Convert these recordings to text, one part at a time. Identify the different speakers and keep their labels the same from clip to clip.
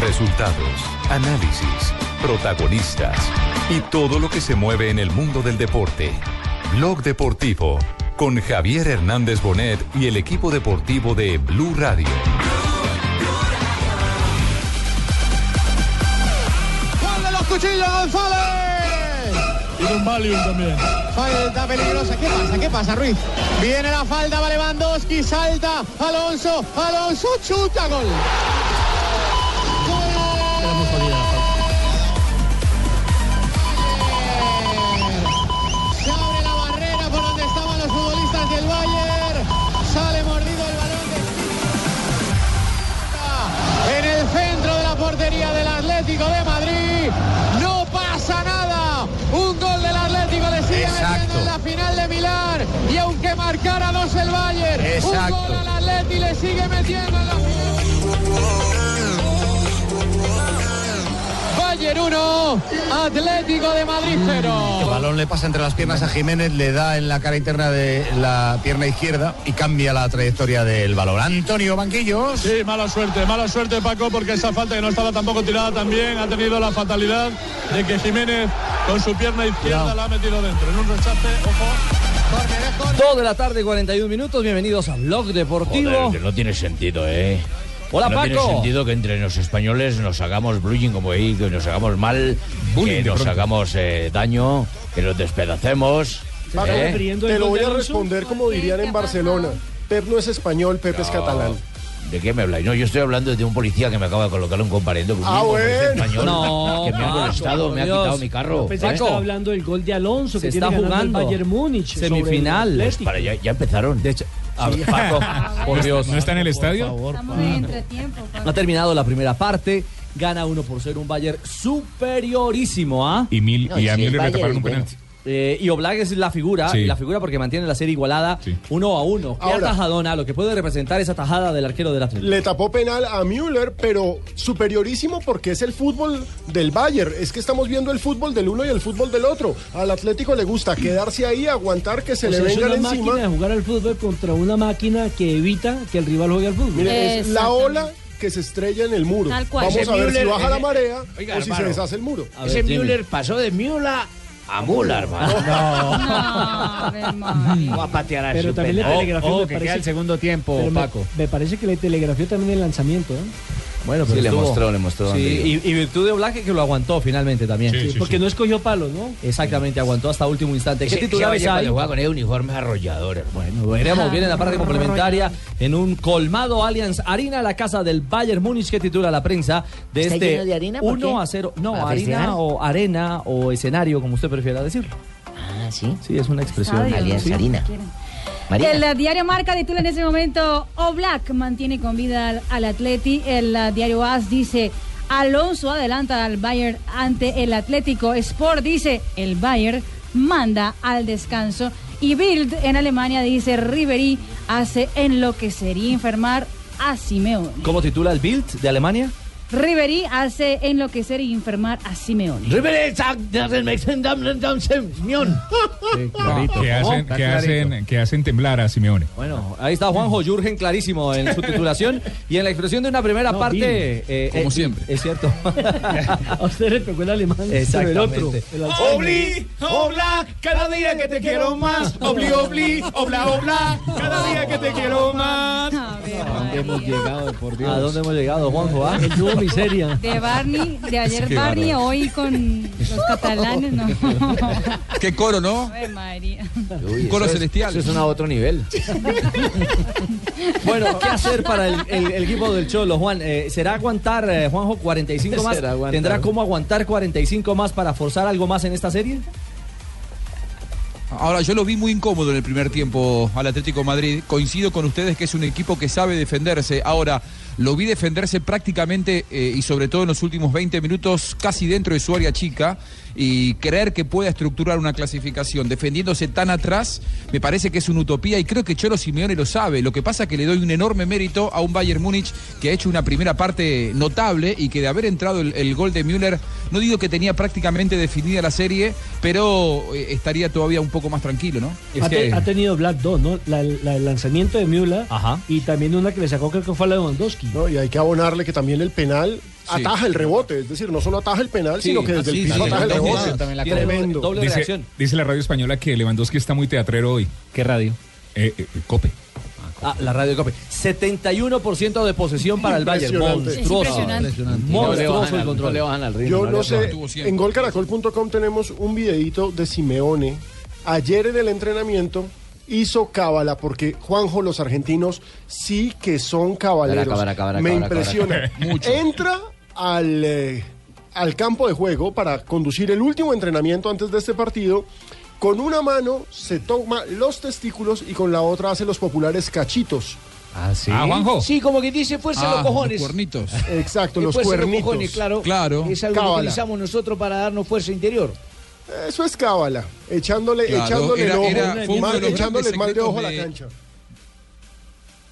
Speaker 1: Resultados, análisis, protagonistas y todo lo que se mueve en el mundo del deporte. Blog Deportivo con Javier Hernández Bonet y el equipo deportivo de Blue Radio.
Speaker 2: ¡Ponle los cuchillos, González!
Speaker 3: Y un Valium también.
Speaker 2: Falta peligrosa. ¿Qué pasa? ¿Qué pasa, Ruiz? Viene la falda, va Lewandowski, salta Alonso, Alonso, chuta, gol.
Speaker 3: Era muy jodida la falta.
Speaker 2: Se abre la barrera por donde estaban los futbolistas del Bayern. Sale mordido el balón de... En el centro de la portería del Atlético de Madrid. No pasa nada. Un gol del Atlético le sigue metiendo en la final de Milán. Y aunque marcara dos el Bayern, un gol al Atlético le sigue metiendo en la final. Bayern 1, Atlético de Madrid 0.
Speaker 4: El balón le pasa entre las piernas a Jiménez, le da en la cara interna de la pierna izquierda y cambia la trayectoria del balón. Antonio Banquillos.
Speaker 3: Sí, mala suerte, mala suerte Paco, porque esa falta que no estaba tampoco tirada también ha tenido la fatalidad de que Jiménez con su pierna izquierda la ha metido dentro. En un rechace, ojo.
Speaker 5: Dos de la tarde, 41 minutos. Bienvenidos a Blog Deportivo.
Speaker 6: Joder, que no tiene sentido, ¿eh?
Speaker 5: Hola,
Speaker 6: no tiene
Speaker 5: Paco.
Speaker 6: sentido que entre los españoles nos hagamos bullying como ahí, que nos hagamos mal, que nos hagamos eh, daño, que nos despedacemos. ¿eh?
Speaker 7: Te lo voy a responder como dirían en Barcelona. Pep no es español, Pep es catalán.
Speaker 6: ¿De qué me habláis? No, yo estoy hablando de un policía que me acaba de colocar un comparendo con un
Speaker 7: Ah,
Speaker 6: policía
Speaker 7: bueno.
Speaker 6: español
Speaker 5: No,
Speaker 6: que me ha
Speaker 5: Paco,
Speaker 6: molestado,
Speaker 5: por
Speaker 6: me ha
Speaker 5: Dios.
Speaker 6: quitado mi carro. ¿eh?
Speaker 5: Pensé que Paco. estaba hablando
Speaker 7: del gol de Alonso
Speaker 5: Se está jugando. Semifinal.
Speaker 6: Pues para allá, ya empezaron. De hecho, Paco,
Speaker 5: Por Dios.
Speaker 8: ¿No está en el estadio?
Speaker 9: Estamos en entretiempo. Pablo.
Speaker 5: Ha terminado la primera parte. Gana 1 por 0 un Bayern superiorísimo, ¿ah?
Speaker 8: Y, mil, y a Müller le taparon un penalti.
Speaker 5: Eh, y Oblak es la figura,
Speaker 8: Sí.
Speaker 5: y la figura porque mantiene la serie igualada
Speaker 8: Sí.
Speaker 5: uno a uno. Qué
Speaker 7: Ahora.
Speaker 5: atajadona, lo que puede representar esa tajada del arquero del Atlético.
Speaker 7: Le tapó penal a Müller, pero superiorísimo porque es el fútbol del Bayern. Es que estamos viendo el fútbol del uno y el fútbol del otro. Al Atlético le gusta quedarse ahí, aguantar que
Speaker 6: Pues
Speaker 5: Pues
Speaker 7: se le vengan encima.
Speaker 5: jugar al fútbol contra una máquina que evita que el rival juegue al fútbol.
Speaker 7: Mire, es la ola que se estrella en el muro.
Speaker 9: Tal cual.
Speaker 7: Vamos
Speaker 9: Ese
Speaker 7: a ver si
Speaker 6: Müller-
Speaker 7: baja la marea
Speaker 6: Oiga,
Speaker 7: o si se
Speaker 6: hermano.
Speaker 7: deshace el muro.
Speaker 6: ese Müller pasó de Müller a Müller, hermano.
Speaker 9: No, Ave María.
Speaker 6: Va a patear a
Speaker 5: Pero
Speaker 6: su
Speaker 5: también le
Speaker 6: penal. Oh,
Speaker 5: telegrafió, me parece-
Speaker 6: segundo tiempo,
Speaker 5: me parece que le telegrafió también el lanzamiento. ¿eh? Bueno, pero
Speaker 6: Sí, le
Speaker 5: estuvo-
Speaker 6: mostró, le mostró dónde
Speaker 5: Sí, y, y virtud de Black que lo aguantó finalmente también.
Speaker 8: Sí, Sí, sí, porque sí.
Speaker 5: no escogió palo, ¿no? Exactamente, aguantó hasta último instante. ¿Qué
Speaker 6: Ese-
Speaker 5: titulares
Speaker 6: ese Valle
Speaker 5: hay?
Speaker 6: Cuando juega con el uniforme arrollador, hermano.
Speaker 5: Veremos bien en la
Speaker 10: Ah,
Speaker 5: parte complementaria en un colmado Allianz Harina, la casa del Bayern Múnich que titula la prensa de
Speaker 10: ¿Está
Speaker 5: este
Speaker 10: lleno de harina? ¿Por
Speaker 5: 1
Speaker 10: qué?
Speaker 5: a 0. No,
Speaker 10: ¿Para festejar?
Speaker 5: harina o arena o escenario, como usted prefiera decirlo.
Speaker 10: Ah, sí.
Speaker 5: Sí, es una expresión.
Speaker 9: Estadio,
Speaker 10: Alianza
Speaker 9: no sé
Speaker 10: Harina.
Speaker 9: qué quieren.
Speaker 10: Marina.
Speaker 9: El eh, diario Marca titula en ese momento Oblak mantiene con vida al, al Atleti. El eh, diario AS dice Alonso adelanta al Bayern ante el Atlético. Sport dice el Bayern manda al descanso. Y Bild en Alemania dice Ribery hace enloquecer y enfermar a Simeone.
Speaker 5: ¿Cómo titula el Bild de Alemania?
Speaker 9: Ribery hace enloquecer y enfermar a Simeone.
Speaker 8: Que hacen, que, hacen, que hacen temblar a Simeone.
Speaker 5: Bueno, ahí está Juanjo Jurgen clarísimo en su titulación y en la expresión de una primera parte. Como siempre. Es cierto.
Speaker 2: A usted le tocó el alemán.
Speaker 5: Exactamente.
Speaker 6: Obli, obla, cada día que te quiero más. Obli, obli, obla, obla, cada día que te quiero más.
Speaker 9: Ave María.
Speaker 5: llegado, por Dios. ¿A dónde hemos llegado, Juanjo? ah?
Speaker 2: miseria.
Speaker 9: De Barney, de ayer Barney, hoy con los catalanes, no.
Speaker 4: Qué coro, ¿no?
Speaker 9: Ave María.
Speaker 4: Coro celestial.
Speaker 6: Eso es a otro nivel.
Speaker 5: Bueno, ¿qué hacer para el, el- el equipo del Cholo, Juan? Eh, ¿Será aguantar, eh, Juanjo, 45 más?
Speaker 6: Será aguantar.
Speaker 5: ¿Tendrá cómo aguantar 45 más para forzar algo más en esta serie?
Speaker 4: Ahora, yo lo vi muy incómodo en el primer tiempo al Atlético de Madrid. Coincido con ustedes que es un equipo que sabe defenderse. Ahora,
Speaker 10: Lo vi defenderse prácticamente eh, y sobre todo en los últimos 20 minutos casi dentro de su área chica y creer que pueda estructurar una clasificación defendiéndose tan atrás me parece que es una utopía y creo que Cholo Simeone lo sabe. Lo que pasa es que le doy un enorme mérito a un Bayern Múnich que ha hecho una primera parte notable y que de haber entrado el, el gol de Müller, no digo que tenía prácticamente definida la serie, pero eh, estaría todavía un poco más tranquilo, ¿no? Es
Speaker 11: ha, te-
Speaker 10: que-
Speaker 11: ha tenido Black 2, ¿no? La- la- el lanzamiento de Müller y también una que le sacó, creo que fue a Lewandowski.
Speaker 7: No, y hay que abonarle que también el penal
Speaker 11: Sí.
Speaker 7: ataja el rebote, es decir, no solo ataja el penal,
Speaker 8: Sí,
Speaker 7: sino que desde
Speaker 8: así,
Speaker 7: el piso
Speaker 8: sí,
Speaker 7: ataja el
Speaker 8: sí,
Speaker 7: rebote.
Speaker 8: sí,
Speaker 7: También la
Speaker 8: tiene
Speaker 7: tremendo.
Speaker 8: dice, dice la radio española que Lewandowski está muy teatrero hoy. Eh,
Speaker 5: ¿Qué radio?
Speaker 8: Cope.
Speaker 5: Ah, la radio de Cope. 71% de posesión para el Bayern.
Speaker 7: Impresionante.
Speaker 5: Monstruoso.
Speaker 7: Impresionante.
Speaker 5: Monstruoso el control.
Speaker 7: Yo no sé, en golcaracol.com tenemos un videito de Simeone. Ayer en el entrenamiento hizo cábala porque Juanjo, los argentinos sí que son cabaleros.
Speaker 12: Cábala, cábala, cábala,
Speaker 7: Me
Speaker 12: cábala,
Speaker 7: impresiona.
Speaker 12: cábala. Mucho.
Speaker 7: Entra al, eh, al campo de juego para conducir el último entrenamiento antes de este partido. Con una mano se toma los testículos y con la otra hace los populares cachitos.
Speaker 5: Ah, sí.
Speaker 10: Ah, Juanjo.
Speaker 12: Sí, como que dice, fuerza
Speaker 7: Ah,
Speaker 12: los cojones.
Speaker 10: los cuernitos.
Speaker 7: Exacto, los
Speaker 12: Fuerza
Speaker 7: cuernitos.
Speaker 12: los cojones, claro. Es algo que
Speaker 7: Cábala.
Speaker 12: utilizamos nosotros para darnos fuerza interior.
Speaker 7: Eso es cábala, echándole,
Speaker 10: Claro,
Speaker 7: echándole
Speaker 10: era-
Speaker 7: el ojo,
Speaker 10: era- fue uno de
Speaker 7: mal-
Speaker 10: los
Speaker 7: echándole el
Speaker 10: grandes
Speaker 7: mal de ojo a la
Speaker 10: secretos de-
Speaker 7: cancha.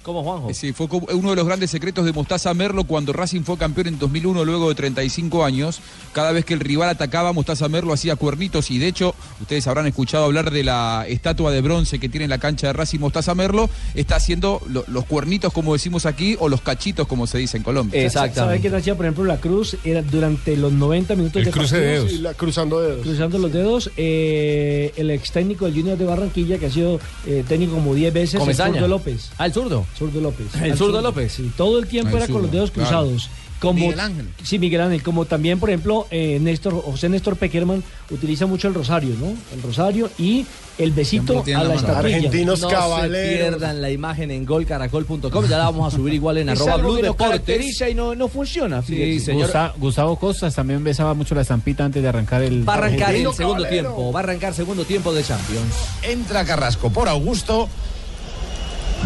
Speaker 5: Como Juanjo.
Speaker 10: Eh, Sí, fue como- uno de los grandes secretos de Mostaza Merlo cuando Racing fue campeón en 2001, luego de 35 años. Cada vez que el rival atacaba, Mostaza Merlo hacía cuernitos y de hecho, ustedes habrán escuchado hablar de la estatua de bronce que tiene en la cancha de Racing Mostaza Merlo. Está haciendo lo- los cuernitos, como decimos aquí, o los cachitos, como se dice en Colombia.
Speaker 11: ¿Sabe quién hacía, por ejemplo, la cruz? Era durante los 90 minutos
Speaker 10: El
Speaker 11: de
Speaker 10: cruce de
Speaker 11: partido,
Speaker 10: dedos. Sí, la-
Speaker 7: cruzando dedos.
Speaker 11: Cruzando los dedos. eh, el ex técnico del Junior de Barranquilla, que ha sido eh, técnico como 10 veces,
Speaker 5: Comesaña.
Speaker 11: el zurdo López.
Speaker 5: Ah, el zurdo.
Speaker 11: Zurdo López.
Speaker 5: El
Speaker 11: Al
Speaker 5: zurdo
Speaker 11: zurdo.
Speaker 5: López.
Speaker 11: Sí, todo el
Speaker 5: Al
Speaker 11: tiempo era con los
Speaker 5: zurdo,
Speaker 11: dedos
Speaker 5: claro.
Speaker 11: cruzados. Como,
Speaker 5: Miguel Ángel.
Speaker 11: Sí, Miguel Ángel. Como también, por ejemplo, eh, Néstor, José Néstor Pequerman utiliza mucho el rosario, ¿no? El rosario y el besito a la, estatuilla.
Speaker 5: no se pierdan la imagen en golcaracol.com. Ya la vamos a subir igual en
Speaker 12: Es
Speaker 5: arroba
Speaker 12: algo
Speaker 5: blue
Speaker 12: que nos
Speaker 5: deportes.
Speaker 12: caracteriza y no, no funciona. fíjate.
Speaker 13: Gusta- Gustavo Costas también besaba mucho la estampita antes de arrancar el.
Speaker 5: Va a arrancar el
Speaker 13: Argentino
Speaker 5: segundo
Speaker 13: Caballero.
Speaker 5: tiempo. Va a arrancar segundo tiempo de Champions.
Speaker 4: Entra Carrasco por Augusto.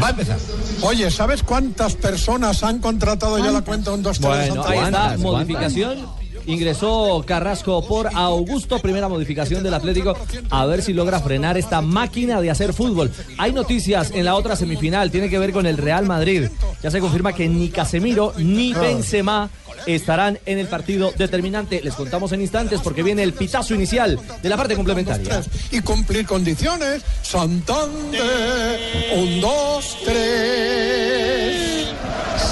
Speaker 4: Va a empezar.
Speaker 14: Oye, ¿sabes cuántas personas han contratado ya la cuenta un 2 3
Speaker 5: Bueno, ahí está, modificación. Ingresó Carrasco por Augusto, primera modificación del Atlético, a ver si logra frenar esta máquina de hacer fútbol. Hay noticias en la otra semifinal, tiene que ver con el Real Madrid. Ya se confirma que ni Casemiro ni Benzema estarán en el partido determinante. Les contamos en instantes porque viene el pitazo inicial de la parte complementaria.
Speaker 14: Y cumplir condiciones. Santander, un 2 3.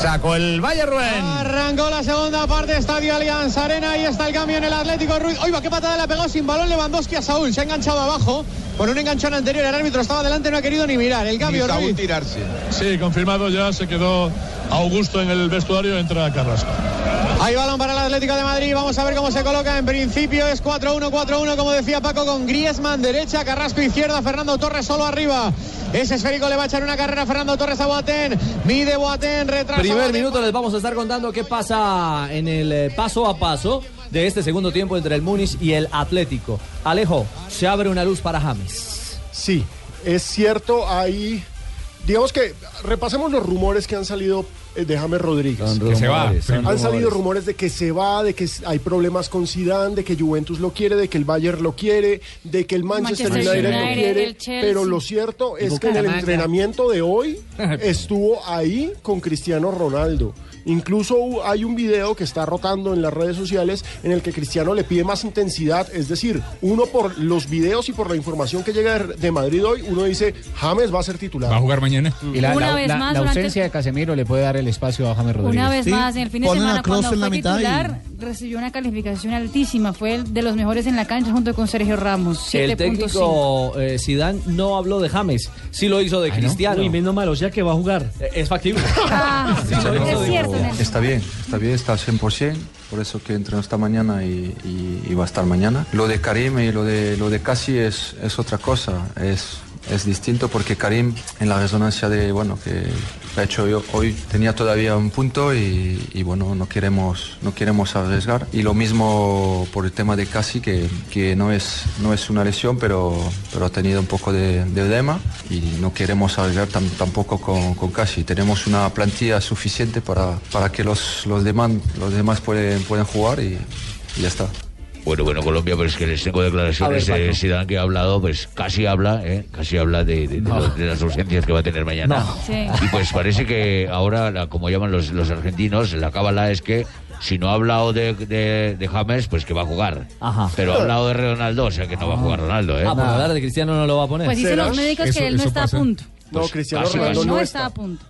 Speaker 4: Sacó el Bayern
Speaker 2: Arrancó la segunda parte, Estadio Allianz Arena, ahí está el cambio en el Atlético Ruiz. Oiga, qué patada le ha pegado sin balón Lewandowski a Saúl, se ha enganchado abajo con un enganchón anterior, el árbitro estaba delante, no ha querido ni mirar, el cambio Ruiz.
Speaker 3: tirarse. Sí, confirmado ya, se quedó Augusto en el vestuario, entra Carrasco.
Speaker 2: Hay balón para el Atlético de Madrid, vamos a ver cómo se coloca, en principio es 4-1, 4-1 como decía Paco con Griezmann derecha, Carrasco izquierda, Fernando Torres solo arriba. Ese esférico le va a echar una carrera a Fernando Torres a Boateng, mide Boateng, retrasa
Speaker 5: Primer
Speaker 2: Boateng.
Speaker 5: minuto les vamos a estar contando qué pasa en el eh, paso a paso de este segundo tiempo entre el Múnich y el Atlético. Alejo, se abre una luz para James.
Speaker 7: Sí, es cierto, hay. Digamos que repasemos los rumores que han salido eh, de James Rodríguez.
Speaker 8: Que se rumores, va. son
Speaker 7: Han salido
Speaker 8: rumores.
Speaker 7: rumores de que se va, de que s- hay problemas con Zidane, de que Juventus lo quiere, de que el Bayern lo quiere, de que el Manchester,
Speaker 15: Manchester
Speaker 7: United,
Speaker 15: United,
Speaker 7: lo quiere.
Speaker 15: el Chelsea.
Speaker 7: Pero lo cierto es que en el
Speaker 15: Bucaramanga.
Speaker 7: entrenamiento de hoy estuvo ahí con Cristiano Ronaldo. Incluso hu- hay un video que está rotando en las redes sociales en el que Cristiano le pide más intensidad, es decir, uno por los videos y por la información que llega de de Madrid hoy, uno dice, James va a ser titular.
Speaker 8: Va a jugar mañana.
Speaker 13: Y la,
Speaker 9: Una
Speaker 13: la-
Speaker 9: vez
Speaker 13: la-
Speaker 9: más
Speaker 13: la
Speaker 9: durante-
Speaker 13: ausencia de Casemiro le puede dar el espacio a James Rodríguez.
Speaker 9: Una vez más, en el fin de semana, cuando fue titular,
Speaker 13: y-
Speaker 9: recibió una calificación altísima. Fue el de los mejores en la cancha junto con Sergio Ramos.
Speaker 5: El
Speaker 9: 7.5.
Speaker 5: técnico eh, Zidane no habló de James, sí lo hizo de Cristiano. Eh,
Speaker 11: Uy, menos mal, o sea que va a jugar.
Speaker 5: Es factible.
Speaker 9: Ah,
Speaker 5: Sí, lo hizo
Speaker 9: es
Speaker 5: de-
Speaker 9: cierto, Nelson.
Speaker 16: Está bien, está bien, está al 100%, por eso que entrenó esta mañana y, y- y va a estar mañana. Lo de Karim y lo de, lo de Casi es, es otra cosa, es es distinto porque Karim en la resonancia de bueno que ha hecho yo hoy tenía todavía un punto y, y, bueno no queremos no queremos arriesgar y lo mismo por el tema de Casi que, que no es no es una lesión pero pero ha tenido un poco de, de edema y no queremos arriesgar tam- tampoco con, con Casi tenemos una plantilla suficiente para, para que los los demás los demás pueden pueden jugar y, y ya está
Speaker 6: Bueno, bueno, Colombia, pero es que les tengo declaraciones
Speaker 16: A ver,
Speaker 6: de
Speaker 16: Paco.
Speaker 6: Zidane que ha hablado, pues casi habla, ¿eh? casi habla de, de- de lo- de las ausencias que va a tener mañana.
Speaker 15: No. Sí.
Speaker 6: Y pues parece que ahora, la- como llaman los, los argentinos, la cábala es que si no ha hablado de, de- de James, pues que va a jugar.
Speaker 5: Ajá.
Speaker 6: Pero ha hablado de Ronaldo, o sea que no va a jugar Ronaldo, ¿eh?
Speaker 5: Ah, por hablar de Cristiano no lo va a poner.
Speaker 9: Pues dicen los médicos que él no está a punto.
Speaker 7: No,
Speaker 6: Pues
Speaker 7: Cristiano
Speaker 6: casi,
Speaker 7: Ronaldo
Speaker 9: él
Speaker 7: no
Speaker 9: no
Speaker 7: está.
Speaker 9: está a punto.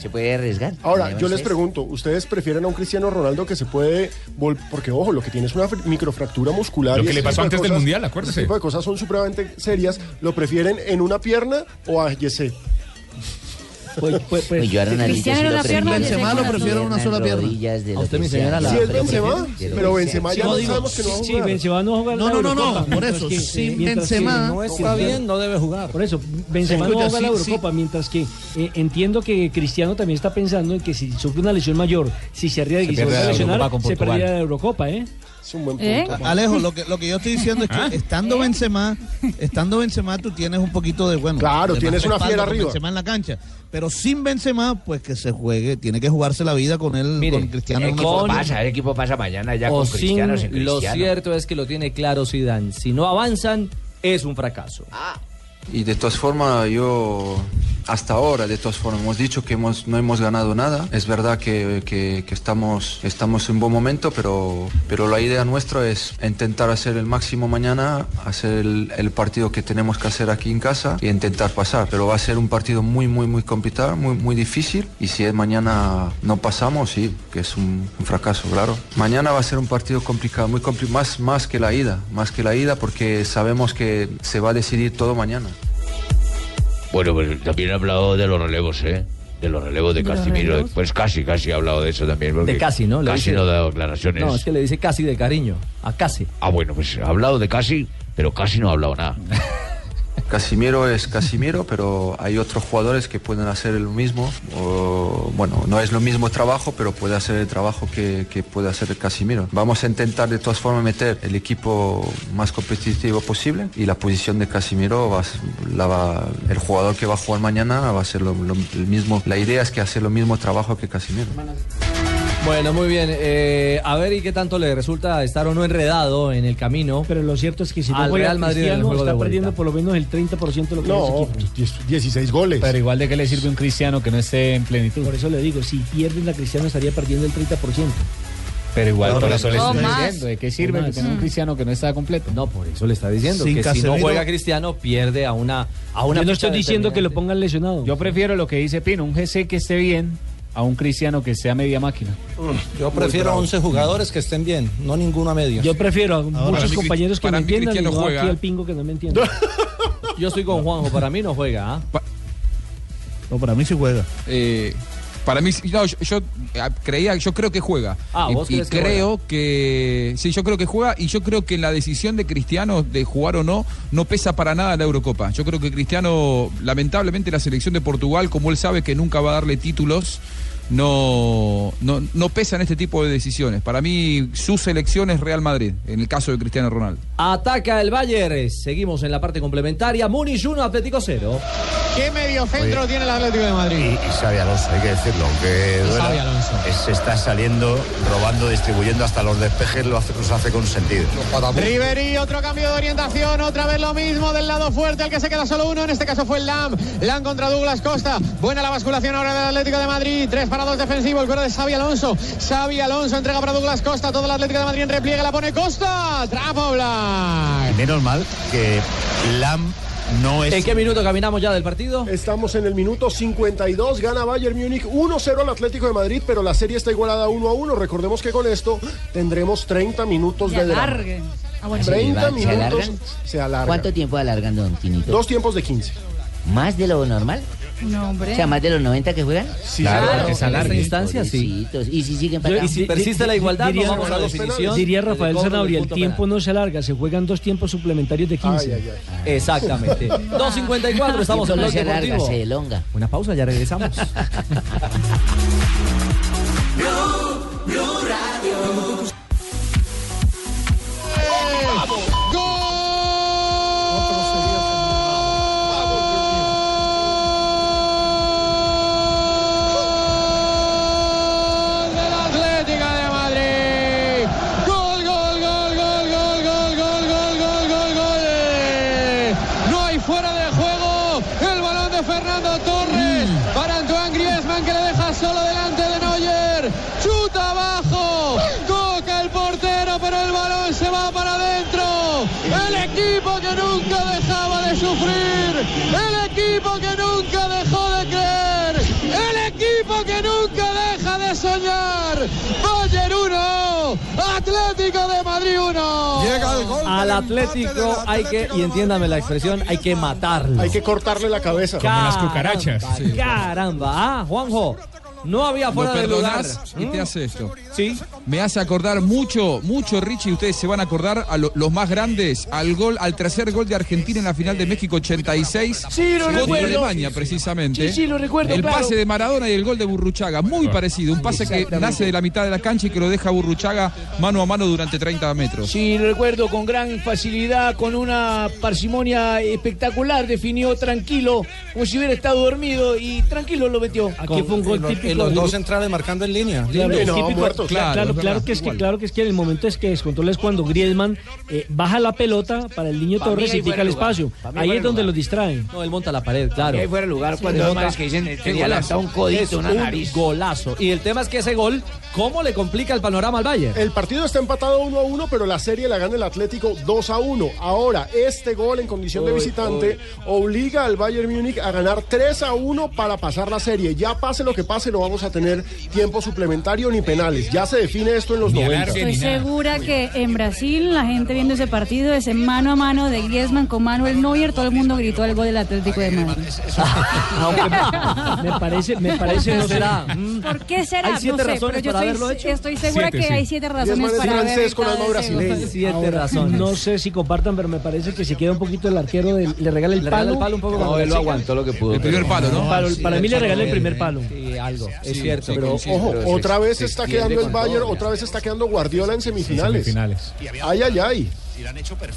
Speaker 6: Se puede arriesgar.
Speaker 7: Ahora, yo les pregunto, ¿ustedes prefieren a un Cristiano Ronaldo que se puede... vol- Porque, ojo, lo que tiene es una fr- microfractura muscular.
Speaker 8: Lo
Speaker 7: y
Speaker 8: que
Speaker 7: ese
Speaker 8: le
Speaker 7: tipo
Speaker 8: pasó
Speaker 7: de
Speaker 8: antes del
Speaker 7: cosas-
Speaker 8: Mundial, acuérdese.
Speaker 7: ese tipo de cosas son supremamente serias. ¿Lo prefieren en una pierna o a Yesé?
Speaker 17: Pues yo a
Speaker 7: Cristiano
Speaker 17: Ronaldinho sí
Speaker 7: en
Speaker 17: lo
Speaker 7: una pierna,
Speaker 17: prefiero.
Speaker 7: Benzema lo prefiero en una sola pierna.
Speaker 17: Rodillas de
Speaker 7: A
Speaker 17: lo
Speaker 7: usted,
Speaker 17: que
Speaker 7: mi
Speaker 17: sea.
Speaker 7: señora, la- Si es
Speaker 17: Pero
Speaker 7: Benzema,
Speaker 17: prefiero de lo
Speaker 7: pero
Speaker 17: que
Speaker 7: Benzema ya
Speaker 17: sea.
Speaker 7: no sabemos que no va a
Speaker 11: Sí,
Speaker 7: jugar.
Speaker 11: Benzema no va a jugar
Speaker 7: No,
Speaker 11: la
Speaker 7: no, no, no,
Speaker 11: Eurocopa.
Speaker 7: por
Speaker 11: Mientras
Speaker 7: eso,
Speaker 11: que-
Speaker 7: sin
Speaker 11: mientras que
Speaker 7: Benzema-
Speaker 11: no es-
Speaker 7: Está bien,
Speaker 5: no debe jugar.
Speaker 11: Por eso, Benzema no va
Speaker 5: Escucha,
Speaker 11: a jugar la
Speaker 5: sí,
Speaker 11: Eurocopa, mientras que eh, entiendo que Cristiano también está pensando en que si sufre una lesión mayor, si se arriesga
Speaker 18: Se
Speaker 11: y se vuelve
Speaker 18: pierde
Speaker 11: a
Speaker 18: la
Speaker 11: lesionar,
Speaker 18: Eurocopa con
Speaker 11: se
Speaker 18: Portugal.
Speaker 11: perdería la Eurocopa, ¿eh?
Speaker 7: Es un buen
Speaker 11: ¿Eh?
Speaker 18: Alejo, lo que, lo que yo estoy diciendo es que
Speaker 11: ¿Ah?
Speaker 18: estando Benzema, estando Benzema tú tienes un poquito de bueno.
Speaker 7: Claro,
Speaker 18: de
Speaker 7: tienes
Speaker 18: más
Speaker 7: una
Speaker 18: respaldo
Speaker 7: fiera
Speaker 18: con
Speaker 7: arriba.
Speaker 18: Benzema en la cancha, pero sin Benzema pues que se juegue, tiene que jugarse la vida con él, con Cristiano.
Speaker 5: el
Speaker 18: en una
Speaker 5: equipo
Speaker 18: forma.
Speaker 5: pasa,
Speaker 6: el equipo pasa mañana
Speaker 5: O
Speaker 18: con
Speaker 5: sin-
Speaker 18: Cristiano, sin
Speaker 5: eh, Lo
Speaker 18: Cristiano.
Speaker 5: cierto es que lo tiene claro Zidane. Si no avanzan, es un fracaso.
Speaker 16: Y de todas formas, yo hasta ahora, de todas formas, hemos dicho que hemos, no hemos ganado nada. Es verdad que, que- que estamos, estamos en buen momento, pero, pero la idea nuestra es intentar hacer el máximo mañana, hacer el, el partido que tenemos que hacer aquí en casa y intentar pasar. Pero va a ser un partido muy, muy, muy complicado, muy, muy difícil. Y si es mañana no pasamos, sí, que es un, un fracaso, claro. Mañana va a ser un partido complicado, muy compli- más, más que la ida, más que la ida, porque sabemos que se va a decidir todo mañana.
Speaker 6: Bueno, pues también ha hablado de los relevos, ¿eh? De los relevos de,
Speaker 5: ¿De los
Speaker 6: Casimiro.
Speaker 5: relevos?
Speaker 6: Pues casi, casi ha hablado de eso también. porque
Speaker 5: De casi, ¿no? Le
Speaker 6: Casi
Speaker 5: dice-
Speaker 6: no ha dado declaraciones.
Speaker 5: No, es que le dice casi de cariño. A casi.
Speaker 6: Ah, bueno, pues ha hablado de casi, pero casi no ha hablado nada.
Speaker 16: Casimiro es Casimiro, pero hay otros jugadores que pueden hacer lo mismo. o, bueno, no es lo mismo trabajo, pero puede hacer el trabajo que, que puede hacer el Casimiro. Vamos a intentar de todas formas meter el equipo más competitivo posible y la posición de Casimiro, va, a ser- la va- el jugador que va a jugar mañana va a ser lo, lo- el mismo. La idea es que hace lo mismo trabajo que Casimiro.
Speaker 5: Bueno, muy bien. eh, a ver, ¿y qué tanto le resulta estar o no enredado en el camino?
Speaker 11: Pero lo cierto es que si no
Speaker 5: al
Speaker 11: juega
Speaker 5: Real Madrid en el
Speaker 11: Cristiano,
Speaker 5: juego de
Speaker 11: está
Speaker 5: vuelta.
Speaker 11: perdiendo por lo menos el 30% de lo que
Speaker 7: No,
Speaker 11: es ese equipo.
Speaker 7: 16 goles.
Speaker 13: Pero igual de qué le sirve un cristiano que no esté en plenitud.
Speaker 11: Por eso le digo, si pierden a Cristiano estaría perdiendo el 30%.
Speaker 13: Pero igual
Speaker 11: No,
Speaker 13: por
Speaker 11: pero
Speaker 13: eso le
Speaker 11: no
Speaker 13: estoy
Speaker 11: más.
Speaker 13: diciendo. eh, ¿De qué sirve
Speaker 11: No
Speaker 13: que
Speaker 11: más.
Speaker 13: tenga un cristiano que no está completo?
Speaker 5: No, por eso le está diciendo que si no juega Cristiano, pierde a una. A una
Speaker 13: Yo no
Speaker 5: ficha
Speaker 13: estoy diciendo que lo
Speaker 5: determinante.
Speaker 11: pongan lesionado.
Speaker 13: Yo prefiero lo que dice Pino, un GC que esté bien a un cristiano que sea media máquina.
Speaker 19: Yo prefiero 11 jugadores que estén bien, no ninguno a medias.
Speaker 11: Yo prefiero a
Speaker 19: para
Speaker 11: muchos
Speaker 19: mí,
Speaker 11: compañeros que
Speaker 19: para
Speaker 11: me
Speaker 19: mí
Speaker 11: entiendan y
Speaker 19: Cristiano
Speaker 11: no
Speaker 19: juega.
Speaker 11: aquí al pingo que no me entiende.
Speaker 5: Yo estoy con Juanjo, para mí no juega. ¿ah?
Speaker 18: No, para mí sí juega.
Speaker 10: Eh, para mí, sí, no, yo, yo, eh, creía, yo creo que juega.
Speaker 5: Ah,
Speaker 10: y
Speaker 5: ¿vos
Speaker 10: y
Speaker 5: crees que
Speaker 10: creo que. Sí, yo creo que juega. Y yo creo que la decisión de Cristiano de jugar o no, no pesa para nada la Eurocopa. Yo creo que Cristiano, lamentablemente, la selección de Portugal, como él sabe que nunca va a darle títulos. No, no, no pesan este tipo de decisiones. Para mí, su selección es Real Madrid, en el caso de Cristiano Ronaldo.
Speaker 5: Ataca el Bayern. Seguimos en la parte complementaria. Muniz 1, Atlético 0.
Speaker 4: ¿Qué medio
Speaker 5: centro tiene el Atlético de Madrid?
Speaker 4: Y, y Xavi Alonso, hay que decirlo, aunque
Speaker 5: Y
Speaker 4: duela,
Speaker 5: Xavi Alonso.
Speaker 4: es- se está saliendo, robando, distribuyendo hasta los despejes, lo hace, los hace con sentido.
Speaker 2: Ribery, otro cambio de orientación, otra vez lo mismo del lado fuerte, el que se queda solo uno, en este caso fue el Lam, Lam contra Douglas Costa, buena la basculación ahora del Atlético de Madrid, tres para dos defensivo, el cuero de Xavi Alonso, Xavi Alonso entrega para Douglas Costa, todo el Atlético de Madrid en repliegue, la pone Costa, trapo Blanc.
Speaker 4: Menos mal que Lam no es...
Speaker 5: ¿En qué minuto caminamos ya del partido?
Speaker 7: Estamos en el minuto 52, gana Bayern Múnich 1-0 al Atlético de Madrid, pero la serie está igualada 1-1. Recordemos que con esto tendremos 30 minutos
Speaker 9: Se
Speaker 7: de drama.
Speaker 9: alarguen. Ah, bueno.
Speaker 7: 30
Speaker 17: ¿Se
Speaker 7: minutos
Speaker 17: alargan?
Speaker 7: se alargan.
Speaker 17: ¿Cuánto tiempo alargan, don Tinito?
Speaker 7: Dos tiempos de 15.
Speaker 17: ¿Más de lo normal?
Speaker 9: No, hombre.
Speaker 15: O sea, más de los 90 que juegan.
Speaker 5: Sí, Claro, claro, porque se
Speaker 15: En
Speaker 5: alarga.
Speaker 15: estas instancias, sí. Y si siguen para
Speaker 11: Yo-
Speaker 15: acá.
Speaker 11: y si- di- di- diría, Diría Rafael Zanabria, el tiempo no se alarga, se juegan dos tiempos suplementarios de 15.
Speaker 15: Ay,
Speaker 5: Exactamente. 2.54, estamos en
Speaker 15: Tiempo no
Speaker 5: Blog
Speaker 15: se alarga,
Speaker 5: Deportivo.
Speaker 15: se elonga.
Speaker 5: Una pausa, ya regresamos.
Speaker 2: Atlética de Madrid. Gol, gol, gol, gol, gol, gol, gol, gol, gol, gol, gol. No hay fuera de juego. El balón de Fernando Torres para Antoine Griezmann que le deja solo delante de Neuer. Chuta abajo. Toca el portero, pero el balón se va para adentro. El equipo que nunca dejaba de sufrir. El equipo que nunca dejó de creer. El equipo que nunca deja de soñar. Bayern 1, Atlético de Madrid 1.
Speaker 5: Al Atlético hay que, y entiéndame la expresión, hay que matarlo. Hay que cortarle la cabeza.
Speaker 8: Como las cucarachas. Sí.
Speaker 5: Caramba. Ah, Juanjo, no había fuera
Speaker 10: Lo
Speaker 5: de lugar.
Speaker 10: perdonás y te
Speaker 5: Mm.
Speaker 10: hace esto. Sí. Me hace acordar mucho, mucho, Richie, ustedes se van a acordar a lo- los más grandes, al gol, al tercer gol de Argentina en la final de México 86.
Speaker 12: Sí, lo
Speaker 10: contra
Speaker 12: recuerdo.
Speaker 10: Alemania, precisamente.
Speaker 12: Sí, sí, lo recuerdo,
Speaker 10: El
Speaker 12: claro.
Speaker 10: pase de Maradona y el gol de Burruchaga, muy
Speaker 8: Ah.
Speaker 10: parecido. Un pase que
Speaker 12: Exactamente.
Speaker 10: nace de la mitad de la cancha y que lo deja Burruchaga mano a mano durante 30 metros.
Speaker 12: Sí, lo recuerdo con gran facilidad, con una parsimonia espectacular, definió tranquilo, como si hubiera estado dormido y tranquilo lo metió.
Speaker 11: Aquí fue un gol
Speaker 12: en
Speaker 11: típico.
Speaker 12: en los
Speaker 11: del-
Speaker 12: dos
Speaker 19: centrales marcando en línea.
Speaker 11: Claro,
Speaker 19: Libre.
Speaker 11: es típico. claro, claro, claro que es que claro que es que en el momento es que descontrola es cuando Griezmann eh, baja la pelota para el niño
Speaker 5: Pa' mí
Speaker 11: Torres
Speaker 5: ahí
Speaker 11: y pica
Speaker 5: fuera
Speaker 11: el
Speaker 5: de lugar.
Speaker 11: espacio.
Speaker 5: Pa' mí
Speaker 11: Ahí
Speaker 5: fuera
Speaker 11: es
Speaker 5: de
Speaker 11: donde
Speaker 5: lugar.
Speaker 11: los distraen.
Speaker 5: No, él monta la pared, claro.
Speaker 11: Ahí fuera de lugar
Speaker 5: Sí,
Speaker 11: cuando
Speaker 5: es
Speaker 11: hay
Speaker 5: un
Speaker 11: mares
Speaker 5: gol.
Speaker 11: que dicen,
Speaker 5: Es
Speaker 11: tenía lanzado un codito,
Speaker 5: es
Speaker 11: una nariz.
Speaker 5: Golazo. Y el tema es que ese gol, ¿cómo le complica el panorama al Valle?
Speaker 7: El partido está empatado 1 a 1, pero la serie la gana el Atlético 2 a 1. Ahora, este gol en condición de
Speaker 19: Uy,
Speaker 7: visitante obliga al Bayern Múnich a ganar 3 a 1 para pasar la serie. Ya pase lo que pase, no vamos a tener tiempo suplementario ni penales. Ya se define esto en los 90.
Speaker 9: Estoy segura que en Brasil la gente viendo ese partido, ese mano a mano de Griezmann con Manuel Neuer, todo el mundo gritó el gol del Atlético de Madrid.
Speaker 5: Ah,
Speaker 11: Me parece, me parece no
Speaker 5: Será.
Speaker 11: sé. Mm.
Speaker 9: ¿Por qué será?
Speaker 5: Hay siete
Speaker 9: no sé,
Speaker 5: razones
Speaker 9: pero yo
Speaker 5: para
Speaker 9: estoy,
Speaker 5: haberlo hecho.
Speaker 9: estoy segura
Speaker 11: Siete,
Speaker 9: que
Speaker 11: sí.
Speaker 9: hay siete
Speaker 7: Griezmann
Speaker 9: razones
Speaker 7: es
Speaker 9: para haber
Speaker 7: francés con alma
Speaker 9: evitado ese gol.
Speaker 7: brasileña.
Speaker 5: Siete
Speaker 11: Ahora,
Speaker 5: razones.
Speaker 11: No sé si compartan, pero me parece que se queda un poquito el arquero, del- le regala el
Speaker 5: Le
Speaker 11: palo.
Speaker 5: regala el palo un poco
Speaker 11: No,
Speaker 5: cuando
Speaker 11: él lo aguanta.
Speaker 5: lo que pudo.
Speaker 10: El primer palo, ¿no?
Speaker 11: Palo, para mí le regalé el primer palo.
Speaker 5: Sí, algo.
Speaker 10: Sí,
Speaker 5: Es cierto.
Speaker 10: sí,
Speaker 5: pero
Speaker 10: coincido.
Speaker 7: Ojo,
Speaker 10: pero se-
Speaker 7: otra vez
Speaker 10: se
Speaker 7: está
Speaker 10: extiende
Speaker 7: quedando el
Speaker 10: con
Speaker 7: Bayern,
Speaker 10: todo.
Speaker 7: otra vez está quedando Guardiola en semifinales.
Speaker 8: semifinales.
Speaker 7: Ay, ay, ay.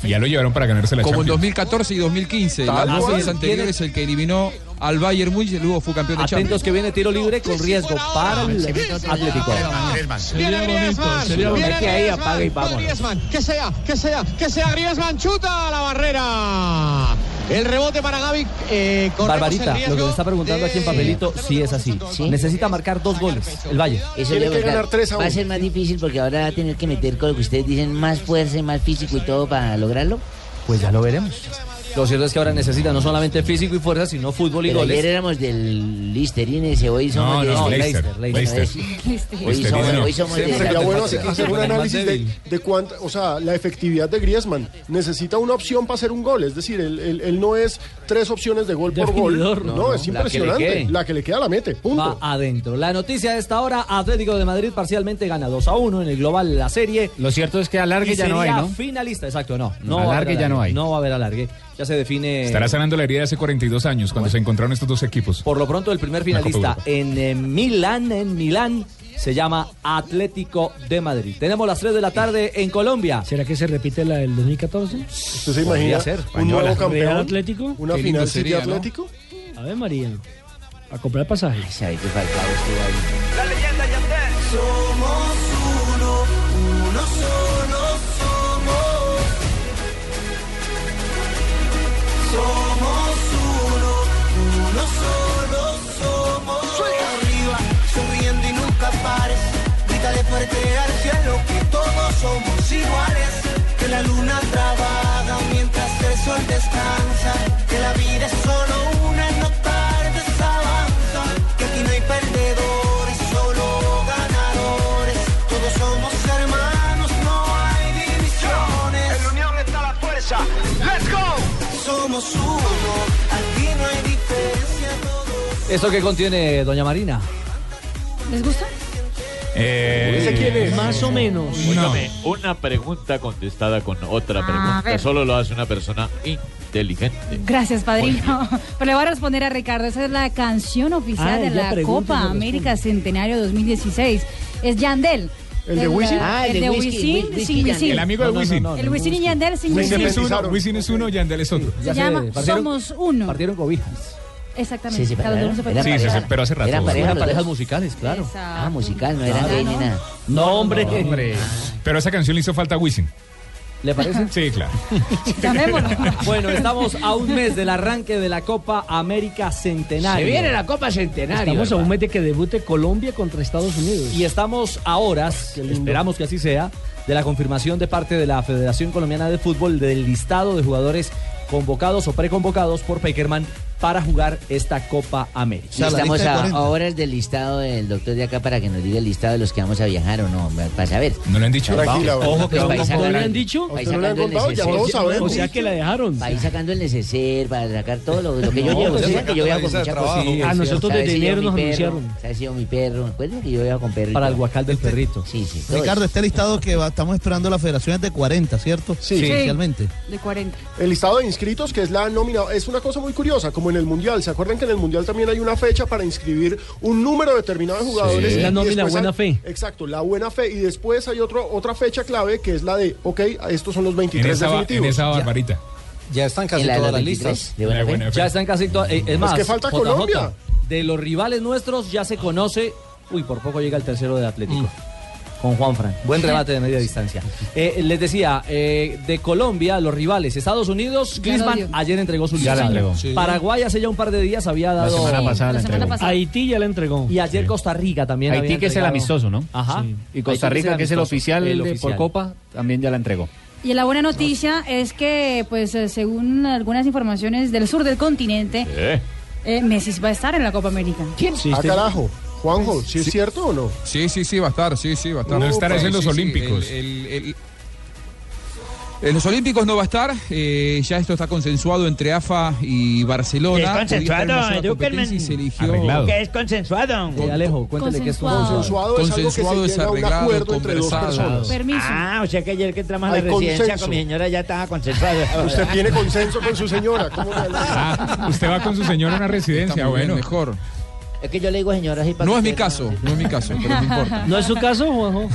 Speaker 8: Y ya lo llevaron para ganarse la
Speaker 10: Como en
Speaker 8: Champions.
Speaker 10: 2014 y 2015. El
Speaker 8: Tal
Speaker 10: Alfonso
Speaker 8: cual.
Speaker 10: es anterior es el que eliminó al Bayern Múnich y luego fue campeón de Champions.
Speaker 5: Atentos que viene tiro libre con riesgo para el Atlético.
Speaker 2: Viene Griezmann, viene Griezmann,
Speaker 5: vamos.
Speaker 2: Griezmann, que sea, que sea, que sea Griezmann, chuta a la barrera. El rebote para Gaby, eh, corremos el
Speaker 5: Barbarita, lo
Speaker 2: riesgo
Speaker 5: que me está preguntando aquí en papelito, sí es así. Necesita marcar dos goles el Valle.
Speaker 15: Eso le va a dar- Va a ser más difícil porque ahora va a tener que meter con lo que ustedes dicen, más fuerza y más físico y todo para lograrlo.
Speaker 5: Pues ya lo veremos. Lo cierto es que ahora necesita no solamente físico y fuerza, sino fútbol y
Speaker 15: Pero ayer
Speaker 5: goles.
Speaker 15: éramos del Listerine, ese hoy
Speaker 5: No,
Speaker 15: somos del
Speaker 5: no,
Speaker 15: Leicester.
Speaker 5: Leicester,
Speaker 15: Bueno,
Speaker 5: Leicester.
Speaker 15: es- Hoy
Speaker 8: Este
Speaker 5: Listerine,
Speaker 15: somos,
Speaker 5: no.
Speaker 15: hoy somos del-
Speaker 7: Sería bueno hacer,
Speaker 15: Leicester.
Speaker 7: hacer un análisis de, de cuánta, o sea, la efectividad de Griezmann. Necesita una opción para hacer un gol. Es decir, él, él- él no es tres opciones de gol por gol. No,
Speaker 5: Definidor. No,
Speaker 7: es
Speaker 5: no, la que le
Speaker 7: impresionante.
Speaker 5: quede.
Speaker 7: La que le queda la mete. Punto.
Speaker 5: Va adentro. La noticia de esta hora, Atlético de Madrid parcialmente gana 2 a 1 en el global de la serie.
Speaker 13: Lo cierto es que alargue
Speaker 5: Y
Speaker 13: ya no hay,
Speaker 5: sería
Speaker 13: ¿no?
Speaker 5: finalista, exacto, no. no
Speaker 13: Alargue
Speaker 5: va a haber
Speaker 13: ya no hay.
Speaker 5: No va a haber alargue. Ya se define...
Speaker 8: Estará sanando la herida de hace 42 años cuando se encontraron estos dos equipos.
Speaker 5: Por lo pronto, el primer finalista en eh, Milán, en Milán, se llama Atlético de Madrid. Tenemos las 3 de la tarde en Colombia.
Speaker 11: ¿Será que se repite la del 2014? ¿Usted
Speaker 7: se imagina un nuevo campeón?
Speaker 11: Real Atlético?
Speaker 7: ¿Una Qué lindo final City sería, ¿no? Atlético?
Speaker 11: A ver, María. A comprar pasajes.
Speaker 2: Somos uno, uno solo somos. Somos uno, uno solo somos. Arriba, subiendo y nunca pares. Grítale fuerte al cielo que todos somos iguales. Que la luna trabaja mientras el sol descansa. Que la vida es solo una, no tardes avanza. Que aquí no hay perdedores, solo ganadores. Todos somos hermanos, no hay divisiones. En la unión está la fuerza. ¡Let's go! Somos uno, aquí no hay diferencia, todos.
Speaker 5: ¿Esto qué contiene, doña Marina?
Speaker 9: ¿Les gusta?
Speaker 8: Eh,
Speaker 17: ¿Ese quién es?
Speaker 11: Más o menos.
Speaker 17: Óigame, una pregunta contestada con otra
Speaker 9: A
Speaker 17: pregunta.
Speaker 9: ver.
Speaker 17: Solo lo hace una persona inteligente.
Speaker 9: Gracias, padrino. Pero le voy a responder a Ricardo. Esa es la canción oficial
Speaker 17: Ah,
Speaker 9: de
Speaker 17: ella
Speaker 9: la
Speaker 17: pregunta y
Speaker 9: Copa
Speaker 17: le
Speaker 9: América Centenario 2016. Es Yandel.
Speaker 8: ¿El de Wisin?
Speaker 9: Ah, el de Wisin, sin Wisin.
Speaker 8: El amigo de Wisin.
Speaker 9: El Wisin y Yandel sin
Speaker 8: Wisin
Speaker 9: Wisin.
Speaker 8: es uno, Wisin es uno, Yandel es otro.
Speaker 9: Se llama Somos Uno.
Speaker 5: Partieron cobijas.
Speaker 9: Exactamente.
Speaker 15: Sí, se
Speaker 9: Cada uno
Speaker 15: pararon.
Speaker 9: se
Speaker 15: Era
Speaker 9: puede
Speaker 15: pareja.
Speaker 9: separar.
Speaker 8: pero hace rato.
Speaker 15: Eran pareja
Speaker 5: Eran
Speaker 15: los dos.
Speaker 5: parejas musicales, claro.
Speaker 15: Ah, musical, no eran
Speaker 8: Claro.
Speaker 15: gay ni nada.
Speaker 8: No, hombre. Pero esa canción le hizo falta a Wisin.
Speaker 5: ¿Le parece?
Speaker 8: Sí, claro.
Speaker 5: Bueno, estamos a un mes del arranque de la Copa América Centenario.
Speaker 11: Se viene
Speaker 12: la Copa Centenario.
Speaker 11: Estamos a un mes de que debute Colombia contra Estados Unidos.
Speaker 5: Y estamos a horas, esperamos que así sea, de la confirmación de parte de la Federación Colombiana de Fútbol del listado de jugadores convocados o preconvocados por Peckerman para jugar esta Copa América.
Speaker 15: Y estamos a, a horas del listado del doctor de acá para que nos diga el listado de los que vamos a viajar o no, para saber.
Speaker 8: No lo han dicho.
Speaker 11: Tranquila,
Speaker 15: Ojo,
Speaker 11: Ojo,
Speaker 15: que
Speaker 11: que vamos con- ¿No le han
Speaker 15: dicho?
Speaker 11: ¿A usted no le han contado? Ya todos sabemos. O sea que la dejaron.
Speaker 15: Ahí sacando el neceser para sacar todo lo, lo que yo
Speaker 11: No,
Speaker 15: llevo.
Speaker 11: pues
Speaker 15: ¿sí?
Speaker 11: ya
Speaker 15: que
Speaker 11: sacando
Speaker 15: yo voy
Speaker 11: la
Speaker 15: a con
Speaker 11: visa de
Speaker 15: mucha
Speaker 11: trabajo.
Speaker 15: cosita,
Speaker 11: Sí,
Speaker 15: ¿sí?
Speaker 11: a nosotros
Speaker 15: ¿Sabes
Speaker 11: desde
Speaker 15: si yo
Speaker 11: enero
Speaker 15: mi
Speaker 11: nos
Speaker 15: perro?
Speaker 11: anunciaron.
Speaker 15: ¿Sabes si yo mi perro? Acuérdate que yo voy a con perro.
Speaker 5: Para el guacal del perrito.
Speaker 15: Sí, sí. todo
Speaker 18: Ricardo,
Speaker 15: eso.
Speaker 18: este listado que va- estamos esperando la federación es de 40, ¿cierto?
Speaker 7: Sí. Sí.
Speaker 18: Inicialmente.
Speaker 9: De 40.
Speaker 7: El listado de inscritos, que es la nómina, es una cosa muy curiosa, como en el Mundial. ¿Se acuerdan que en el Mundial también hay una fecha para inscribir un número determinado de jugadores?
Speaker 11: Sí.
Speaker 7: Y
Speaker 11: La nómina
Speaker 7: después
Speaker 11: buena
Speaker 7: hay-
Speaker 11: fe.
Speaker 7: Exacto, la buena fe. Y después hay otro, otra fecha clave, que es la de, ok, estos son los 23
Speaker 8: En esa, ba-
Speaker 7: definitivos.
Speaker 8: en esa barbarita.
Speaker 19: Ya están
Speaker 7: casi En la de todas las 23, listas. de buena
Speaker 5: Ya
Speaker 7: fe.
Speaker 5: buena fe. Ya están casi todas. eh, es
Speaker 8: Pues
Speaker 7: Es
Speaker 5: más,
Speaker 7: que falta Colombia.
Speaker 5: De los rivales nuestros ya se conoce. Uy, por poco llega el tercero de Atlético. Con Juan Fran. Buen remate de media distancia. Eh, les decía, eh, de Colombia, los rivales, Estados Unidos, Klinsmann ayer entregó su
Speaker 13: Ya la
Speaker 5: lista.
Speaker 13: entregó. Sí.
Speaker 5: Paraguay hace ya un par de días había dado.
Speaker 13: semana Sí, pasada la la semana entregó. pasada.
Speaker 5: Haití ya la entregó. Y ayer Costa Rica también.
Speaker 13: Haití
Speaker 5: había
Speaker 13: que es el
Speaker 5: entregado.
Speaker 13: amistoso, ¿no?
Speaker 5: Ajá.
Speaker 13: Sí. Y Costa
Speaker 5: Haití
Speaker 13: Rica que es el
Speaker 5: amistoso,
Speaker 13: oficial,
Speaker 5: el
Speaker 13: de- por
Speaker 5: oficial.
Speaker 13: Copa también ya la entregó.
Speaker 9: Y la buena noticia es que, pues, eh, según algunas informaciones del sur del continente, eh, Messi va a estar en la Copa América. ¿Quién?
Speaker 7: Ah, carajo. Juanjo, ¿sí es cierto o no?
Speaker 10: Sí, sí, sí, va a estar, sí, sí, va a estar.
Speaker 7: No estará
Speaker 10: Sí,
Speaker 7: en los
Speaker 10: sí, sí,
Speaker 7: Olímpicos.
Speaker 10: el- el- el- eh, en los Olímpicos no va a estar, eh, ya esto está consensuado entre AFA y Barcelona.
Speaker 20: Es
Speaker 10: Podía estar en una
Speaker 20: consensuado,
Speaker 10: sola
Speaker 20: Duckerman.
Speaker 10: competencia y se eligió-
Speaker 20: Que es consensuado.
Speaker 21: Eh,
Speaker 10: Con- Alejo, cuéntale qué es consensuado. Consensuado es algo que Consensuado se es llega a un arreglado, acuerdo entre dos conversado. personas.
Speaker 7: Permiso.
Speaker 20: Ah, o sea que ayer que entramos a la
Speaker 7: Hay
Speaker 20: residencia
Speaker 7: consenso.
Speaker 20: con mi señora ya estaba consensuado.
Speaker 7: Usted tiene consenso con su señora. ¿Cómo le
Speaker 8: Ah, Usted va con su señora a una residencia,
Speaker 10: muy bien,
Speaker 8: bueno.
Speaker 10: Mejor.
Speaker 20: Es que yo le digo señora así para
Speaker 10: No
Speaker 20: que
Speaker 10: es mi
Speaker 20: usted
Speaker 10: caso, no es mi caso, pero no importa.
Speaker 11: ¿No es su caso, Juanjo?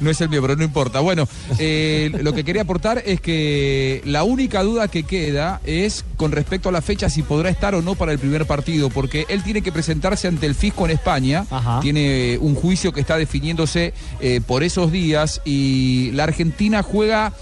Speaker 10: No es el mío, pero no importa. Bueno, eh, lo que quería aportar es que la única duda que queda es con respecto a la fecha si podrá estar o no para el primer partido, porque él tiene que presentarse ante el fisco en España. Tiene eh, un juicio que está definiéndose eh, por esos días y la Argentina juega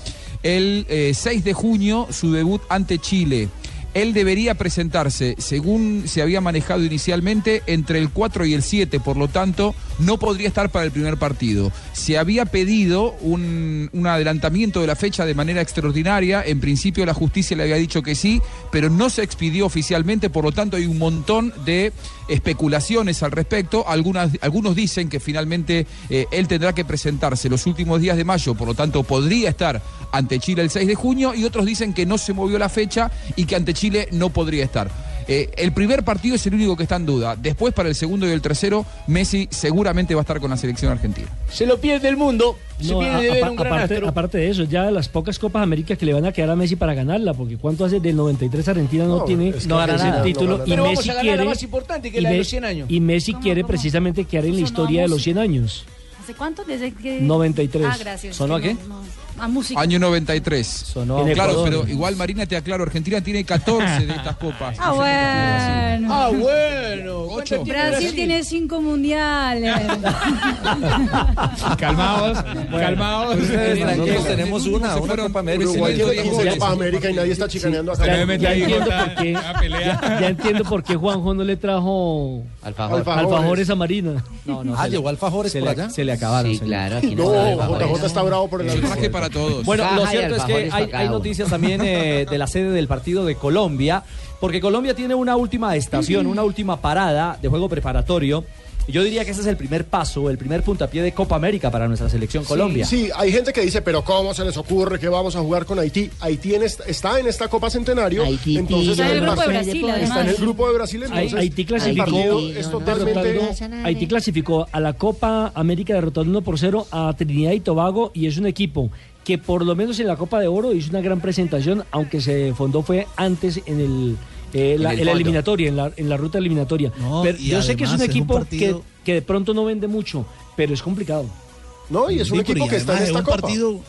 Speaker 10: el eh, 6 de junio su debut ante Chile. Él debería presentarse, según se había manejado inicialmente, entre el 4 y el 7, por lo tanto, no podría estar para el primer partido. Se había pedido un, un adelantamiento de la fecha de manera extraordinaria, en principio la justicia le había dicho que sí, pero no se expidió oficialmente, por lo tanto hay un montón de especulaciones al respecto. Algunas, algunos dicen que finalmente eh, él tendrá que presentarse los últimos días de mayo, por lo tanto podría estar ante Chile el 6 de junio, y otros dicen que no se movió la fecha y que ante Chile no podría estar. Eh, el primer partido es el único que está en duda. Después, para el segundo y el tercero, Messi seguramente va a estar con la selección argentina.
Speaker 20: Se lo pierde el mundo. Se
Speaker 11: No,
Speaker 20: pierde
Speaker 11: a-
Speaker 20: de ver
Speaker 11: apa-
Speaker 20: un gran
Speaker 11: aparte,
Speaker 20: astro.
Speaker 11: aparte de eso, ya de las pocas Copas América que le van a quedar a Messi para ganarla, porque ¿cuánto hace del 93 Argentina no,
Speaker 20: No,
Speaker 11: tiene
Speaker 20: es que
Speaker 11: no
Speaker 20: Argentina no gana
Speaker 11: título?
Speaker 20: nada.
Speaker 11: y
Speaker 20: Pero vamos
Speaker 11: Messi
Speaker 20: a ganar la
Speaker 11: quiere,
Speaker 20: más importante, que es la
Speaker 11: y
Speaker 20: de
Speaker 11: Me-
Speaker 20: los 100 años.
Speaker 11: Y Messi quiere precisamente quedar en la historia de los 100 años.
Speaker 9: ¿Hace cuánto? Desde que...
Speaker 11: 93.
Speaker 9: Ah, gracias.
Speaker 11: ¿Sonó
Speaker 9: Que
Speaker 11: a
Speaker 9: no- no- a música.
Speaker 10: Año 93.
Speaker 11: En
Speaker 10: claro,
Speaker 11: Ecuador.
Speaker 10: pero igual Marina te aclaro, Argentina tiene 14 de estas copas.
Speaker 9: Ah, bueno.
Speaker 20: Ah, bueno.
Speaker 9: Brasil, tiene cinco mundiales.
Speaker 11: Ah,
Speaker 8: Calmaos, calmaos.
Speaker 7: Ustedes tranquilos, tenemos una, una Copa América. Uruguay tiene 15 Copa América y nadie está chicaneando acá.
Speaker 11: Ya, ya entiendo por qué, Ah, ya entiendo por qué Juanjo no le trajo
Speaker 20: Alfajor.
Speaker 11: alfajores. a Marina.
Speaker 20: Ah, llegó Alfajores
Speaker 11: se
Speaker 20: por
Speaker 11: le,
Speaker 20: allá.
Speaker 11: se le acabaron.
Speaker 20: Sí,
Speaker 11: se le-
Speaker 20: claro,
Speaker 7: aquí no No, está alfajores. JJ está bravo por el Eso es alfajor.
Speaker 10: traje para todos.
Speaker 5: Bueno,
Speaker 10: Caja
Speaker 5: lo
Speaker 10: y
Speaker 5: cierto es que
Speaker 10: alfajores
Speaker 5: hay,
Speaker 10: para
Speaker 5: hay
Speaker 10: cada uno.
Speaker 5: noticias también eh, de la sede del partido de Colombia, porque Colombia tiene una última estación, una última parada de juego preparatorio. Yo diría que ese es el primer paso, el primer puntapié de Copa América para nuestra selección Colombia.
Speaker 7: Sí, sí, hay gente que dice, pero ¿cómo se les ocurre que vamos a jugar con Haití? Haití en esta- está en esta Copa Centenario. entonces
Speaker 11: Está en el grupo de
Speaker 7: partido-
Speaker 11: Brasil,
Speaker 7: Está en el
Speaker 11: además.
Speaker 7: grupo de Brasil, entonces
Speaker 11: Haití clasificó,
Speaker 7: el partido es totalmente...
Speaker 11: derrotando- Haití clasificó a la Copa América derrotando 1 por 0 a Trinidad y Tobago y es un equipo que por lo menos en la Copa de Oro hizo una gran presentación, aunque se fondó fue antes en el, eh,
Speaker 18: En
Speaker 11: la,
Speaker 18: el
Speaker 11: en la
Speaker 18: fondo.
Speaker 11: eliminatoria, en la, en la ruta eliminatoria.
Speaker 18: No,
Speaker 11: Pero
Speaker 18: y
Speaker 11: yo sé que es un
Speaker 18: además es un
Speaker 11: equipo
Speaker 18: partido-
Speaker 11: que, que de pronto no vende mucho, pero es complicado.
Speaker 7: No,
Speaker 18: Sí, pero y además es un partido-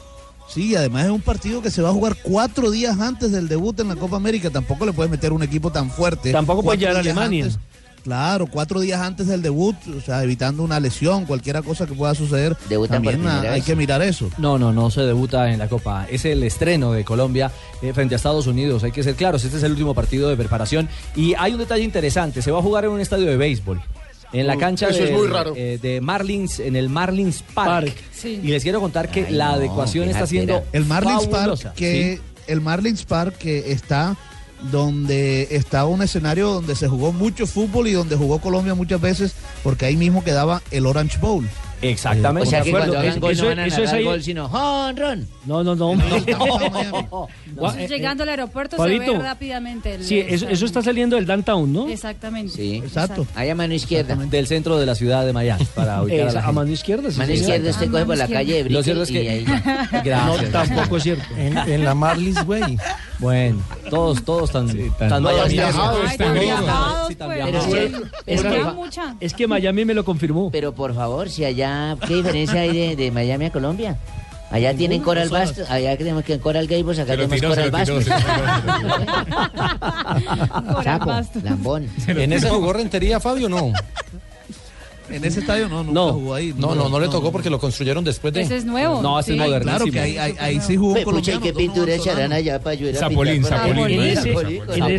Speaker 18: sí, además es un partido que se va a jugar cuatro días antes del debut en la Copa América. Tampoco le puedes meter un equipo tan fuerte.
Speaker 11: Tampoco puedes
Speaker 18: Cuatro
Speaker 11: llegar a
Speaker 18: días
Speaker 11: Alemania.
Speaker 18: antes- claro, cuatro días antes del debut, o sea, evitando una lesión, cualquiera cosa que pueda suceder. también ah, hay que mirar eso.
Speaker 5: No, no, no se debuta en la Copa. Es el estreno de Colombia eh, frente a Estados Unidos. Hay que ser claros. Este es el último partido de preparación. Y hay un detalle interesante. Se va a jugar en un estadio de béisbol. En la
Speaker 22: Mm,
Speaker 5: cancha
Speaker 22: eso es
Speaker 5: del,
Speaker 22: muy raro.
Speaker 5: eh, de Marlins, en el Marlins Park. Y les quiero contar que la adecuación está siendo
Speaker 18: el Marlins
Speaker 5: fabulosa.
Speaker 18: Park que
Speaker 5: Sí.
Speaker 18: el Marlins Park que está donde está un escenario donde se jugó mucho fútbol y donde jugó Colombia muchas veces porque ahí mismo quedaba el Orange Bowl.
Speaker 5: Exactamente.
Speaker 18: Eh,
Speaker 15: O sea
Speaker 18: de
Speaker 15: que
Speaker 18: acuerdo.
Speaker 15: cuando hagan
Speaker 18: Es-
Speaker 15: gol
Speaker 18: eso-
Speaker 15: no van a
Speaker 18: eso es
Speaker 15: narrar
Speaker 18: ahí-
Speaker 15: gol, sino jonrón.
Speaker 11: No, no, no.
Speaker 9: Entonces, llegando al aeropuerto se
Speaker 11: eh, Pablito,
Speaker 9: ve rápidamente el
Speaker 11: Sí, eso, eso está saliendo del downtown, ¿no?
Speaker 9: Exactamente.
Speaker 5: Allá mano izquierda. Del centro de la ciudad de Miami. Para ubicar a,
Speaker 11: Esa,
Speaker 5: la
Speaker 11: a
Speaker 5: gente.
Speaker 11: mano izquierda, sí,
Speaker 15: Mano
Speaker 5: este
Speaker 15: izquierda usted
Speaker 9: Ah,
Speaker 15: coge por la calle de
Speaker 5: Lo
Speaker 15: Brickell
Speaker 5: cierto es
Speaker 15: y
Speaker 5: que.
Speaker 15: ahí
Speaker 5: Gracias.
Speaker 11: No, tampoco es cierto.
Speaker 18: En, en la Marlins Way.
Speaker 5: Bueno, todos, todos tan, tan, mayamistas.
Speaker 15: viajados,
Speaker 5: Sí, tan
Speaker 15: pues.
Speaker 5: viajados.
Speaker 15: Pero es que- es que-
Speaker 11: Es que Miami me lo confirmó.
Speaker 15: Pero por favor, si allá, ¿qué diferencia hay de, de Miami a Colombia? Allá tienen Coral
Speaker 11: dos horas.
Speaker 15: Bastos, allá tenemos que Coral Gables, acá
Speaker 11: Se lo tiró,
Speaker 15: tenemos
Speaker 11: se
Speaker 15: Coral
Speaker 11: lo tiró,
Speaker 15: Bastos.
Speaker 11: se lo
Speaker 15: Sapo, lambón.
Speaker 19: ¿En ese jugó Rentería, Fabio, no?
Speaker 18: En ese estadio no, nunca jugó ahí.
Speaker 19: No, no, no le tocó porque lo construyeron después de...
Speaker 15: Ese es nuevo, No, ese es sí. modernísimo.
Speaker 18: Claro que ahí, ahí- ahí sí jugó un
Speaker 15: Ve, Pues, pucha, ¿y
Speaker 18: colombiano.
Speaker 15: qué pintura echarán allá para ayudar a
Speaker 19: Zapolín,
Speaker 15: pintar por ahí?
Speaker 11: En ese, en ese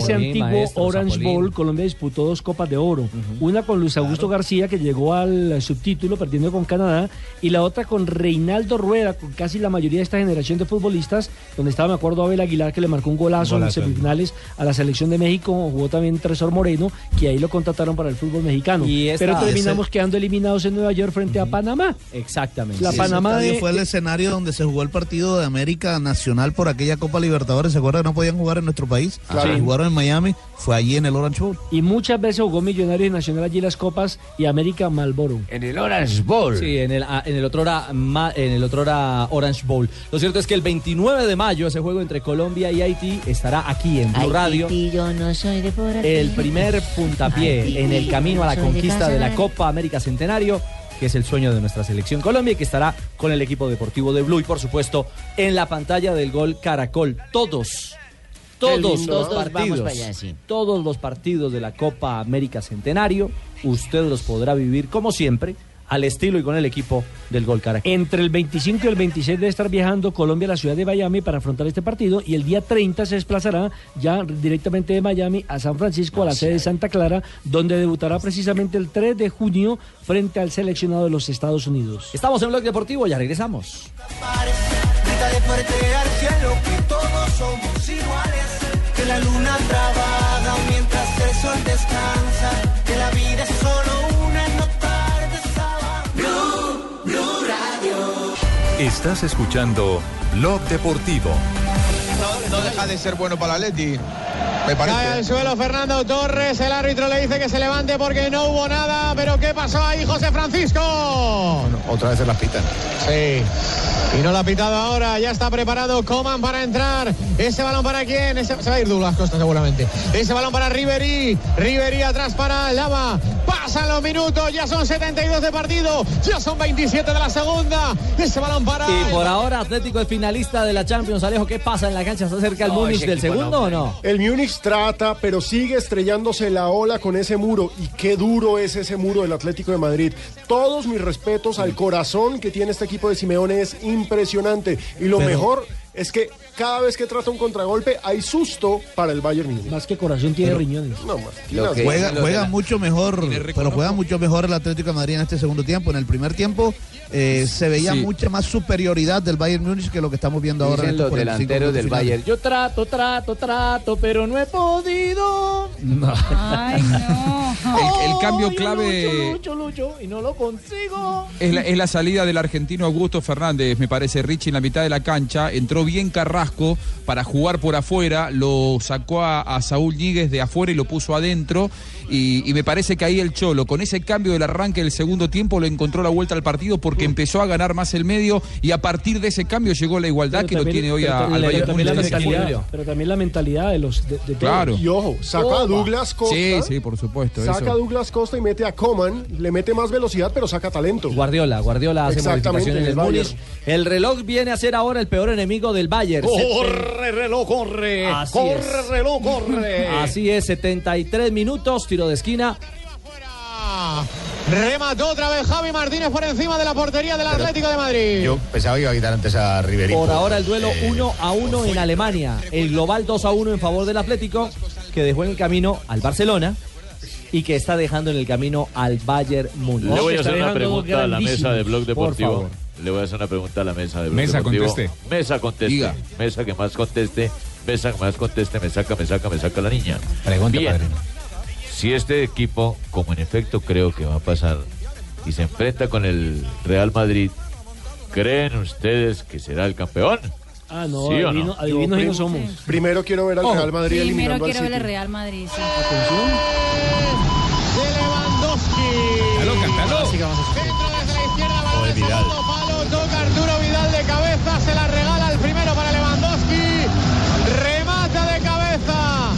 Speaker 15: Zapolín,
Speaker 11: antiguo
Speaker 15: maestro,
Speaker 11: Orange
Speaker 15: Zapolín.
Speaker 11: Bowl, Colombia disputó dos copas de oro. Una con Luis Augusto García, que llegó al subtítulo perdiendo con Canadá, y la otra con Reinaldo Rueda, con casi la mayoría de esta generación de futbolistas, donde estaba, me acuerdo, Abel Aguilar, que le marcó un golazo,
Speaker 19: Golazo.
Speaker 11: en semifinales a la selección de México. Jugó también Tresor Moreno, que ahí lo contrataron para el fútbol mexicano.
Speaker 5: Y esta-
Speaker 11: Pero terminamos quedando eliminados en Nueva York frente a Panamá.
Speaker 5: Exactamente.
Speaker 11: La
Speaker 18: Sí,
Speaker 11: Panamá
Speaker 18: ese estadio
Speaker 11: de-
Speaker 18: fue el escenario donde se jugó el partido de América Nacional por aquella Copa Libertadores. ¿Se acuerdan que no podían jugar en nuestro país?
Speaker 11: Claro.
Speaker 18: Y Jugaron en Miami. Fue allí en el Orange Bowl.
Speaker 11: Y muchas veces jugó Millonarios y Nacional allí las copas y América Malboro.
Speaker 5: En
Speaker 11: el Orange Bowl.
Speaker 5: Sí, en el, ah, en el otrora, ma- en el otrora Orange Bowl. Lo cierto es que el 29 de mayo ese juego entre Colombia y Haití estará aquí en Blue Radio.
Speaker 15: yo no soy de por aquí.
Speaker 5: El primer puntapié en el camino a la conquista de la Copa América Centenario, que es el sueño de nuestra selección Colombia y que estará con el equipo deportivo de Blue y por supuesto en la pantalla del gol Caracol. Todos, todos
Speaker 15: lindo,
Speaker 5: los
Speaker 15: ¿no? Todos vamos
Speaker 5: partidos,
Speaker 15: para allá, sí.
Speaker 5: todos los partidos de la Copa América Centenario, usted los podrá vivir como siempre al estilo y con el equipo del gol Caracol.
Speaker 11: Entre el 25 y el 26 debe estar viajando Colombia a la ciudad de Miami para afrontar este partido y el día 30 se desplazará ya directamente de Miami a San Francisco, a la sede de Santa Clara, donde debutará precisamente el 3 de junio frente al seleccionado de los Estados Unidos.
Speaker 5: Estamos en Blog Deportivo, ya regresamos.
Speaker 23: Grítale fuerte al cielo que todos somos iguales. Que la luna trabaja mientras el sol descansa. Que la vida es solo una no tardes Blue, Blue Radio.
Speaker 1: Estás escuchando Blog Deportivo.
Speaker 10: No deja de ser bueno para Leti. Me
Speaker 2: Cae al suelo Fernando Torres, el árbitro le dice que se levante porque no hubo nada, pero ¿qué pasó ahí José Francisco?
Speaker 4: Otra vez se las pitan.
Speaker 2: Sí. Y no la ha pitado ahora, ya está preparado Coman para entrar. Ese balón para quién? Ese- se va a ir Douglas Costa seguramente. Ese balón para Riverí. Riverí atrás para Lava. Pasan los minutos, ya son 72 de partido, ya son 27 de la segunda. Ese balón para...
Speaker 5: Y por ahora Atlético es finalista de la Champions. Alejo, ¿qué pasa en la cancha? ¿Está cerca el
Speaker 7: No,
Speaker 5: Múnich
Speaker 7: ese
Speaker 5: del
Speaker 7: equipo
Speaker 5: segundo
Speaker 7: no,
Speaker 5: o no?
Speaker 7: El Múnich trata, pero sigue estrellándose la ola con ese muro. Y qué duro es ese muro del Atlético de Madrid. Todos mis respetos al corazón que tiene este equipo de Simeone es impresionante. Y lo
Speaker 18: Pero-
Speaker 7: mejor es que cada vez que trata un contragolpe hay susto para el Bayern Múnich.
Speaker 11: Más que corazón tiene
Speaker 7: Pero-
Speaker 11: riñones.
Speaker 7: No, Martín,
Speaker 18: Lo que juega
Speaker 7: Martín.
Speaker 18: juega mucho mejor, pero
Speaker 7: reconozco.
Speaker 18: juega mucho mejor el Atlético de Madrid en este segundo tiempo. En el primer tiempo eh, se veía
Speaker 12: Sí.
Speaker 18: mucha más superioridad del Bayern Múnich que lo que estamos viendo ahora. en
Speaker 12: Dicen
Speaker 18: estos
Speaker 12: los
Speaker 18: 45
Speaker 12: delanteros del
Speaker 18: minutos finales.
Speaker 12: Bayern. Yo trato, trato, trato, pero no he podido.
Speaker 10: El, el cambio
Speaker 12: Yo
Speaker 4: Eh,
Speaker 10: clave
Speaker 12: Lucho, lucho, lucho, y no lo consigo.
Speaker 10: Es la, es la salida del argentino Augusto Fernández, me parece, Richie, en la mitad de la cancha. Entró bien Carrasco para jugar por afuera, lo sacó a, a Saúl Níguez de afuera y lo puso adentro. Y, y me parece que ahí el Cholo, con ese cambio del arranque del segundo tiempo, lo encontró la vuelta al partido porque empezó a ganar más el medio y a partir de ese cambio llegó la igualdad
Speaker 11: Pero
Speaker 10: que lo
Speaker 11: también-
Speaker 10: tiene hoy
Speaker 11: pero
Speaker 10: a-
Speaker 11: también-
Speaker 10: al
Speaker 11: pero
Speaker 10: Bayern
Speaker 11: también la
Speaker 10: Múnich.
Speaker 11: mentalidad, Pero también la mentalidad de los de, de todos.
Speaker 10: Claro.
Speaker 7: Y ojo, saca a Douglas Costa.
Speaker 10: Sí, sí, por supuesto.
Speaker 7: Saca a
Speaker 10: eso.
Speaker 7: Douglas Costa y mete a Coman, le mete más velocidad, pero saca talento.
Speaker 5: Guardiola, Guardiola hace
Speaker 7: Exactamente,
Speaker 5: modificaciones en el
Speaker 7: el Bayern.
Speaker 5: Múnich. El reloj viene a ser ahora el peor enemigo del Bayern.
Speaker 23: Corre,
Speaker 12: reloj, corre.
Speaker 5: Así
Speaker 23: corre,
Speaker 5: es.
Speaker 12: reloj, corre.
Speaker 5: Así es, 73 minutos, tiro de esquina.
Speaker 2: Remató otra vez Javi Martínez por encima de la portería del Atlético de Madrid.
Speaker 4: Yo pensaba que iba a quitar antes a Eh, Riverito.
Speaker 5: Por ahora el duelo 1 a 1 en Alemania. El global 2 a 1 en favor del Atlético, que dejó en el camino al Barcelona y que está dejando en el camino al Bayern Múnich.
Speaker 17: Le voy a hacer una pregunta a la mesa de Blog
Speaker 5: Por
Speaker 17: Deportivo.
Speaker 5: favor.
Speaker 17: Le voy a hacer una pregunta a la mesa de Blog
Speaker 8: Mesa,
Speaker 17: Deportivo.
Speaker 8: conteste.
Speaker 17: Mesa conteste.
Speaker 8: Diga.
Speaker 17: Mesa que más conteste. Mesa que más conteste. Me saca, me saca, me saca la niña.
Speaker 8: Pregunta,
Speaker 17: Bien.
Speaker 8: padrino.
Speaker 17: Si este equipo, como en efecto creo que va a pasar, y se enfrenta con el Real Madrid, ¿creen ustedes que será el campeón?
Speaker 11: Ah, no,
Speaker 17: ¿Sí o
Speaker 11: adivino,
Speaker 17: no?
Speaker 11: adivinos y
Speaker 7: Yo prim-
Speaker 11: no somos.
Speaker 7: Primero quiero ver al
Speaker 11: Ojo.
Speaker 7: Real Madrid
Speaker 9: Primero
Speaker 7: eliminando al
Speaker 9: quiero ver el
Speaker 7: City.
Speaker 9: Real Madrid. sí.
Speaker 2: Toca Arturo Vidal de cabeza, se la regala el primero para Lewandowski. Remata de cabeza.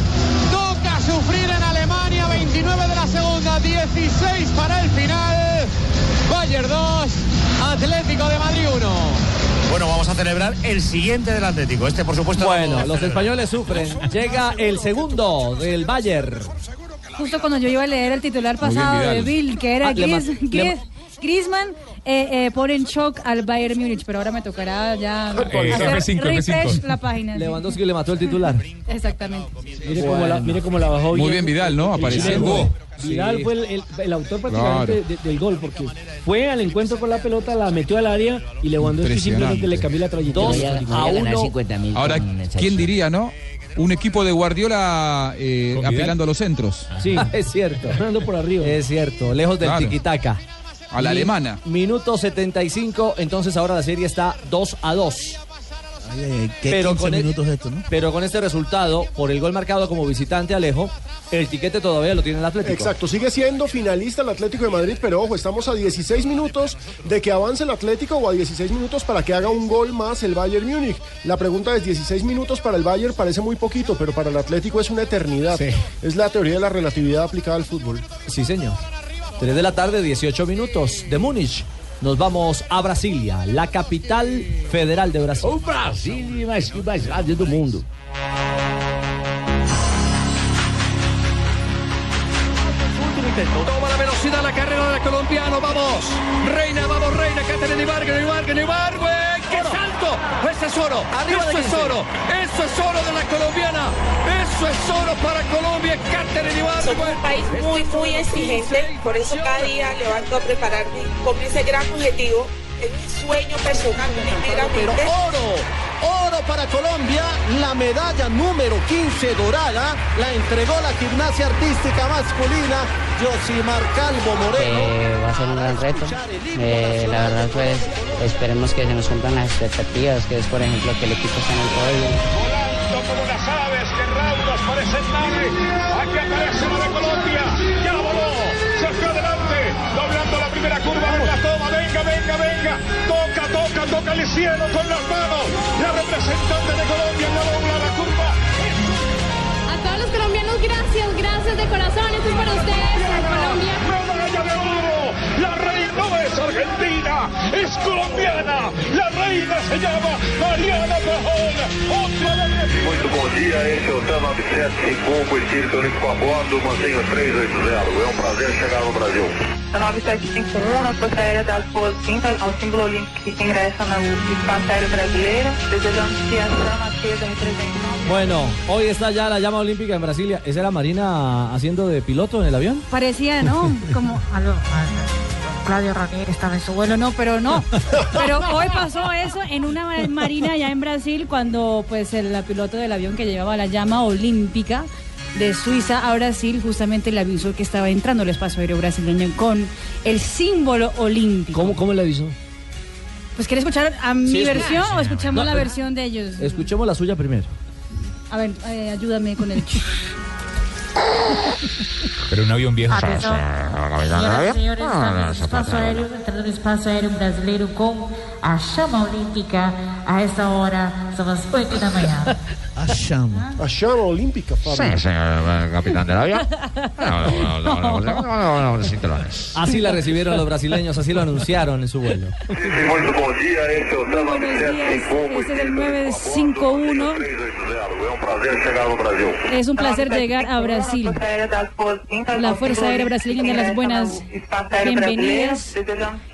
Speaker 2: Toca sufrir en Alemania, 29 de la segunda, 16 para el final. Bayern 2, Atlético de Madrid 1.
Speaker 4: Bueno, vamos a celebrar el siguiente del Atlético. Este, por supuesto.
Speaker 5: Bueno, los españoles sufren. Llega el segundo del Bayern.
Speaker 9: Justo cuando yo iba a leer el titular
Speaker 5: Muy bien,
Speaker 9: pasado de
Speaker 5: Vidal.
Speaker 9: Bill, que era
Speaker 5: Ah, le ma-
Speaker 9: Gris-
Speaker 5: le
Speaker 9: Gris- Griezmann, eh, eh, pone en shock al Bayern Múnich, pero ahora me tocará ya
Speaker 5: Eh,
Speaker 9: hacer
Speaker 5: F5,
Speaker 9: refresh
Speaker 5: F5.
Speaker 9: la página. sí.
Speaker 5: Lewandowski le mató el titular.
Speaker 9: Exactamente.
Speaker 11: Mire, cómo la, mire cómo la bajó.
Speaker 5: Muy bien Vidal, ¿no?
Speaker 11: El chileno. eh,
Speaker 5: Apareciendo.
Speaker 11: Vidal
Speaker 5: Sí.
Speaker 11: fue el, el- el autor prácticamente de- del gol, porque fue al encuentro con la pelota, la metió al área y Lewandowski simplemente le cambió la trayectoria.
Speaker 10: Ahora, ¿quién diría, no? Un equipo de Guardiola eh,
Speaker 5: Vidal.
Speaker 10: apelando a los centros.
Speaker 5: Sí, es cierto.
Speaker 11: por arriba.
Speaker 5: Es cierto, lejos del
Speaker 10: Claro.
Speaker 5: tiquitaca.
Speaker 10: A la
Speaker 5: Mi-
Speaker 10: alemana.
Speaker 5: Minuto 75, entonces ahora la serie está 2 a 2.
Speaker 18: ¿Qué
Speaker 5: Pero
Speaker 18: 15
Speaker 5: con el-
Speaker 18: minutos esto, no?
Speaker 5: Pero con este resultado, por el gol marcado como visitante Alejo, el tiquete todavía lo tiene el Atlético.
Speaker 7: Exacto, sigue siendo finalista el Atlético de Madrid, pero ojo, estamos a 16 minutos de que avance el Atlético o a 16 minutos para que haga un gol más el Bayern Múnich. La pregunta es, 16 minutos para el Bayern parece muy poquito, pero para el Atlético es una eternidad. Es la teoría de la relatividad aplicada al fútbol.
Speaker 5: Sí, señor. 3 de la tarde, 18 minutos de Múnich. Nos vamos a Brasilia, la capital federal de Brasil.
Speaker 12: Brasil mais, mais rádio do mundo.
Speaker 23: Toma la velocidad la carrera del colombiano, vamos. Reina, vamos, Reina, Catherine Ibargüe, Ibargüe, Ibargüe. ¡Qué salto! Ese es oro,
Speaker 22: Arriba de
Speaker 23: eso es
Speaker 22: 15.
Speaker 23: oro, eso es oro de la colombiana, eso es oro para Colombia, Catherine
Speaker 14: Somos
Speaker 23: Ibargüe.
Speaker 14: un país muy, muy exigente, por eso cada día levanto a prepararme con ese gran objetivo, es mi sueño personal,
Speaker 23: Pero
Speaker 14: primeramente.
Speaker 23: oro, oro para Colombia, la medalla número 15 dorada la entregó la gimnasia artística masculina Josimar Calvo Moreno.
Speaker 24: Eh, va a ser un gran reto. Eh, la verdad, pues esperemos que se nos cumplan las expectativas, que es, por ejemplo, que el equipo esté en el podio.
Speaker 21: como las aves que raudas parecen naves. Aquí aparece la de Colombia. Ya la voló. Se fue adelante. Doblando la primera curva. Venga, toma. Venga, venga, venga. Toca, toca, toca el cielo con las manos. La representante de Colombia ya dobla la curva. A todos los colombianos, gracias, gracias de corazón. Esto es para ustedes, para Colombia. Medalla de oro. La reina es Argentina. colombiana, es colombiana. La reina se llama Mariana Pajón. Otra vez.
Speaker 22: Muito bom dia, esse é o TAM 975 Espírito Olímpico a bordo, mantenho 380. É um prazer chegar no Brasil.
Speaker 3: A 9751, na Força Aérea das Boas Vindas, ao símbolo olímpico que ingressa no espaço aéreo brasileiro. Desejamos que a trama seja representada.
Speaker 5: Bueno, hoy está ya la llama olímpica en Brasilia. ¿Esa era Marina haciendo de piloto en el avión?
Speaker 9: Parecía, ¿no? Como aló, aló, Claudio Ramírez estaba en su vuelo, no, pero no. Pero hoy pasó eso en una ma- marina allá en Brasil cuando pues el la piloto del avión que llevaba la llama olímpica de Suiza a Brasil justamente le avisó que estaba entrando el espacio aéreo brasileño con el símbolo olímpico.
Speaker 11: ¿Cómo, cómo le avisó?
Speaker 9: Pues ¿quiere escuchar a mi
Speaker 5: Sí, escucha.
Speaker 9: versión o escuchamos
Speaker 5: No,
Speaker 9: la
Speaker 5: pero-
Speaker 9: versión de ellos?
Speaker 5: Escuchemos la suya primero.
Speaker 9: A ver, eh, ayúdame con el...
Speaker 8: Pero un avión viejo. Ah,
Speaker 9: Atención.
Speaker 6: Senhoras e senhores,
Speaker 9: Ah,
Speaker 6: estamos no espaço aéreo, entrando no espaço aéreo brasileiro com a chama olímpica. A essa hora são as 8 da manhã.
Speaker 7: A
Speaker 9: Ah.
Speaker 7: llama. A llama olímpica, Fabio.
Speaker 22: Sim,
Speaker 6: eh,
Speaker 22: senhor capitán del avión. Los cinturones.
Speaker 5: Así la recibieron los brasileños, así lo anunciaron en su vuelo.
Speaker 22: Muito bom dia, esse é o TAM
Speaker 9: Este es el
Speaker 22: 975.
Speaker 9: 951.
Speaker 22: É um prazer chegar no Brasil.
Speaker 9: Es un placer llegar a Brasil. La Fuerza Aérea Brasileña de las Buenas Bienvenidas.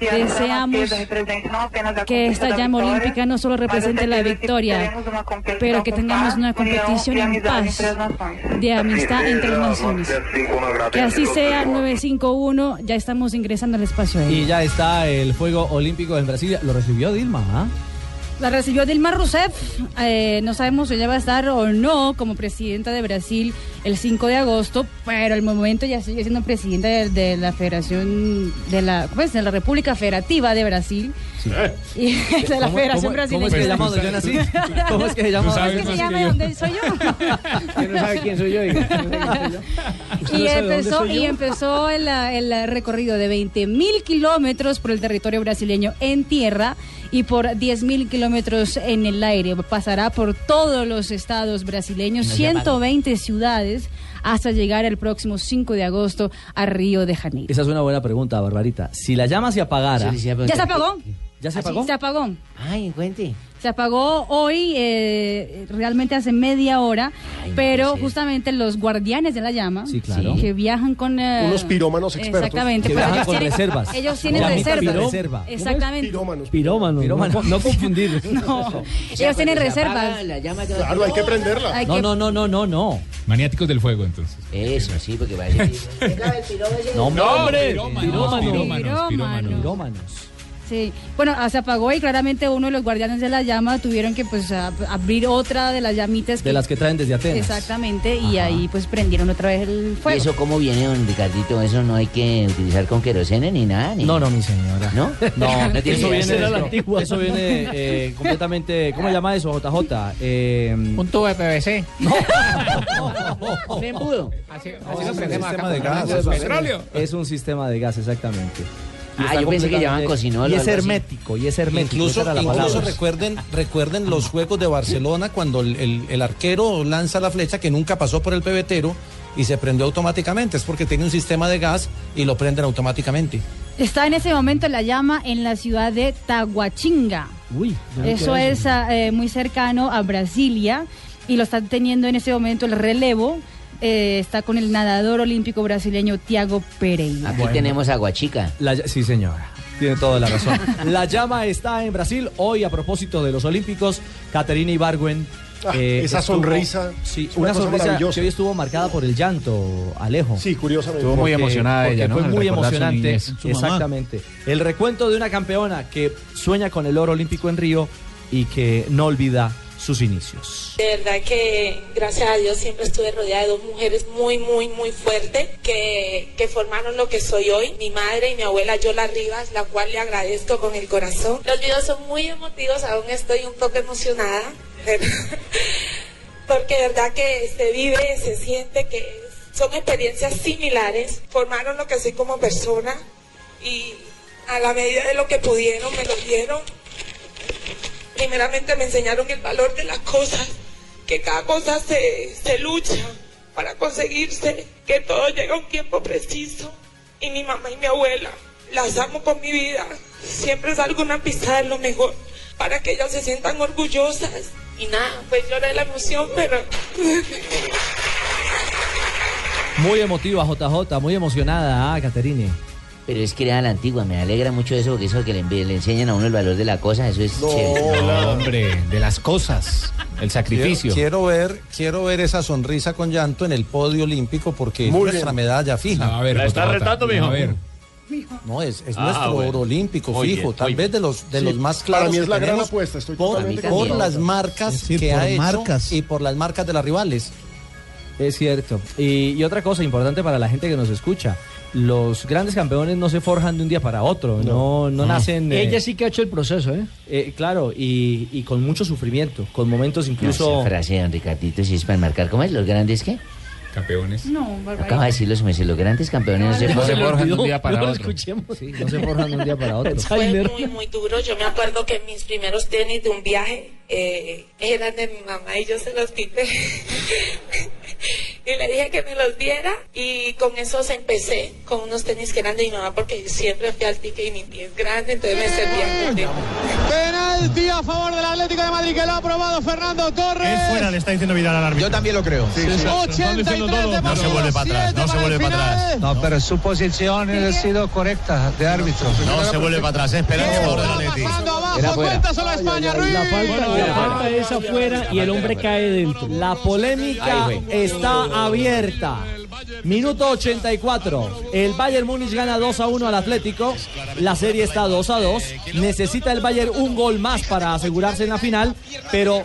Speaker 9: Deseamos que esta llama olímpica no solo represente la victoria, pero que tengamos una competición en paz, de amistad entre las naciones. Que así sea 951, ya estamos ingresando al espacio aéreo.
Speaker 5: Y ya está el Juego Olímpico en Brasilia. Lo recibió Dilma, ¿ah?
Speaker 9: La recibió Dilma Rousseff. eh, no sabemos si ella va a estar o no como presidenta de Brasil el 5 de agosto, pero al momento ya sigue siendo presidenta de, de la Federación de la, ¿cómo es? de la República Federativa de Brasil
Speaker 25: Eh.
Speaker 9: y de la
Speaker 5: ¿Cómo-
Speaker 9: Federación
Speaker 5: cómo-
Speaker 9: Brasileña.
Speaker 5: ¿Cómo es que se llama donde yo nací? ¿Cómo es que se llama?
Speaker 9: ¿Cómo es que se llama donde soy yo?
Speaker 12: no sabe quién soy yo.
Speaker 9: Y
Speaker 12: sabe dónde
Speaker 9: empezó,
Speaker 12: soy yo?
Speaker 9: y empezó el, ah, el recorrido de 20 mil kilómetros por el territorio brasileño en tierra y por 10 mil kilómetros en el aire. Pasará por todos los estados brasileños,
Speaker 16: Una llamada.
Speaker 9: 120 ciudades, hasta llegar el próximo 5 de agosto a Río de Janeiro.
Speaker 5: Esa es una buena pregunta, Barbarita. Si la llama se apagara.
Speaker 9: ¿Ya se apagó?
Speaker 5: ¿Ya se
Speaker 9: Así,
Speaker 5: apagó?
Speaker 9: Se apagó.
Speaker 6: Ay, cuente.
Speaker 9: Se apagó hoy, eh, realmente hace media hora, pero justamente los guardianes de la llama,
Speaker 7: Sí, claro.
Speaker 9: que viajan con... eh,
Speaker 7: Unos pirómanos expertos.
Speaker 9: Exactamente.
Speaker 7: Que
Speaker 9: pero
Speaker 7: viajan
Speaker 9: ellos
Speaker 7: con
Speaker 9: tienen-
Speaker 7: reservas.
Speaker 9: Ellos tienen
Speaker 7: Llamitas
Speaker 9: reserva.
Speaker 7: piró- reserva.
Speaker 9: Exactamente.
Speaker 11: Pirómano. No, no confundir.
Speaker 9: ellos tienen
Speaker 6: cuando se
Speaker 9: reservas.
Speaker 6: apaga la llama, ya-
Speaker 7: Claro, hay que prenderla.
Speaker 9: Hay que-
Speaker 5: no, no, no, no.
Speaker 8: Maniáticos del fuego, entonces.
Speaker 6: Eso, sí, porque va a decir.
Speaker 8: No,
Speaker 6: No, hombre,
Speaker 8: Pirómanos,
Speaker 9: pirómanos,
Speaker 8: pirómanos, pirómanos.
Speaker 9: Sí. Bueno, ah, se apagó y claramente uno de los guardianes de la llama tuvieron que pues a- abrir otra de las llamitas.
Speaker 5: De las que traen desde Atenas.
Speaker 9: Exactamente, y ahí pues prendieron otra vez el
Speaker 6: ¿Y
Speaker 9: fuego.
Speaker 6: eso cómo viene, don Ricardito? Eso no hay que utilizar con querosene ni nada. Ni... No, no,
Speaker 5: mi señora.
Speaker 6: ¿No?
Speaker 5: No,
Speaker 6: no tiene
Speaker 5: eso
Speaker 6: que
Speaker 5: viene,
Speaker 6: hacer.
Speaker 5: eso, eso viene eh, completamente. ¿Cómo se llama eso, Eh, JJ? Un
Speaker 12: tubo de PVC.
Speaker 6: Un embudo.
Speaker 12: Así,
Speaker 6: así lo
Speaker 12: prendemos acá.
Speaker 5: Es, es un sistema de gas, exactamente. Y
Speaker 6: Ah,
Speaker 5: está
Speaker 6: yo pensé que
Speaker 5: completamente-
Speaker 6: llamaban cocinol o
Speaker 5: Y es
Speaker 6: algo así.
Speaker 5: hermético, y es hermético.
Speaker 19: Incluso,
Speaker 5: esa era la
Speaker 19: incluso
Speaker 5: palabra.
Speaker 19: recuerden, recuerden los juegos de Barcelona cuando el, el- el arquero lanza la flecha que nunca pasó por el pebetero y se prendió automáticamente. Es porque tiene un sistema de gas y lo prenden automáticamente.
Speaker 9: Está en ese momento la llama en la ciudad de Taguachinga.
Speaker 11: Uy,
Speaker 9: Eso es ah, eh, muy cercano a Brasilia y lo está teniendo en ese momento el relevo. eh, está con el nadador olímpico brasileño Tiago Pereira.
Speaker 6: Aquí
Speaker 5: Bueno.
Speaker 6: tenemos aguachica.
Speaker 5: La ll- sí, señora. Tiene toda la razón. La llama está en Brasil. Hoy, a propósito de los Olímpicos, Caterina Ibargüen. eh,
Speaker 7: Ah, esa sonrisa,
Speaker 5: Sí,
Speaker 7: es una
Speaker 5: una,
Speaker 7: cosa
Speaker 5: sonrisa
Speaker 7: maravillosa.
Speaker 5: que hoy estuvo marcada por el llanto, Alejo.
Speaker 7: Sí, curiosamente.
Speaker 5: Estuvo
Speaker 7: Porque- porque
Speaker 5: Fue muy
Speaker 7: emocionante.
Speaker 5: emocionante.
Speaker 7: niñez. Su mamá.
Speaker 5: Exactamente. El recuento de una campeona que sueña con el oro olímpico en Río y que no olvida sus inicios.
Speaker 14: De verdad que gracias a Dios siempre estuve rodeada de dos mujeres muy, muy, muy fuertes que, que formaron lo que soy hoy. Mi madre y mi abuela Yola Rivas, la cual le agradezco con el corazón. Los videos son muy emotivos, aún estoy un poco emocionada. Porque de verdad que se vive, se siente que son experiencias similares. Formaron lo que soy como persona y a la medida de lo que pudieron me lo dieron. Primeramente me enseñaron el valor de las cosas que cada cosa se, se lucha para conseguirse, que todo llega a un tiempo preciso. Y mi mamá y mi abuela Las amo con mi vida. Siempre salgo una pista de lo mejor para que ellas se sientan orgullosas. Y nada, pues lloré la emoción, pero...
Speaker 5: Muy emotiva, JJ, muy emocionada, ah, Caterine.
Speaker 13: Pero es que era la antigua, me alegra mucho eso, porque eso que le, envi- le enseñan a uno el valor de la cosa, eso es chévere.
Speaker 19: No,
Speaker 15: hombre, de las cosas, el sacrificio.
Speaker 19: Quiero, quiero ver, quiero ver esa sonrisa con llanto en el podio olímpico porque es
Speaker 15: Muy
Speaker 19: nuestra
Speaker 15: bien.
Speaker 19: medalla fija.
Speaker 15: No, a ver, La está Jota, retando, mijo. a ver.
Speaker 19: No, es, es
Speaker 15: Ah,
Speaker 19: nuestro
Speaker 15: bueno.
Speaker 19: oro olímpico
Speaker 15: Muy
Speaker 19: fijo,
Speaker 15: bien,
Speaker 19: tal
Speaker 15: muy
Speaker 19: vez de los de
Speaker 7: Sí,
Speaker 19: los más
Speaker 7: para
Speaker 19: claros.
Speaker 7: mí es
Speaker 19: que
Speaker 7: la gran
Speaker 19: tenemos
Speaker 7: apuesta, estoy
Speaker 19: por,
Speaker 7: totalmente
Speaker 19: por
Speaker 7: de acuerdo.
Speaker 19: las marcas
Speaker 7: Es decir,
Speaker 19: que
Speaker 7: por
Speaker 19: ha hecho
Speaker 7: marcas.
Speaker 19: y por las marcas de las rivales.
Speaker 5: Es cierto. Y, y otra cosa importante para la gente que nos escucha, los grandes campeones no se forjan de un día para otro, no, no, nacen... eh,
Speaker 11: Ella sí que ha hecho el proceso, ¿eh?
Speaker 5: eh, claro, y, y con mucho sufrimiento, con momentos
Speaker 13: No,
Speaker 5: incluso...
Speaker 13: esa frase de don Ricardito, si es para marcar, ¿cómo es? ¿Los grandes qué?
Speaker 8: Campeones.
Speaker 13: No, Acaba de decir los meses, los grandes campeones no se
Speaker 8: No se
Speaker 13: forjan.
Speaker 8: forjan de un día para
Speaker 13: No,
Speaker 8: otro.
Speaker 5: Sí, no se forjan de un día para otro.
Speaker 14: Fue muy, muy duro. Yo me acuerdo que mis primeros tenis de un viaje eh, eran de mi mamá y yo se los quité. y le dije que me los diera y con esos empecé, con unos tenis que eran de mi mamá porque siempre fui altica y mi pie es grande, entonces me servían de tenis.
Speaker 2: Penalti a favor del Atlético de Madrid que lo ha aprobado Fernando Torres.
Speaker 4: Es fuera, le está diciendo Vidal al árbitro. Yo también lo creo.
Speaker 2: 83 de
Speaker 4: No se vuelve para atrás, no se vuelve para atrás.
Speaker 16: No, pero su posición ha sido correcta de árbitro.
Speaker 4: No se vuelve para atrás, espera el favor del Atleti.
Speaker 16: Era fuera.
Speaker 2: solo España,
Speaker 11: La falta,
Speaker 16: Bueno,
Speaker 11: la falta es afuera y el hombre cae dentro.
Speaker 5: La polémica está abierta. Minuto 84. El Bayern Múnich gana 2 a 1 al Atlético. La serie está 2 a 2. Necesita el Bayern un gol más para asegurarse en la final, pero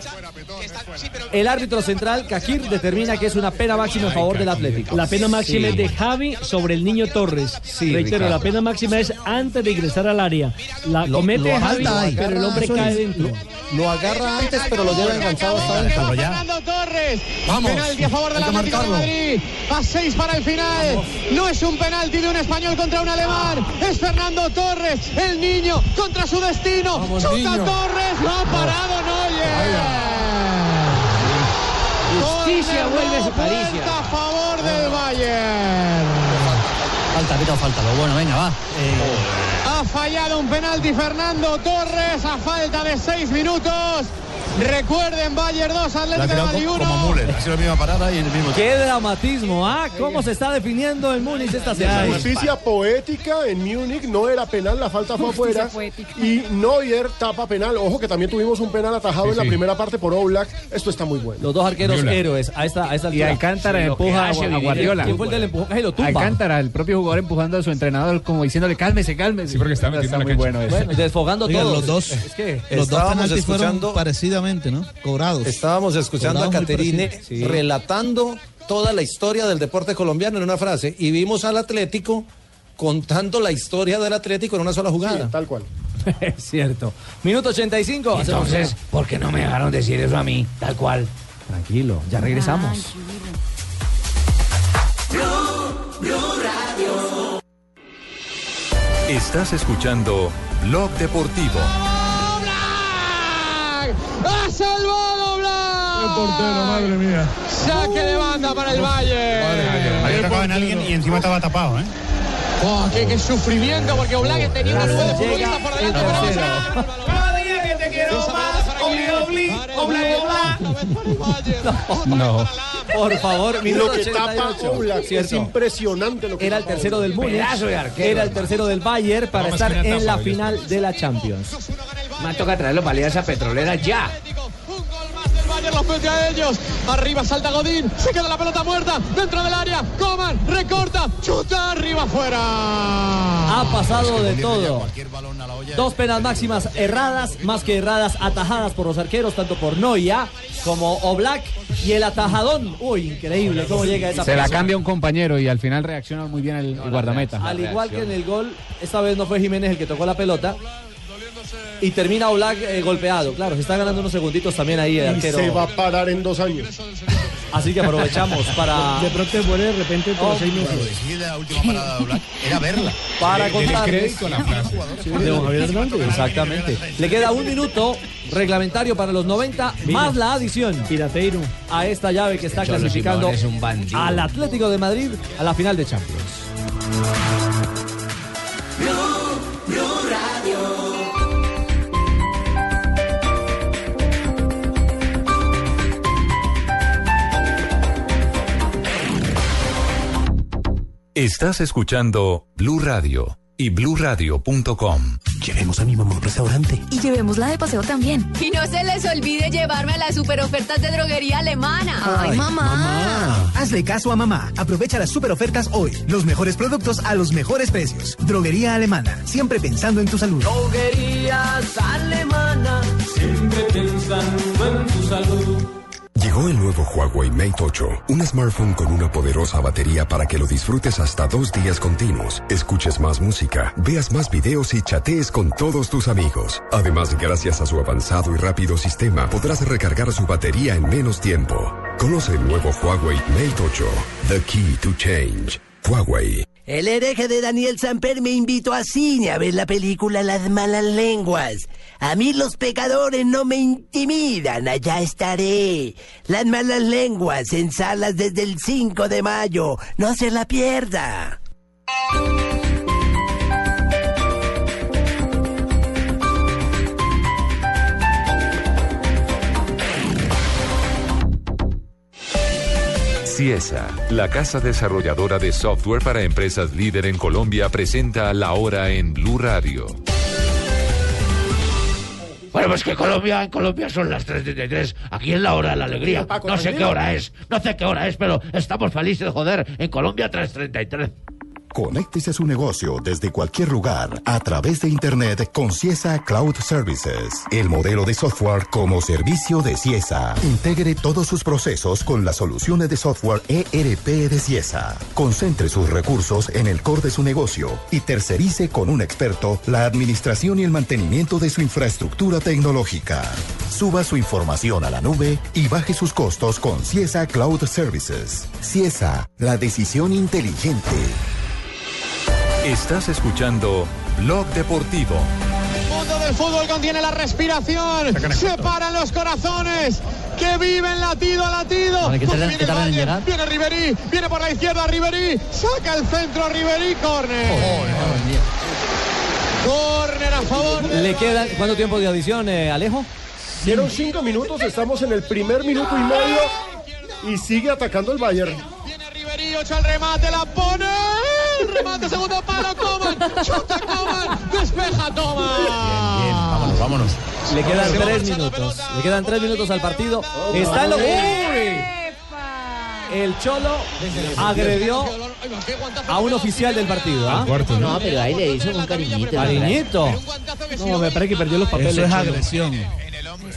Speaker 5: el árbitro central, Kakir, determina que es una pena máxima en favor del Atlético.
Speaker 11: La pena máxima es de
Speaker 5: Sí.
Speaker 11: Javi sobre el niño Torres. Reitero,
Speaker 5: Ricardo.
Speaker 11: la pena máxima es antes de ingresar al área. La comete
Speaker 19: lo
Speaker 11: Javi,
Speaker 19: agarra ahí.
Speaker 11: pero el hombre
Speaker 19: Eso es.
Speaker 11: cae dentro.
Speaker 19: Lo agarra antes, pero lo lleva enganchado hasta adentro.
Speaker 2: Fernando Torres.
Speaker 19: Vamos.
Speaker 2: Penalti a favor del
Speaker 19: Hay que
Speaker 2: Atlético de
Speaker 19: marcarlo.
Speaker 2: Madrid. A 6 para el final. No es un penalti de un español contra un alemán. Es Fernando Torres, el niño contra su destino. Chuta
Speaker 23: niño.
Speaker 2: Torres. No ha parado Neuer.
Speaker 23: Justicia, vuelve su caricia.
Speaker 2: Falta a favor del Bayern.
Speaker 16: Falta, pita, falta. Lo bueno, venga, va. Eh,
Speaker 2: Ha fallado un penalti Fernando Torres a falta de 6 minutos. Recuerden, Bayern 2, Atlético de Madrid 1.
Speaker 4: Müller, ha sido la misma parada y el mismo
Speaker 5: Qué dramatismo, ¿ah? ¿Cómo se está definiendo el Múnich esta
Speaker 7: La
Speaker 5: semana?
Speaker 7: justicia poética en Múnich no era penal, la falta fue
Speaker 5: Justicia
Speaker 7: afuera. Y Neuer tapa penal. Ojo que también tuvimos un penal atajado
Speaker 5: Sí,
Speaker 7: en la
Speaker 5: sí.
Speaker 7: primera parte por Oblak. Esto está muy bueno.
Speaker 5: Los dos arqueros
Speaker 7: Müller.
Speaker 5: héroes a esta, a esta
Speaker 15: Y
Speaker 5: altura.
Speaker 15: Alcántara
Speaker 5: Sí, lo que
Speaker 15: empuja a,
Speaker 5: hace
Speaker 15: Gua- a
Speaker 5: Vidal.
Speaker 15: Guardiola.
Speaker 5: ¿Quién fue el del empujón? Ay, lo tumba.
Speaker 15: Alcántara, el propio jugador empujando a su entrenador como diciéndole cálmese, cálmese. Sí, porque está
Speaker 10: metiendo
Speaker 15: muy
Speaker 10: la cancha.
Speaker 15: bueno eso.
Speaker 5: Bueno, desfogando
Speaker 15: Oigan,
Speaker 5: todos.
Speaker 15: los dos.
Speaker 5: Es que
Speaker 19: Los dos
Speaker 5: estábamos
Speaker 19: penaltis fueron
Speaker 5: escuchando-
Speaker 19: parecidamente, ¿no? Cobrados. Estábamos escuchando Cobrados a muy Caterine parecidos. Sí. relatando toda la historia del deporte colombiano en una frase y vimos al Atlético contando la historia del Atlético en una sola jugada.
Speaker 7: tal cual.
Speaker 5: Es cierto. Minuto 85.
Speaker 15: Entonces,
Speaker 5: ¿por qué no me
Speaker 15: dejaron decir eso a mí?
Speaker 5: Tal cual. Tranquilo, ya regresamos.
Speaker 1: Estás escuchando Blog Deportivo.
Speaker 2: ¡Ah! ¡Ha salvado Blas!
Speaker 4: madre mía.
Speaker 2: Saque de banda para el Bayern.
Speaker 4: Había tocado en alguien y encima estaba tapado, ¿eh?
Speaker 2: Oh, qué, qué sufrimiento porque Oblak tenía una nube de futbolistas por delante. pero vamos a-
Speaker 15: No.
Speaker 5: Por favor,
Speaker 7: Lo
Speaker 5: minuto
Speaker 7: que tapa
Speaker 5: 88.
Speaker 7: Oblak es
Speaker 5: Cierto.
Speaker 7: impresionante lo que
Speaker 5: Era el
Speaker 7: tapa
Speaker 5: tercero del
Speaker 7: Oblak.
Speaker 5: Múnich. Era el tercero del Bayern para
Speaker 15: Vamos,
Speaker 5: estar
Speaker 15: que era
Speaker 5: en la
Speaker 15: tapa,
Speaker 5: final de la Champions.
Speaker 15: Más toca traerlo para Alianza Petrolera ya.
Speaker 2: El Bayern los mete a ellos. Arriba salta Godín. Se queda la pelota muerta. Dentro del área. Coman. Recorta. Chuta arriba fuera.
Speaker 5: Ha
Speaker 2: Ha
Speaker 5: pasado de todo. Dos penas máximas erradas, más que erradas, atajadas por los arqueros, tanto por Noia como Oblak. Y el atajadón, uy, increíble cómo llega esa
Speaker 15: Se la
Speaker 5: pelota.
Speaker 15: cambia un compañero y al final reacciona muy bien el guardameta.
Speaker 5: Al igual que en el gol, esta vez no fue Jiménez el que tocó la pelota. Y termina Oblak eh, golpeado. Claro, se está ganando unos segunditos también ahí el
Speaker 7: Y
Speaker 5: arquero.
Speaker 7: se va a parar en dos años.
Speaker 5: Así que aprovechamos para.
Speaker 11: De pronto muere de repente por
Speaker 5: Oh,
Speaker 11: seis
Speaker 5: claro,
Speaker 11: meses.
Speaker 5: decide
Speaker 4: La última parada de Black era verla.
Speaker 5: Para
Speaker 4: Dele
Speaker 5: contarles.
Speaker 4: crédito a la frase.
Speaker 5: De don Javier Hernández. Exactamente. Le queda un minuto reglamentario para los 90, más la adición.
Speaker 11: Pirateiro.
Speaker 5: A esta llave que está
Speaker 15: Cholo
Speaker 5: clasificando
Speaker 15: Simeone es un bandido.
Speaker 5: al Atlético de Madrid a la final de Champions.
Speaker 23: Blue,
Speaker 1: Estás escuchando Blue Radio y bluradio.com.
Speaker 17: Llevemos a mi mamá a un restaurante.
Speaker 18: Y llevémosla de paseo también.
Speaker 20: Y no se les olvide llevarme a las super ofertas de droguería alemana. Ay, Ay mamá. mamá.
Speaker 17: Hazle caso a mamá. Aprovecha las super ofertas hoy. Los mejores productos a los mejores precios. Droguería alemana. Siempre pensando en tu salud.
Speaker 23: Droguerías alemana. Siempre pensando en tu salud.
Speaker 24: Llegó el nuevo Huawei Mate 8, un smartphone con una poderosa batería para que lo disfrutes hasta dos días continuos, escuches más música, veas más videos y chatees con todos tus amigos. Además, gracias a su avanzado y rápido sistema, podrás recargar su batería en menos tiempo. Conoce el nuevo Huawei Mate 8, The Key to Change. Huawei.
Speaker 26: El hereje de Daniel Samper me invitó a cine a ver la película Las Malas Lenguas. A mí los pecadores no me intimidan, allá estaré. Las Malas Lenguas en salas desde el 5 de mayo. No se la pierda.
Speaker 1: CIESA, la casa desarrolladora de software para empresas líder en Colombia, presenta la hora en Blue Radio.
Speaker 27: Bueno, pues que Colombia, en Colombia son las 3.33. Aquí es la hora de la alegría. No sé qué hora es, no sé qué hora es, pero estamos felices, joder. En Colombia 3.33.
Speaker 24: Conéctese a su negocio desde cualquier lugar a través de Internet con Ciesa Cloud Services, el modelo de software como servicio de Ciesa. Integre todos sus procesos con las soluciones de software ERP de Ciesa. Concentre sus recursos en el core de su negocio y tercerice con un experto la administración y el mantenimiento de su infraestructura tecnológica. Suba su información a la nube y baje sus costos con Ciesa Cloud Services. Ciesa, la decisión inteligente.
Speaker 1: Estás escuchando Blog Deportivo.
Speaker 2: mundo del fútbol contiene la respiración. Separan los corazones que viven latido a latido.
Speaker 16: Vale, ¿qué
Speaker 2: Pues
Speaker 16: tardan-
Speaker 2: viene,
Speaker 16: qué tardan en
Speaker 2: Valle,
Speaker 16: llegar?
Speaker 2: viene Ribery, viene por la izquierda Ribery, saca el centro Ribery, córner. Córner a favor de
Speaker 5: ¿Le queda cuánto tiempo de adición, eh, Alejo?
Speaker 7: Dieron cinco minutos, estamos en el primer minuto y medio y sigue atacando el Bayern.
Speaker 2: Ribery, ocho al remate, la pone. Remate, segundo palo, Coman. Chuta Coman, despeja Coman.
Speaker 4: Vámonos, vámonos. Oh,
Speaker 5: Le quedan tres minutos. Le quedan tres minutos al partido. Está en lo El Cholo agredió a un oficial del partido. ¿ah?
Speaker 13: No, pero ahí le hizo un cariñito.
Speaker 5: Cariñito.
Speaker 15: No, me parece que perdió los papeles.
Speaker 13: Eso es
Speaker 15: Cholo.
Speaker 13: agresión.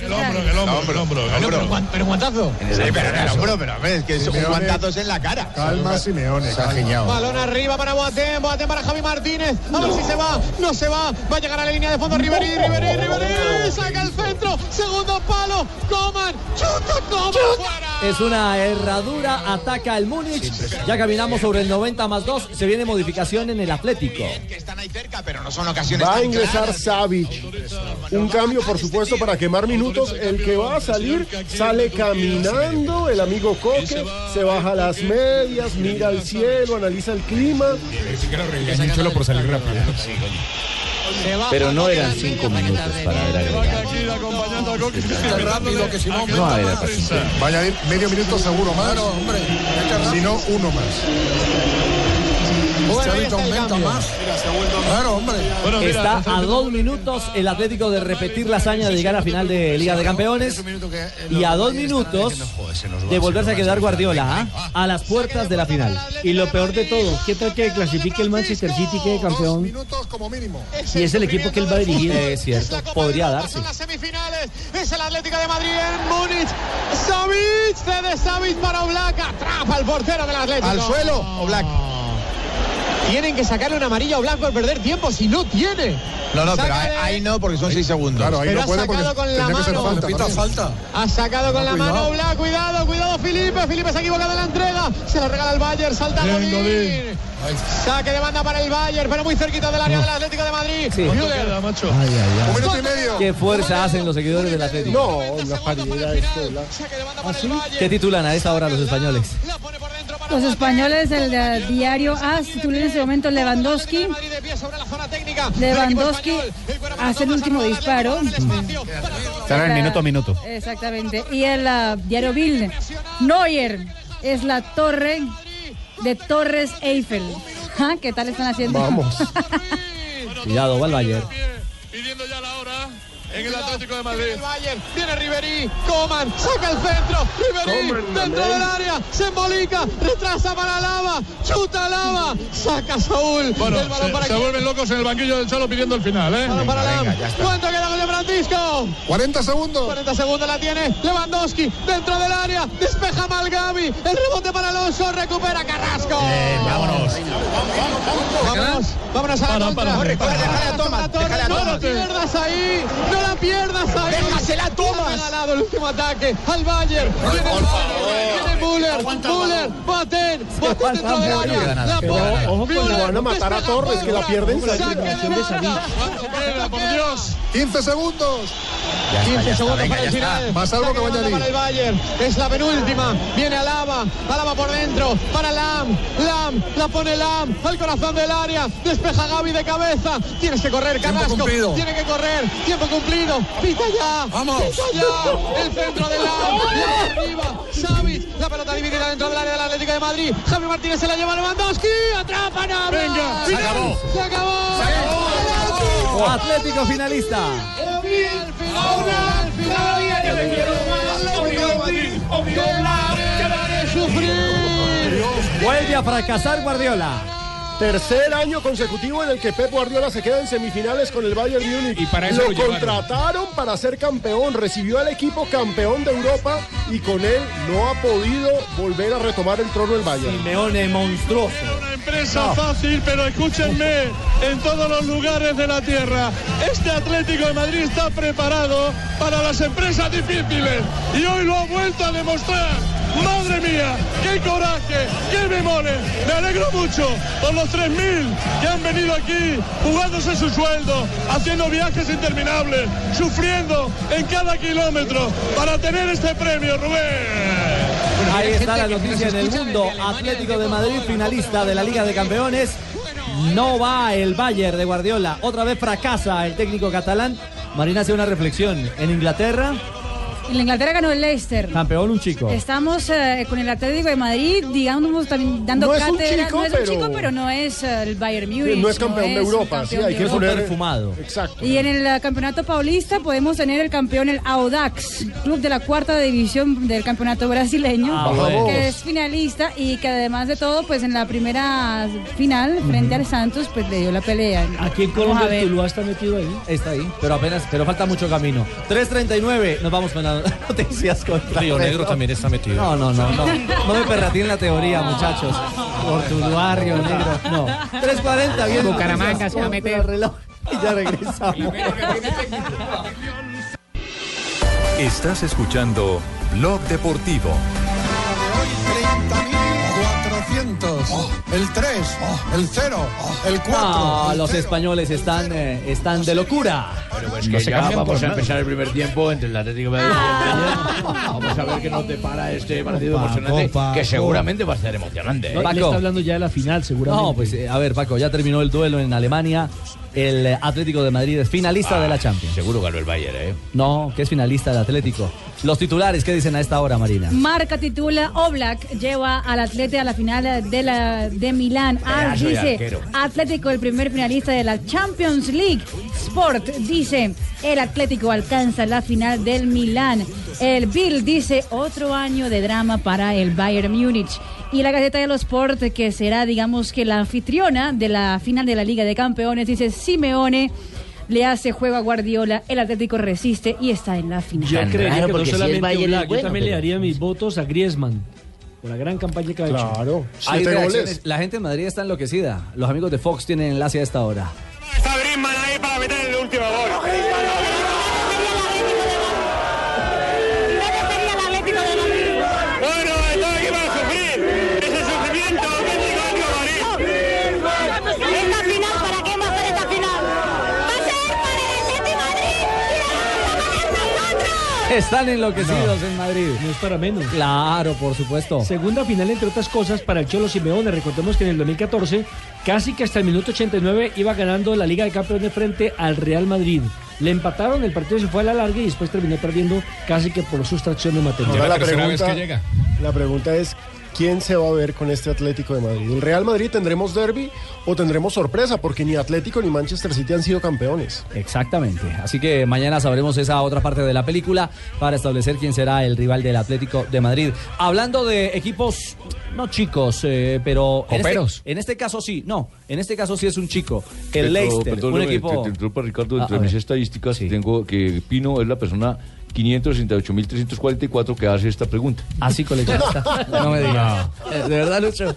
Speaker 28: El hombro, el hombro, el hombro. El hombro. Pero guantazo. Sí, pero el hombro, pero a ver, es que es un
Speaker 7: Simeone.
Speaker 28: guantazo es en la cara.
Speaker 7: Calma, Simeone.
Speaker 28: calma.
Speaker 2: Balón arriba para Boateng, Boateng para Javi Martínez. A ver si se va, no se va. Va a llegar a la línea de fondo Ribery, Ribery, Ribery. Saca el centro, segundo palo. Coman, chuta Coman. fuera.
Speaker 5: Es una herradura, ataca el Múnich. Ya caminamos sobre el 90 más 2. Se viene modificación en el Atlético.
Speaker 28: Pero no son ocasiones.
Speaker 7: Va a
Speaker 28: tan
Speaker 7: ingresar
Speaker 28: claras.
Speaker 7: Savic. Un cambio, por supuesto, para quemar minutos. El que va a salir sale caminando. El amigo Coque se baja las medias, mira al cielo, analiza el clima.
Speaker 8: Regaña un Cholo por salir rápido.
Speaker 25: Pero no eran cinco minutos para ver agregar.
Speaker 28: Rápido que si
Speaker 25: No a ver a Pachuca.
Speaker 28: Va a añadir medio minuto seguro más. Si no, uno más.
Speaker 5: Bueno, ahí
Speaker 28: Xavi
Speaker 5: está el
Speaker 28: aumenta
Speaker 5: cambio.
Speaker 28: más. Claro, hombre.
Speaker 5: Está a dos minutos el Atlético de repetir la hazaña de llegar a final de Liga de Campeones
Speaker 28: eh,
Speaker 5: y a dos minutos de volverse a quedar Guardiola ¿ah? a las puertas de la final.
Speaker 15: Y lo peor de todo, ¿qué tal que clasifique el Manchester City y quede campeón? Y es el equipo que él va a dirigir.
Speaker 5: Es cierto, podría darse.
Speaker 2: semifinales. Es el Atlético de Madrid en Múnich. Savic, cede Savic para Oblak. Atrapa al portero del Atlético.
Speaker 28: Al suelo, Oblak.
Speaker 2: Tienen que sacarle una amarilla a Oblak por perder tiempo si no tiene.
Speaker 28: No, no, pero ahí,
Speaker 2: Sácale-
Speaker 28: ahí no, porque son seis segundos.
Speaker 2: Claro, ahí Pero no ha puede porque sacado con la tendría que ser mano. falta
Speaker 28: Pita
Speaker 2: también.
Speaker 28: falta.
Speaker 2: Ha sacado con la
Speaker 28: cuidado.
Speaker 2: mano Oblak, cuidado, cuidado Felipe, Felipe se ha equivocado en la entrega, se la regala el Bayern, salta Godín. Saque de banda para el Bayern, pero muy cerquita del área del Atlético de Madrid.
Speaker 5: Sí.
Speaker 2: Müller.
Speaker 5: ay.
Speaker 2: Un minuto y medio.
Speaker 5: ¿Qué fuerza hacen los seguidores del Atlético?
Speaker 7: No, la paridad esto. la-
Speaker 5: ¿Ah, ¿Qué titulan a esta hora los españoles?
Speaker 9: Los españoles del eh, diario AS titulan en ese momento Lewandowski. Lewandowski hace el último disparo.
Speaker 15: Estará en minuto a minuto.
Speaker 9: Exactamente. Y el ah, diario Bild, Neuer es la torre de Torres Eiffel. Ajá, ¿qué tal están haciendo?
Speaker 5: Vamos. Cuidado, va al Bayern.
Speaker 21: Pidiendo ya la hora en el Atlético de Madrid.
Speaker 2: El Bayern, viene Riverí, Coman, saca el centro, Riverí,
Speaker 21: Coman,
Speaker 2: dentro
Speaker 21: Manuel.
Speaker 2: del área, se embolica, retrasa para Lava, chuta Lava, saca Saúl,
Speaker 21: Bueno,
Speaker 2: el balón
Speaker 21: se,
Speaker 2: para
Speaker 21: se vuelven locos en el banquillo del Cholo pidiendo el final, ¿eh?
Speaker 2: Balón para Lam. ¿Cuánto queda de Francisco?
Speaker 21: 40
Speaker 2: segundos. 40 segundos la tiene Lewandowski dentro del área. Despeja mal Gavi. El rebote para Alonso. Recupera Carrasco. vámonos. Vámonos. Vámonos a la contra. Corre, corre, déjala toma. No la pierdas ahí. No la pierdas ahí. Déjasela toma. Ha ganado el último ataque al Bayern. Viene el Bayern. Viene Müller. Müller. Baten. Baten dentro del área. La pone.
Speaker 7: Ojo con la
Speaker 2: Müller,
Speaker 7: van a matar a
Speaker 2: despeja
Speaker 7: Torres, que la
Speaker 2: Torres.
Speaker 7: pierden.
Speaker 2: Saque
Speaker 7: saliendo.
Speaker 2: de banda.
Speaker 21: 15 segundos.
Speaker 2: 15
Speaker 21: está,
Speaker 2: segundos
Speaker 21: venga,
Speaker 2: para el
Speaker 21: ya está.
Speaker 2: final.
Speaker 21: Más algo
Speaker 2: Saque
Speaker 21: que
Speaker 2: de banda
Speaker 21: Valladolid.
Speaker 2: Para el Bayern. Es la penúltima. Viene Alaba. Alaba por dentro. Para Lam. Lam. La pone Lam. Al corazón del área. Despeja Gaby de cabeza. Tienes que correr,
Speaker 20: Tiempo
Speaker 2: Carrasco.
Speaker 20: cumplido.
Speaker 2: Tiene que correr. Tiempo cumplido. Pita ya.
Speaker 20: Vamos.
Speaker 2: Pita ya. El centro de Lam. Lam arriba. Xavi. La pelota dividida dentro del área del Atlético de Madrid. Javi Martínez se la lleva a Lewandowski. Atrapa nada.
Speaker 20: Venga, se acabó.
Speaker 2: Se acabó.
Speaker 5: Atlético finalista. Vuelve a fracasar Guardiola.
Speaker 7: Tercer año consecutivo en el que Pep Guardiola se queda en semifinales con el Bayern Múnich. Y
Speaker 29: para eso lo llevaron.
Speaker 7: contrataron para ser campeón, recibió al equipo campeón de Europa y con él no ha podido volver a retomar el trono del Bayern.
Speaker 5: Simeone monstruoso.
Speaker 21: Empresa fácil, pero escúchenme, en todos los lugares de la tierra, este Atlético de Madrid está preparado para las empresas difíciles y hoy lo ha vuelto a demostrar. Madre mía, qué coraje, qué memoria. Me alegro mucho por los 3.000 que han venido aquí jugándose su sueldo, haciendo viajes interminables, sufriendo en cada kilómetro para tener este premio, Rubén.
Speaker 5: Ahí está la noticia en el mundo. Atlético de Madrid, finalista de la Liga de Campeones. No va el Bayern de Guardiola. Otra vez fracasa el técnico catalán. Marina hace una reflexión. En Inglaterra,
Speaker 9: Y la Inglaterra ganó el Leicester.
Speaker 5: campeón un chico.
Speaker 9: Estamos eh, con el Atlético de Madrid, digamos, también dando
Speaker 7: No es un
Speaker 9: cátedra.
Speaker 7: chico,
Speaker 9: no es un
Speaker 7: pero-
Speaker 9: chico, pero no es eh, el Bayern Múnich.
Speaker 7: no es campeón de
Speaker 9: es un
Speaker 7: Europa, sí,
Speaker 9: campeón
Speaker 7: hay
Speaker 9: de
Speaker 7: que
Speaker 9: Europa.
Speaker 7: poner
Speaker 5: perfumado.
Speaker 7: Exacto.
Speaker 9: Y en el eh, campeonato paulista podemos tener el campeón, el Audax, club de la cuarta división del campeonato brasileño,
Speaker 20: Ah, bueno.
Speaker 9: que es finalista y que además de todo, pues en la primera final, frente al Santos, pues le dio la pelea.
Speaker 5: Aquí en
Speaker 9: Colombia el
Speaker 5: Tuluá está metido ahí. Está ahí, pero apenas, pero falta mucho camino. 3.39, nos vamos con las noticias con
Speaker 30: Río Negro también está metido.
Speaker 5: No, no, no, no. No me perratí en la teoría, muchachos. Por Tuluá, Río Negro, no. 3.40, bien.
Speaker 31: Bucaramanga se va a meter.
Speaker 5: Contra reloj Y ya regresamos.
Speaker 1: Estás escuchando Blog Deportivo.
Speaker 32: 400, el 3, el 0, el 4.
Speaker 5: No, Ah, los españoles están, eh, están de locura.
Speaker 6: Pues que
Speaker 5: No se
Speaker 6: ya
Speaker 5: cambian
Speaker 6: vamos
Speaker 5: por
Speaker 6: a
Speaker 5: nada.
Speaker 6: empezar el primer tiempo entre el Atlético de Madrid
Speaker 9: Ah.
Speaker 6: y el Bayern. Vamos a ver qué nos depara este partido
Speaker 5: Opa,
Speaker 6: emocionante,
Speaker 5: opa,
Speaker 6: que
Speaker 5: opa.
Speaker 6: seguramente va a ser emocionante. ¿eh?
Speaker 5: No, Paco.
Speaker 11: Está hablando ya de la final, seguramente.
Speaker 5: No, pues eh, a ver, Paco, ya terminó el duelo en Alemania. El eh, Atlético de Madrid es finalista de la Champions.
Speaker 6: Seguro ganó el Bayern, ¿eh?
Speaker 5: No, que es finalista del Atlético. Los titulares, ¿qué dicen a esta hora, Marina?
Speaker 9: Marca titula Oblak lleva al Atlete a la final de la de Milán. As
Speaker 5: Pedazo de
Speaker 9: dice
Speaker 5: arquero.
Speaker 9: Atlético el primer finalista de la Champions League. Sport dice el Atlético alcanza la final del Milán. El Bill dice otro año de drama para el Bayern Múnich. Y la Gaceta de los Sport, que será, digamos, que la anfitriona de la final de la Liga de Campeones, dice Simeone le hace juego a Guardiola, el Atlético resiste y está en la final.
Speaker 11: Yo creería que no solamente
Speaker 9: Bayern es
Speaker 11: Oblak,
Speaker 9: bueno,
Speaker 11: yo también
Speaker 9: pero-
Speaker 11: le daría mis votos a Griezmann por la gran campaña que ha hecho.
Speaker 7: Claro,
Speaker 5: Hay reacciones. La gente en Madrid está enloquecida. Los amigos de Fox tienen enlace a esta hora.
Speaker 20: Está Griezmann ahí para meter el último gol. Bueno, el Atlético va a sufrir. Ese sufrimiento Atlético de Madrid. Esta final, ¿para qué va a ser esta final? ¡Va a ser para el Atlético de Madrid!
Speaker 5: Están enloquecidos en Madrid. No es para menos. Claro, por supuesto.
Speaker 11: Segunda final, entre otras cosas, para el Cholo Simeone. Recordemos que en el 2014, casi que hasta el minuto 89, iba ganando la Liga de Campeones frente al Real Madrid. Le empataron, el partido se fue a la larga y después terminó perdiendo casi que por sustracción de material.
Speaker 7: Ahora la, pregunta, la pregunta es ¿Quién se va a ver con este Atlético de Madrid? ¿El Real Madrid tendremos derby o tendremos sorpresa? Porque ni Atlético ni Manchester City han sido campeones.
Speaker 5: Exactamente. Así que mañana sabremos esa otra parte de la película para establecer quién será el rival del Atlético de Madrid. Hablando de equipos, no chicos, eh, pero. en este-
Speaker 8: Coperos.
Speaker 5: En este, caso sí, no. En este caso sí es un chico.
Speaker 25: Pero,
Speaker 5: El Leicester. un
Speaker 25: perdóname,
Speaker 5: equipo.
Speaker 25: Te, te interrumpo, Ricardo,
Speaker 5: Ah,
Speaker 25: entre
Speaker 5: a
Speaker 25: mis
Speaker 5: ver.
Speaker 25: estadísticas tengo que Pino es la persona 568.344 que hace esta pregunta.
Speaker 5: Así, coleccionista. Ah, No me digas. ¿De verdad, Lucho?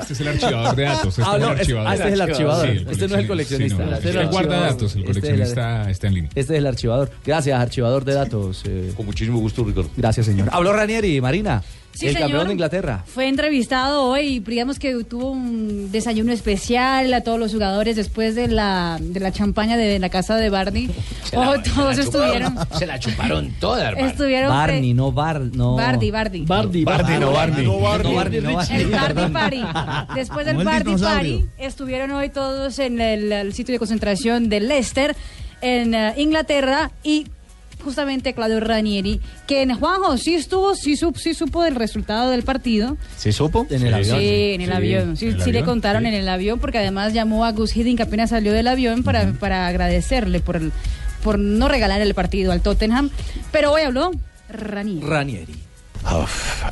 Speaker 25: Este es el
Speaker 8: archivador de datos, este
Speaker 5: Ah,
Speaker 8: es el
Speaker 5: no, es-
Speaker 8: archivador.
Speaker 5: ah, este es el archivador.
Speaker 8: Sí, el
Speaker 5: este no es el
Speaker 8: coleccionista.
Speaker 5: coleccionista.
Speaker 8: Sí, no,
Speaker 5: Este
Speaker 8: el
Speaker 5: es
Speaker 8: guarda
Speaker 5: archivador.
Speaker 8: datos, el
Speaker 5: Este es
Speaker 8: coleccionista está en línea.
Speaker 5: Este es el archivador. Gracias, archivador de datos. Con
Speaker 25: muchísimo gusto, Ricardo.
Speaker 5: Gracias, señor. Habló Ranieri, Marina,
Speaker 9: Sí,
Speaker 5: el
Speaker 9: señor.
Speaker 5: campeón de Inglaterra.
Speaker 9: Fue entrevistado hoy, digamos que tuvo un desayuno especial a todos los jugadores después de la, de la champaña de la casa de Barney. Oh, todos estuvieron.
Speaker 5: Se la chuparon toda,
Speaker 9: hermano. Estuvieron
Speaker 5: Barney, no Bar, no.
Speaker 9: Bardi, Bardi.
Speaker 5: Bardi,
Speaker 9: Bardi, no
Speaker 5: Barney. No
Speaker 9: Barney.
Speaker 5: Barney, no Barney.
Speaker 9: El Party Party. Después del
Speaker 5: Como el
Speaker 9: Party
Speaker 5: dinosaurio.
Speaker 9: Party, estuvieron hoy todos en el, el sitio de concentración de Leicester, en eh, Inglaterra, y justamente Claudio Ranieri, que en Juanjo sí estuvo, sí, sup- sí supo del resultado del partido.
Speaker 25: ¿Se supo?
Speaker 5: En el avión.
Speaker 9: Sí, en el avión. Sí, sí le contaron en el avión, porque además llamó a Gus Hiddink apenas salió del avión para, para agradecerle por, el- por no regalar el partido al Tottenham. Pero hoy habló Ranieri.
Speaker 5: Ranieri.
Speaker 3: Oh,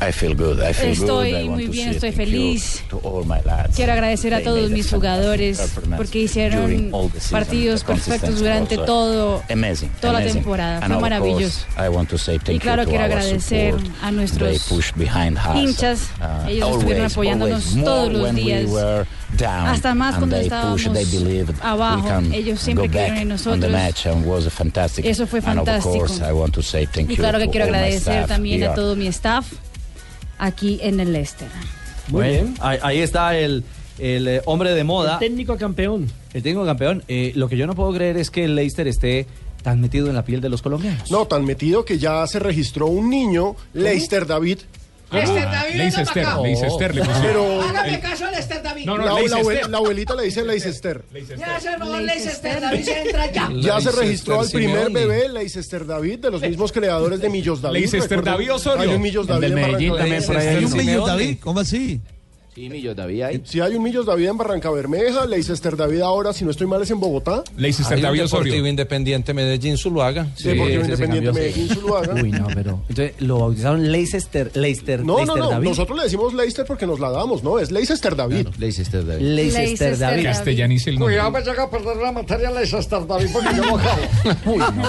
Speaker 3: I feel good. I feel
Speaker 9: Estoy
Speaker 3: good. I want
Speaker 9: muy
Speaker 3: to
Speaker 9: bien,
Speaker 3: say
Speaker 9: estoy
Speaker 3: thank you
Speaker 9: feliz.
Speaker 3: to all my lads.
Speaker 9: Quiero agradecer a
Speaker 3: They
Speaker 9: todos
Speaker 3: made
Speaker 9: mis
Speaker 3: fantastic
Speaker 9: jugadores
Speaker 3: performance
Speaker 9: porque hicieron
Speaker 3: during all the season.
Speaker 9: partidos
Speaker 3: The consistency
Speaker 9: perfectos durante
Speaker 3: was, uh,
Speaker 9: todo,
Speaker 3: amazing,
Speaker 9: toda la
Speaker 3: amazing.
Speaker 9: temporada.
Speaker 3: And
Speaker 9: Fue
Speaker 3: of course,
Speaker 9: maravilloso.
Speaker 3: I want to say
Speaker 9: Y
Speaker 3: thank
Speaker 9: claro,
Speaker 3: you to
Speaker 9: quiero
Speaker 3: our
Speaker 9: agradecer
Speaker 3: support.
Speaker 9: a
Speaker 3: They
Speaker 9: nuestros
Speaker 3: pushed behind us.
Speaker 9: hinchas.
Speaker 3: Uh,
Speaker 9: Ellos estuvieron
Speaker 3: always,
Speaker 9: apoyándonos
Speaker 3: always.
Speaker 9: todos
Speaker 3: More
Speaker 9: los
Speaker 3: when we
Speaker 9: días.
Speaker 3: were down
Speaker 9: Hasta más
Speaker 3: and
Speaker 9: cuando
Speaker 3: they pushed, they
Speaker 9: estábamos
Speaker 3: believed we
Speaker 9: abajo.
Speaker 3: can
Speaker 9: Ellos siempre
Speaker 3: go
Speaker 9: creyeron
Speaker 3: back
Speaker 9: en
Speaker 3: on the
Speaker 9: nosotros.
Speaker 3: match and was fantastic.
Speaker 9: Eso fue
Speaker 3: And of
Speaker 9: fantástico.
Speaker 3: course, I want to say thank you
Speaker 9: Y claro que
Speaker 3: to
Speaker 9: quiero
Speaker 3: all my
Speaker 9: agradecer
Speaker 3: staff
Speaker 9: también a
Speaker 3: here.
Speaker 9: todo mi staff aquí en el Leicester.
Speaker 5: Bueno, Ahí, ahí está el, el, eh, hombre de moda.
Speaker 11: El técnico campeón.
Speaker 5: El técnico campeón. Eh, lo que yo no puedo creer es que el Leicester esté tan metido en la piel de los colombianos.
Speaker 7: No, tan metido que ya se registró un niño, Leicester David.
Speaker 5: Leicester David,
Speaker 8: venga Leicester, para acá. Leicester, le pusieron.
Speaker 7: Pero
Speaker 6: Hágame caso al Esther David.
Speaker 7: la, la abue- la abuelita le dice Leicester.
Speaker 6: Ya, Salvador Leicester David se entra ya.
Speaker 7: Ya se
Speaker 8: Leicester
Speaker 7: registró al primer
Speaker 8: Simeone.
Speaker 7: bebé Leicester David de los mismos creadores de Millos David.
Speaker 8: Leicester
Speaker 7: ¿recuerdan?
Speaker 8: David Osorio.
Speaker 7: Hay un Millos
Speaker 8: El
Speaker 7: David
Speaker 8: del
Speaker 7: en
Speaker 8: Medellín
Speaker 7: Barranca
Speaker 8: también por ahí
Speaker 7: Bermeja.
Speaker 8: hay un Millos Simeone.
Speaker 10: David, ¿cómo así?
Speaker 25: Sí, Millos David ahí.
Speaker 7: Si hay un Millos David en Barranca Bermeja, Leicester David ahora, si no estoy mal, es en Bogotá.
Speaker 10: Hay un Deportivo Independiente Medellín Zuluaga.
Speaker 7: Sí, Deportivo Independiente Medellín Zuluaga.
Speaker 5: Uy, no, pero. Entonces, lo bautizaron Leicester, Leicester,
Speaker 7: No, no,
Speaker 5: Leicester
Speaker 7: no.
Speaker 5: David.
Speaker 7: Nosotros le decimos Leicester porque nos la damos, ¿no? Es Leicester David.
Speaker 25: Leicester David.
Speaker 5: Leicester Leicester David. David. Castellanice el nombre.
Speaker 6: Cuidado, me llega a perder la materia Leicester David porque yo no acabo.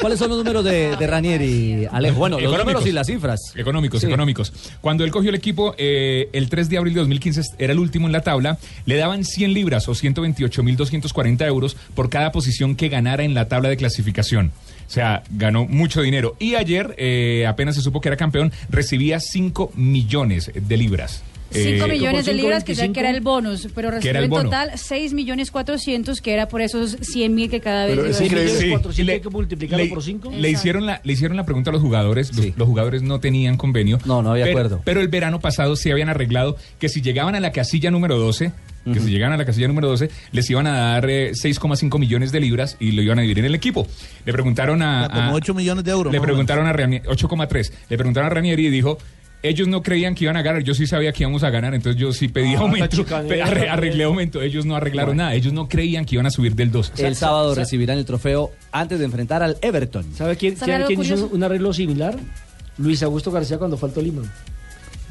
Speaker 5: ¿Cuáles son los números de, de Ranieri, Alejo? Bueno, los
Speaker 8: Económicos.
Speaker 5: números y las cifras.
Speaker 8: Económicos,
Speaker 5: Sí.
Speaker 8: económicos. Cuando él cogió el equipo, eh, el 3 de abril de 2015 era el último en la tabla, le daban 100 libras o 128.240 euros por cada posición que ganara en la tabla de clasificación. O sea, ganó mucho dinero. Y ayer, eh, apenas se supo que era campeón, recibía 5 millones de libras.
Speaker 9: 5
Speaker 8: Eh,
Speaker 9: millones de libras, que ya que era el bonus, pero
Speaker 8: Que era
Speaker 9: recibió
Speaker 8: el
Speaker 9: en
Speaker 8: bono.
Speaker 9: total 6 millones 400, que era por esos 100 mil que cada vez...
Speaker 8: Pero
Speaker 9: iba
Speaker 8: es
Speaker 9: a-
Speaker 8: increíble. Sí.
Speaker 11: Cuatrocientos,
Speaker 8: Y le-
Speaker 11: hay que multiplicarlo
Speaker 8: le-
Speaker 11: por cinco.
Speaker 8: Le hicieron, la, le hicieron la pregunta a los jugadores, los, los jugadores no tenían convenio. No, no había
Speaker 5: acuerdo.
Speaker 8: Pero el verano pasado sí habían arreglado que si llegaban a la casilla número 12, que si llegaban a la casilla número 12, les iban a dar eh, 6,5 millones de libras y lo iban a dividir en el equipo. Le preguntaron a...
Speaker 10: como
Speaker 8: 8 millones de euros. Le preguntaron a Ranieri, 8,3. Le preguntaron a Ranieri y dijo... Ellos no creían que iban a ganar, yo sí sabía que íbamos a ganar, entonces yo sí pedí
Speaker 11: Ah,
Speaker 8: aumento,
Speaker 11: chicanería.
Speaker 8: pe- arre- arreglé aumento, ellos no arreglaron nada, ellos no creían que iban a subir del 2.
Speaker 5: El sábado recibirán el trofeo antes de enfrentar al Everton.
Speaker 11: ¿Sabe quién,
Speaker 5: ¿Sabe
Speaker 11: quién-
Speaker 5: algo
Speaker 11: quién hizo
Speaker 5: curioso?
Speaker 11: un arreglo similar? Luis Augusto García cuando faltó Lima.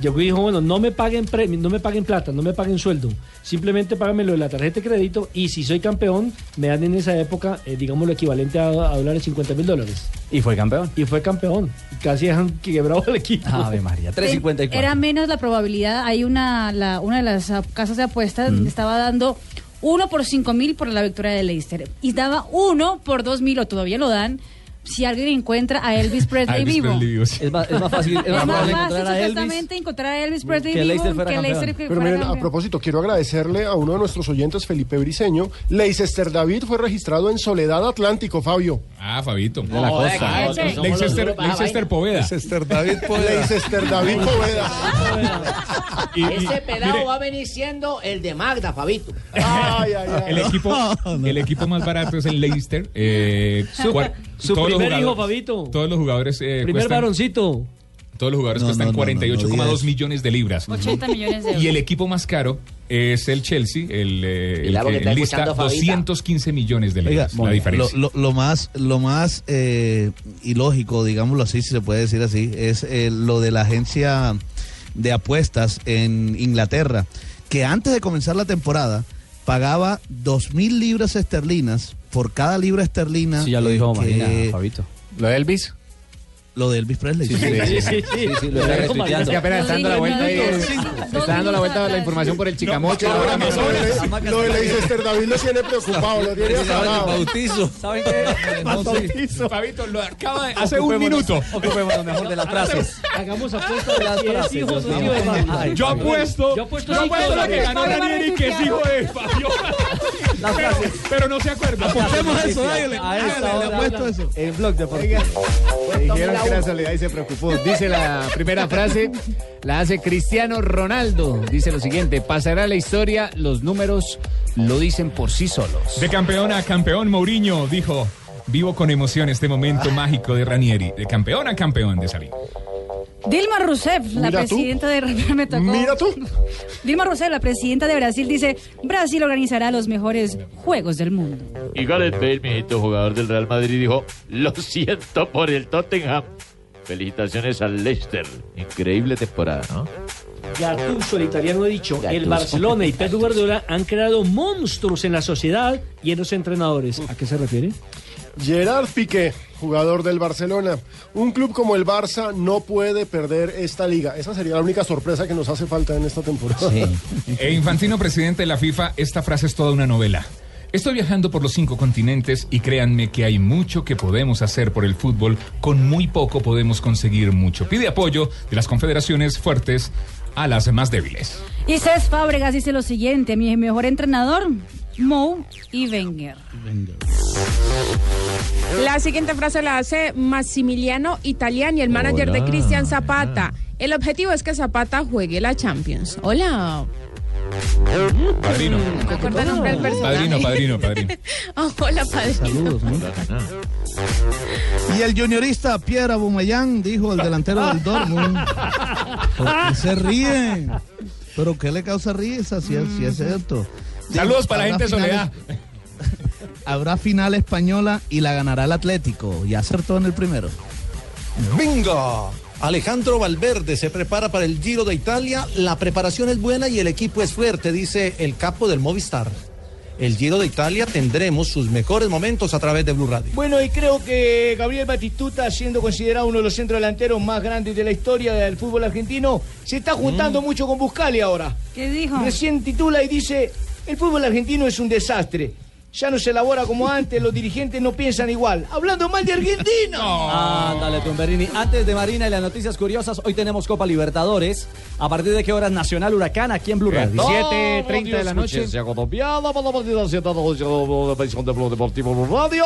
Speaker 11: Llegó y dijo, bueno, no me paguen premio, no me paguen plata, no me paguen sueldo. Simplemente págame lo de la tarjeta de crédito y si soy campeón, me dan en esa época, eh, digamos, lo equivalente a, a dólares 50 mil dólares.
Speaker 5: Y fue campeón.
Speaker 11: Y fue campeón. Y Casi dejan quebrado el equipo.
Speaker 5: Ave María, 3.54.
Speaker 9: Era menos la probabilidad. Hay una, la- una de las ah, casas de apuestas
Speaker 5: Mm.
Speaker 9: estaba dando uno por cinco mil por la victoria de Leicester y daba uno por dos mil o todavía lo dan si alguien encuentra a Elvis Presley vivo.
Speaker 5: Es más, es más fácil, es más probable encontrar a Elvis.
Speaker 9: supuestamente encontrar a Elvis Presley
Speaker 7: Que
Speaker 9: vivo
Speaker 7: Leicester
Speaker 9: Pues que
Speaker 7: fuera campeón.
Speaker 9: Leicester
Speaker 7: Pero
Speaker 9: que fuera
Speaker 7: miren, a
Speaker 9: campeón.
Speaker 7: propósito, quiero agradecerle a uno de nuestros oyentes, Felipe Briseño. Leicester David fue registrado en Soledad Atlántico, Fabio.
Speaker 8: Ah, Fabito.
Speaker 7: De la costa.
Speaker 8: Ah,
Speaker 7: Leicester-
Speaker 8: Leicester, Leicester
Speaker 7: Leicester
Speaker 8: Poveda.
Speaker 10: Leicester David
Speaker 7: Leicester David Poveda.
Speaker 6: Ese pelado va a venir siendo el de Magda, Fabito.
Speaker 8: El equipo, el equipo más barato es el Leicester. eh,
Speaker 11: Su-
Speaker 8: cuar-
Speaker 11: su
Speaker 8: todos los
Speaker 11: primer hijo,
Speaker 8: jugadores- Todos los jugadores. eh,
Speaker 11: Primer
Speaker 8: cuestan-
Speaker 11: varoncito.
Speaker 8: Todos los jugadores
Speaker 18: No,
Speaker 8: cuestan
Speaker 18: no, no, no, no
Speaker 8: 48,2
Speaker 18: digas.
Speaker 8: millones de libras.
Speaker 9: 80 millones de
Speaker 8: Y el
Speaker 9: euros.
Speaker 8: equipo más caro es el Chelsea, el, eh, el
Speaker 18: Mira,
Speaker 8: que
Speaker 18: porque está
Speaker 8: lista
Speaker 18: escuchando a Fabita.
Speaker 8: 215 millones de libras. la diferencia.
Speaker 18: Lo, lo- lo más, lo más eh, ilógico, digámoslo así, si se puede decir así, es eh, lo de la agencia de apuestas en Inglaterra, que antes de comenzar la temporada pagaba 2.000 libras esterlinas por cada libra esterlina.
Speaker 19: Sí, ya lo
Speaker 18: eh,
Speaker 19: dijo Marina,
Speaker 18: que-
Speaker 19: Fabito.
Speaker 18: ¿Lo de Elvis? Lo de Elvis Presley.
Speaker 19: Sí, sí, sí, sí, sí, sí, lo está retuiteando.
Speaker 21: Es que apenas está dando la vuelta ahí,
Speaker 7: Dos
Speaker 21: eh,
Speaker 7: minutos.
Speaker 21: se está dando la vuelta la información por el chicamocho.
Speaker 7: Lo
Speaker 21: ahora
Speaker 7: de
Speaker 21: mismo.
Speaker 7: Leicester- lo de Leicester David lo tiene preocupado, lo tiene azarado.
Speaker 8: ¿Saben
Speaker 7: qué?
Speaker 8: Bautizo. Fabito, lo acaba de. Hace un
Speaker 7: Ocupémonos-
Speaker 8: minuto.
Speaker 7: ocupémonos mejor de las frases.
Speaker 11: Hagamos apuestas de las
Speaker 8: Si es
Speaker 11: frases.
Speaker 8: hijo,
Speaker 11: Dios
Speaker 8: soy
Speaker 11: mío.
Speaker 8: hijo de Fabio.
Speaker 11: Ay,
Speaker 8: Yo
Speaker 11: Fabio.
Speaker 8: apuesto-
Speaker 11: Yo apuesto
Speaker 8: yo
Speaker 11: cinco
Speaker 8: apuesto la que
Speaker 11: dólares.
Speaker 8: ganó
Speaker 11: Fabio
Speaker 8: Daniel y que es hijo de Fabio. Pero, pero no se acuerda.
Speaker 11: Apostemos a eso,
Speaker 8: hágale.
Speaker 21: A esta hora hablan el blog deportivo.
Speaker 7: Fórmula
Speaker 21: Dijeron que
Speaker 7: uno.
Speaker 21: la soledad y se preocupó. Dice la primera frase, la hace Cristiano Ronaldo. Dice lo siguiente, pasará la historia, los números lo dicen por sí solos.
Speaker 8: De campeón a campeón, Mourinho dijo: Vivo con emoción este momento mágico de Ranieri. De campeón a campeón de salir.
Speaker 9: Dilma Rousseff, la
Speaker 8: Mira tú.
Speaker 9: presidenta de me tocó.
Speaker 8: Mira
Speaker 9: tú. Dilma Rousseff, la presidenta de Brasil, dice, Brasil organizará los mejores Juegos del Mundo.
Speaker 17: Y Gareth Bale, mijito, jugador del Real Madrid, dijo, lo siento por el Tottenham. Felicitaciones al Leicester. Increíble temporada, ¿no?
Speaker 11: Gattuso, el italiano ha dicho, el
Speaker 17: Gattuso.
Speaker 11: Barcelona y Pep Guardiola han creado monstruos en la sociedad y en los entrenadores. ¿A qué se refiere?
Speaker 7: Gerard Piqué, jugador del Barcelona. Un club como el Barça no puede perder esta liga. Esa sería la única sorpresa que nos hace falta en esta temporada.
Speaker 8: E Infantino, presidente de la FIFA, esta frase es toda una novela. Estoy viajando por los cinco continentes y créanme que hay mucho que podemos hacer por el fútbol. Con muy poco podemos conseguir mucho. Pide apoyo de las confederaciones fuertes a las más débiles.
Speaker 9: Y Cés Fábregas dice lo siguiente, mi mejor entrenador, Mou y Wenger.
Speaker 14: La siguiente frase la hace Massimiliano Italiani, el manager
Speaker 17: Hola.
Speaker 14: de Cristian Zapata. El objetivo es que Zapata juegue la Champions. Hola.
Speaker 8: Padrino.
Speaker 14: Me acuerdo el nombre del personaje.
Speaker 8: Padrino, padrino, padrino.
Speaker 19: Ah,
Speaker 14: Oh, hola, padrino.
Speaker 18: Y el juniorista Pierre Abumayán dijo al delantero del Dortmund. ¿por qué se ríen? ¿Pero qué le causa risa si es, si es cierto?
Speaker 8: Mm. Saludos para la
Speaker 18: Habrá
Speaker 8: gente de
Speaker 18: finales- Habrá final española y la ganará el Atlético. Y acertó en el primero.
Speaker 19: Bingo. Alejandro Valverde se prepara para el Giro de Italia. La preparación es buena y el equipo es fuerte, dice el capo del Movistar. El Giro de Italia tendremos sus mejores momentos a través de Blue Radio.
Speaker 6: Bueno, y creo que Gabriel Batistuta, siendo considerado uno de los centrodelanteros más grandes de la historia del fútbol argentino, se está juntando
Speaker 21: Mm.
Speaker 6: mucho con Buscali ahora.
Speaker 9: ¿Qué dijo?
Speaker 6: Recién titula y dice, el fútbol argentino es un desastre. Ya no se elabora como antes, los dirigentes no piensan igual. Hablando mal de Argentina.
Speaker 5: Ándale, Tumberini. Antes de Marina y las noticias curiosas, hoy tenemos Copa Libertadores. ¿A partir de qué horas Nacional Huracán aquí en Blue Radio?
Speaker 17: 7.30 de la noche. Se ha copiado para la partida 7.12 de Pasión de Blog Deportivo Blue Radio.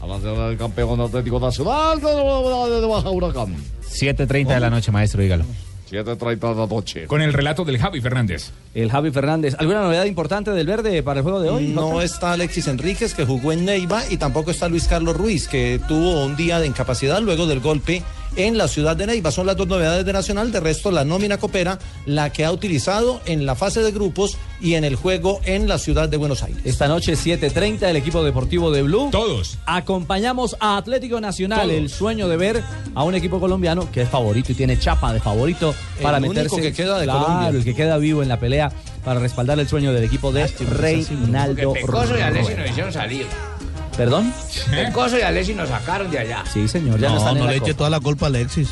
Speaker 17: Avance el campeón atlético nacional de Baja Huracán.
Speaker 21: 7.30 de la noche, maestro, dígalo.
Speaker 17: 7.30 de la noche.
Speaker 8: Con el relato del Javi Fernández.
Speaker 5: El Javi Fernández. ¿Alguna novedad importante del verde para el juego de hoy?
Speaker 19: No está Alexis Enríquez, que jugó en Neiva, y tampoco está Luis Carlos Ruiz, que tuvo un día de incapacidad luego del golpe en la ciudad de Neiva. Son las dos novedades de Nacional. De resto, la nómina copera, la que ha utilizado en la fase de grupos y en el juego en la ciudad de Buenos Aires.
Speaker 5: Esta noche 7.30 el equipo deportivo de Blue.
Speaker 8: Todos.
Speaker 5: Acompañamos a Atlético Nacional,
Speaker 19: Todos.
Speaker 5: el sueño de ver a un equipo colombiano que es favorito y tiene chapa de favorito
Speaker 19: El
Speaker 5: para
Speaker 19: único
Speaker 5: meterse.
Speaker 19: que queda de
Speaker 5: Claro,
Speaker 19: Colombia.
Speaker 5: el que queda vivo en la pelea para respaldar el sueño del equipo de Reinaldo
Speaker 33: Pecoso y Alessi
Speaker 5: Romero.
Speaker 33: nos hicieron salir.
Speaker 5: ¿Perdón?
Speaker 33: Pecoso y Alessi nos sacaron de allá.
Speaker 5: Sí, señor, ya no, están en la Copa.
Speaker 18: toda la culpa a Alexis.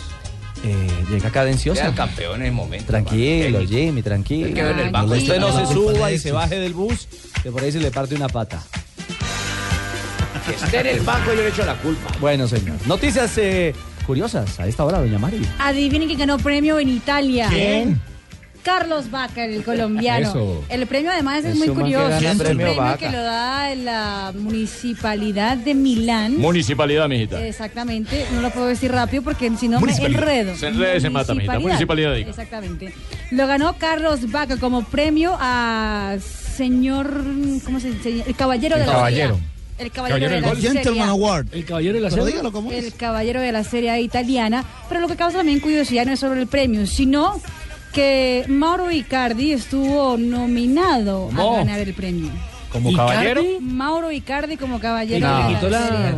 Speaker 5: Eh, llega cadenciosa.
Speaker 33: Era el campeón en el momento.
Speaker 5: Tranquilo, Jimmy, tranquilo.
Speaker 33: Es que en el banco
Speaker 5: Usted no
Speaker 33: está
Speaker 5: se
Speaker 33: la
Speaker 5: suba
Speaker 33: culpa
Speaker 5: y
Speaker 33: de
Speaker 5: se
Speaker 33: ellos.
Speaker 5: baje del bus, que por ahí se le parte una pata.
Speaker 33: Que esté en el banco yo le echo la culpa.
Speaker 5: Bueno, señor. Noticias eh, curiosas a esta hora, doña Mari.
Speaker 9: Adivinen quién ganó premio en Italia.
Speaker 5: ¿Quién?
Speaker 9: Carlos Vaca, el colombiano.
Speaker 5: Eso.
Speaker 9: El premio además
Speaker 17: Eso
Speaker 9: es muy
Speaker 17: más que
Speaker 9: curioso.
Speaker 17: gana
Speaker 9: Es un
Speaker 17: premio
Speaker 9: premio
Speaker 17: Vaca.
Speaker 9: que lo da la municipalidad de Milán.
Speaker 17: Municipalidad, mijita.
Speaker 9: Exactamente, no lo puedo decir rápido porque si no me
Speaker 17: Municipalidad.
Speaker 9: enredo.
Speaker 17: Se enreda y se mata, mijita. Municipalidad, digo.
Speaker 9: Exactamente. Lo ganó Carlos Vaca como premio a señor, ¿cómo se dice? El caballero
Speaker 17: El
Speaker 9: de la
Speaker 17: caballero.
Speaker 9: Bahía. El caballero, de la Serie A.
Speaker 28: El
Speaker 11: caballero de la
Speaker 28: Pero
Speaker 11: serie.
Speaker 28: dígalo como
Speaker 9: El caballero de la Serie A italiana. Pero lo que causa también curiosidad no es solo el premio, sino que Mauro Icardi estuvo nominado
Speaker 12: ¿Cómo?
Speaker 9: a ganar el premio.
Speaker 12: ¿Como caballero?
Speaker 9: Mauro Icardi como caballero
Speaker 12: No.
Speaker 9: de
Speaker 12: Le
Speaker 9: la
Speaker 12: quitó la-
Speaker 9: Serie A.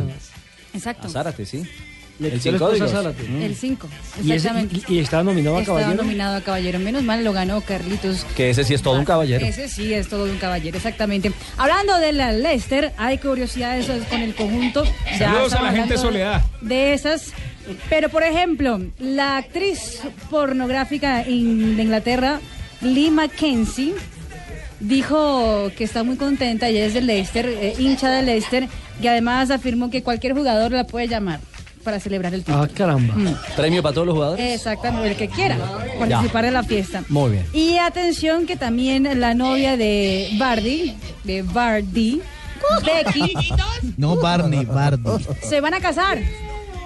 Speaker 9: Exacto.
Speaker 5: Zárate, sí.
Speaker 11: Le
Speaker 5: El
Speaker 11: quitó
Speaker 5: cinco Mm.
Speaker 11: las cosas a
Speaker 5: códigos.
Speaker 11: Zárate.
Speaker 9: El 5,
Speaker 11: Y, ese-
Speaker 9: exactamente.
Speaker 11: y- y estaba nominado a
Speaker 9: Estaba
Speaker 11: caballero.
Speaker 9: nominado a caballero. Menos mal lo ganó Carlitos.
Speaker 5: Que ese sí es todo un caballero.
Speaker 9: Ah, Ese sí es todo de un caballero, exactamente. Hablando de la Leicester, hay curiosidades con el conjunto.
Speaker 8: Saludos a
Speaker 9: estamos
Speaker 8: la gente
Speaker 9: hablando
Speaker 8: Soledad.
Speaker 9: De esas. Pero, por ejemplo, la actriz pornográfica in- de Inglaterra, Lee Mackenzie, dijo que está muy contenta, ella es de Leicester, eh, hincha de Leicester, y además afirmó que cualquier jugador la puede llamar para celebrar el título.
Speaker 11: Ah, caramba.
Speaker 5: Premio para todos los
Speaker 9: Eh.
Speaker 5: jugadores.
Speaker 9: Exactamente, el que quiera participar de la fiesta.
Speaker 5: Muy bien.
Speaker 9: Y atención que también la novia de Bardi, de Bardi, Becky,
Speaker 28: No Barney, Barney.
Speaker 9: se van a casar.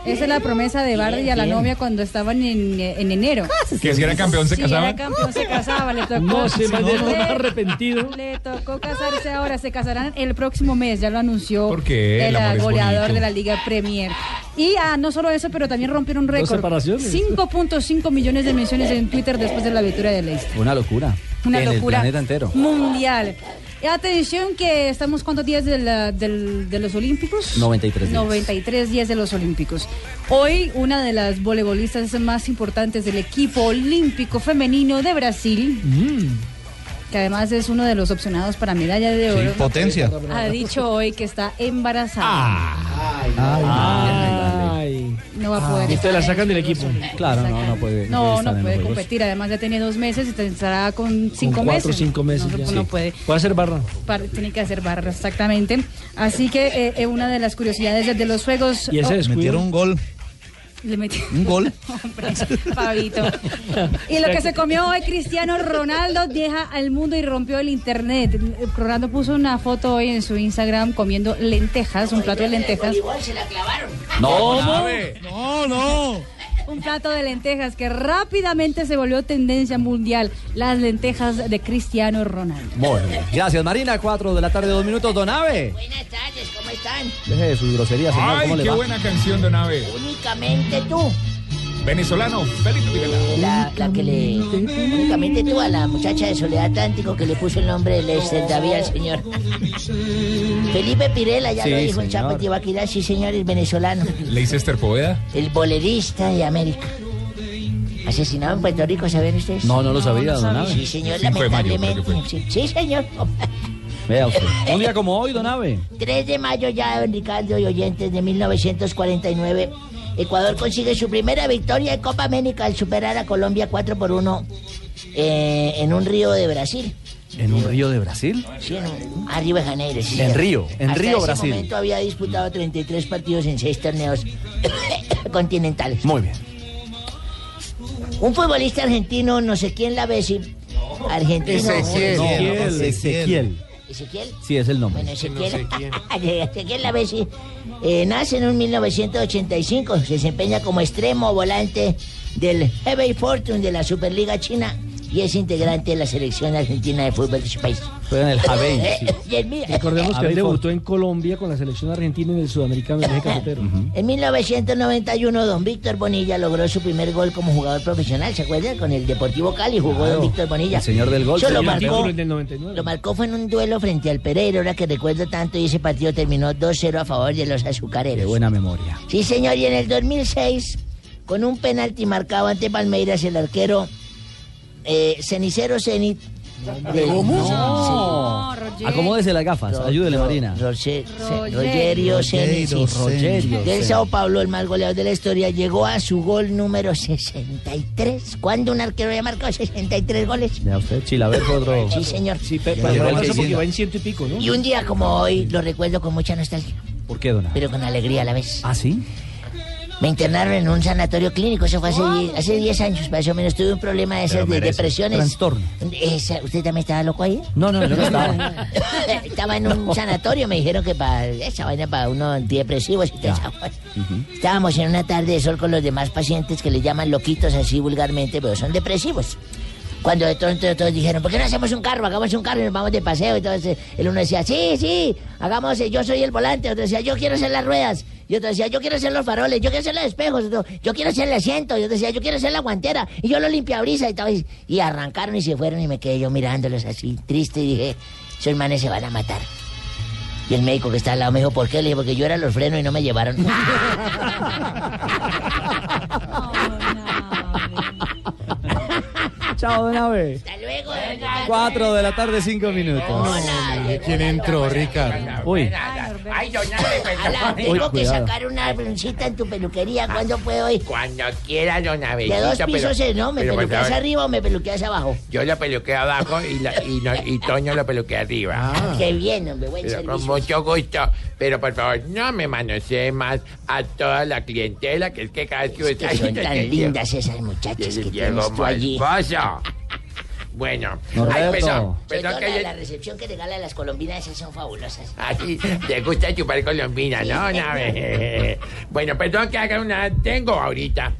Speaker 9: Esa es la promesa de Bardi a la
Speaker 28: Bien.
Speaker 9: novia cuando estaban en, en enero.
Speaker 8: Que si era campeón se
Speaker 9: Si
Speaker 8: casaba.
Speaker 9: era campeón se casaba, le tocó.
Speaker 11: No se me
Speaker 9: le-
Speaker 11: más arrepentido.
Speaker 9: le tocó casarse ahora, se casarán el próximo mes, ya lo anunció
Speaker 11: ¿Por qué?
Speaker 9: el
Speaker 11: El amor es
Speaker 9: goleador
Speaker 11: bonito.
Speaker 9: de la Liga Premier. Y ah, no solo eso, pero también rompieron un
Speaker 5: Dos
Speaker 9: récord.
Speaker 5: separaciones.
Speaker 9: 5.5 millones de menciones en Twitter después de la victoria de Leicester.
Speaker 5: Una locura.
Speaker 9: Una
Speaker 5: en
Speaker 9: locura.
Speaker 5: el planeta entero.
Speaker 9: Mundial. Y atención que estamos cuántos días de, la- del- de los Olímpicos?
Speaker 5: 93 días.
Speaker 9: 93 días de los Olímpicos. Hoy una de las voleibolistas más importantes del equipo olímpico femenino de Brasil,
Speaker 5: Mm.
Speaker 9: que además es uno de los opcionados para medalla de oro,
Speaker 28: Potencia.
Speaker 9: ha dicho hoy que está embarazada.
Speaker 11: Ah. Ay.
Speaker 9: No va a poder.
Speaker 11: Y te Ah. la sacan del equipo.
Speaker 5: Claro, no, no puede.
Speaker 9: No,
Speaker 11: estar
Speaker 9: no
Speaker 11: en los
Speaker 9: puede
Speaker 11: Juegos.
Speaker 9: competir. Además ya tiene dos meses y estará con cinco
Speaker 11: Con
Speaker 9: meses.
Speaker 11: Cuatro o cinco meses.
Speaker 9: No,
Speaker 11: ya.
Speaker 9: no puede.
Speaker 11: Puede hacer barra.
Speaker 9: Par- tiene que hacer barra, exactamente. Así que eh, eh, una de las curiosidades de- de los juegos.
Speaker 28: Y ese
Speaker 9: oh,
Speaker 28: descuido. Metieron un gol.
Speaker 9: Le meti-
Speaker 28: Un gol.
Speaker 9: Hombre, Fabito. Y lo que se comió hoy Cristiano Ronaldo deja al mundo y rompió el internet. Ronaldo puso una foto hoy en su Instagram comiendo lentejas, un plato de lentejas.
Speaker 23: ¿Cómo?
Speaker 28: No, no.
Speaker 9: Un plato de lentejas que rápidamente se volvió tendencia mundial. Las lentejas de Cristiano Ronaldo.
Speaker 5: Muy bien. Gracias, Marina. 4 de la tarde, 2 minutos. Don Ave.
Speaker 4: Buenas tardes, ¿cómo están?
Speaker 5: Deje de sus groserías, señor.
Speaker 8: Ay,
Speaker 5: ¿Cómo le
Speaker 8: qué
Speaker 5: va?
Speaker 8: buena canción de nave.
Speaker 4: Únicamente tú.
Speaker 8: Venezolano, Félix
Speaker 4: La, la que le. Únicamente tú a la muchacha de Soledad Atlántico que le puso el nombre de Lester David al señor. Felipe Pirela, ya
Speaker 8: Sí,
Speaker 4: lo dijo
Speaker 8: señor.
Speaker 4: el Chapo Tibaquirá, sí, señor, es venezolano.
Speaker 8: Leicester Poveda.
Speaker 4: El bolerista de América. Asesinado en Puerto Rico, ¿saben ustedes?
Speaker 5: No, no lo sabía, don Ave.
Speaker 4: Sí, señor,
Speaker 5: Cinco de mayo,
Speaker 4: lamentablemente. sí, sí, señor.
Speaker 5: Vea usted. Un día como hoy, Don Ave.
Speaker 4: 3 de mayo ya, don Ricardo y oyentes de 1949, Ecuador consigue su primera victoria en Copa América al superar a Colombia 4 por 1 eh, en un río de Brasil.
Speaker 5: ¿En un río de Brasil?
Speaker 4: Sí, en un- a Río de Janeiro. sí,
Speaker 5: En
Speaker 4: señor.
Speaker 5: Río, en
Speaker 4: Hasta
Speaker 5: Río,
Speaker 4: ese
Speaker 5: Brasil.
Speaker 4: momento había disputado 33 partidos en 6 torneos continentales.
Speaker 5: Muy bien.
Speaker 4: Un futbolista argentino, no sé quién la ve, si... Argentino.
Speaker 5: Ezequiel.
Speaker 4: No,
Speaker 5: Ezequiel.
Speaker 4: Ezequiel. Ezequiel.
Speaker 5: Sí, es el nombre.
Speaker 4: Bueno, Ezequiel, Ezequiel la Bessi, eh, nace en un 1985, se desempeña como extremo volante del Hebei Fortune de la Superliga China y es integrante de la selección argentina de fútbol de su país.
Speaker 5: Juega en el Javey.
Speaker 4: Eh, y el mío-
Speaker 11: Recordemos que él
Speaker 4: Abel Fort-
Speaker 11: debutó en Colombia con la selección argentina en el sudamericano de eje cafetero.
Speaker 4: En 1991, don Víctor Bonilla logró su primer gol como jugador profesional, ¿se acuerdan? Con el Deportivo Cali jugó
Speaker 11: Claro,
Speaker 4: don Víctor Bonilla.
Speaker 11: el señor del gol,
Speaker 4: Eso lo
Speaker 11: señor del
Speaker 4: marcó,
Speaker 11: gol del 99.
Speaker 4: lo marcó fue en un duelo frente al Pereira, ahora que recuerdo tanto, y ese partido terminó 2-0 a favor de los azucareros.
Speaker 5: Qué buena memoria.
Speaker 4: Sí, señor, y en el 2006, con un penalti marcado ante Palmeiras, el arquero eh, Cenicero Zenit. de-
Speaker 5: No. Acomódese las gafas. Ayúdele, Marina.
Speaker 4: Sí, Rogerio Zenit. sí.
Speaker 5: Rogerio
Speaker 4: Del
Speaker 5: Zenit.
Speaker 4: Sao Paulo, el más goleador de la historia, llegó a su gol número 63. ¿Cuándo un arquero había marcado 63 goles?
Speaker 5: Ya usted, Chilaver fue otro.
Speaker 4: Sí, señor.
Speaker 11: Pero
Speaker 5: Igual
Speaker 11: no
Speaker 5: que
Speaker 11: pasa porque
Speaker 5: Gina.
Speaker 11: va en ciento y pico, ¿no?
Speaker 4: Y un día como hoy lo recuerdo con mucha nostalgia,
Speaker 5: ¿Por qué, Don Ave?
Speaker 4: pero con alegría a la vez.
Speaker 5: ¿Ah, sí?
Speaker 4: Me internaron en un sanatorio clínico, eso fue hace, die- hace 10 años, más o menos. Tuve un problema de esas de depresiones.
Speaker 5: Trastorno.
Speaker 4: Esa- ¿Usted también estaba loco ahí?
Speaker 5: No, no, yo no estaba.
Speaker 4: estaba en un sanatorio, me dijeron que para esa vaina para unos antidepresivos y toda esa vaina. Estábamos en una tarde de sol con los demás pacientes que le llaman loquitos así vulgarmente, pero son depresivos. Cuando de todos, todos- todos dijeron, ¿por qué no hacemos un carro? Hagamos un carro y nos vamos de paseo. Entonces eh, el uno decía, sí, sí, hagamos, eh, yo soy el volante. Otro decía, yo quiero hacer las ruedas. Y otro decía, yo quiero hacer los faroles, yo quiero hacer los espejos, otro, yo quiero hacer el asiento, y otro decía, yo quiero hacer la guantera, y yo lo limpiabrisa y todo. Y, y arrancaron y se fueron y me quedé yo mirándolos así, triste, y dije, esos manes se van a matar. Y el médico que está al lado me dijo, ¿por qué? Le dije, porque yo era los frenos y no me llevaron.
Speaker 21: Chao, de una vez.
Speaker 4: Hasta luego.
Speaker 21: 4 de la tarde, 5 minutos.
Speaker 13: ¿Quién entró, Ricardo? Uy.
Speaker 4: Ay, yo Ala,
Speaker 13: Uy,
Speaker 4: tengo que
Speaker 13: cuidado.
Speaker 4: sacar una broncita en tu peluquería. ¿Cuándo puedo ir?
Speaker 13: Ah, Cuando quiera, don Abelito.
Speaker 4: De dos pisos
Speaker 13: pero-
Speaker 4: eh, no, me
Speaker 13: pero, por
Speaker 4: peluqueas
Speaker 13: favor,
Speaker 4: arriba o me peluqueas abajo.
Speaker 13: Yo lo peluqueo abajo y, la- y, no- y Toño lo peluquea arriba.
Speaker 4: Ah, Qué bien, hombre, buen
Speaker 13: Pero
Speaker 4: servicio.
Speaker 13: con mucho gusto. Pero por favor, no me manosee más a toda la clientela, que es que cada vez que
Speaker 4: Es que son tan lindas esas muchachas que tienes tú allí.
Speaker 13: Bueno, ay,
Speaker 4: Norberto.
Speaker 13: perdón,
Speaker 4: Sobre
Speaker 13: perdón
Speaker 4: todo
Speaker 13: que
Speaker 4: la,
Speaker 13: yo-
Speaker 4: la recepción que regala las colombinas, esas son fabulosas.
Speaker 13: Así, te gusta chupar colombina, ¿no? Una vez. Bueno, perdón que haga una. Tengo ahorita.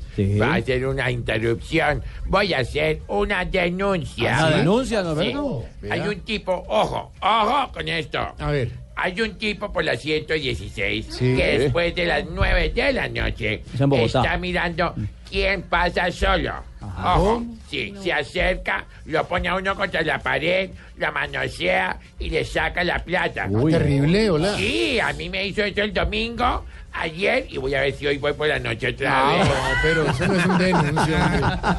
Speaker 13: Va a hacer una interrupción. Voy a hacer una denuncia.
Speaker 21: ¿Ah, sí? denuncia, Norberto?
Speaker 13: Sí. Hay un tipo, ojo, ojo con esto. A ver. Hay un tipo por la 116
Speaker 21: Sí.
Speaker 13: que después de las 9 de la noche
Speaker 21: Es en Bogotá.
Speaker 13: está mirando quién pasa solo. Ojo, sí, se acerca, lo pone a uno contra la pared, la manosea y le saca la plata. Uy. Ah, terrible, hola. Sí, a mí me hizo eso el domingo, ayer, y voy a ver si hoy voy por la noche otra Ah, No, vez. pero eso no es un denuncio.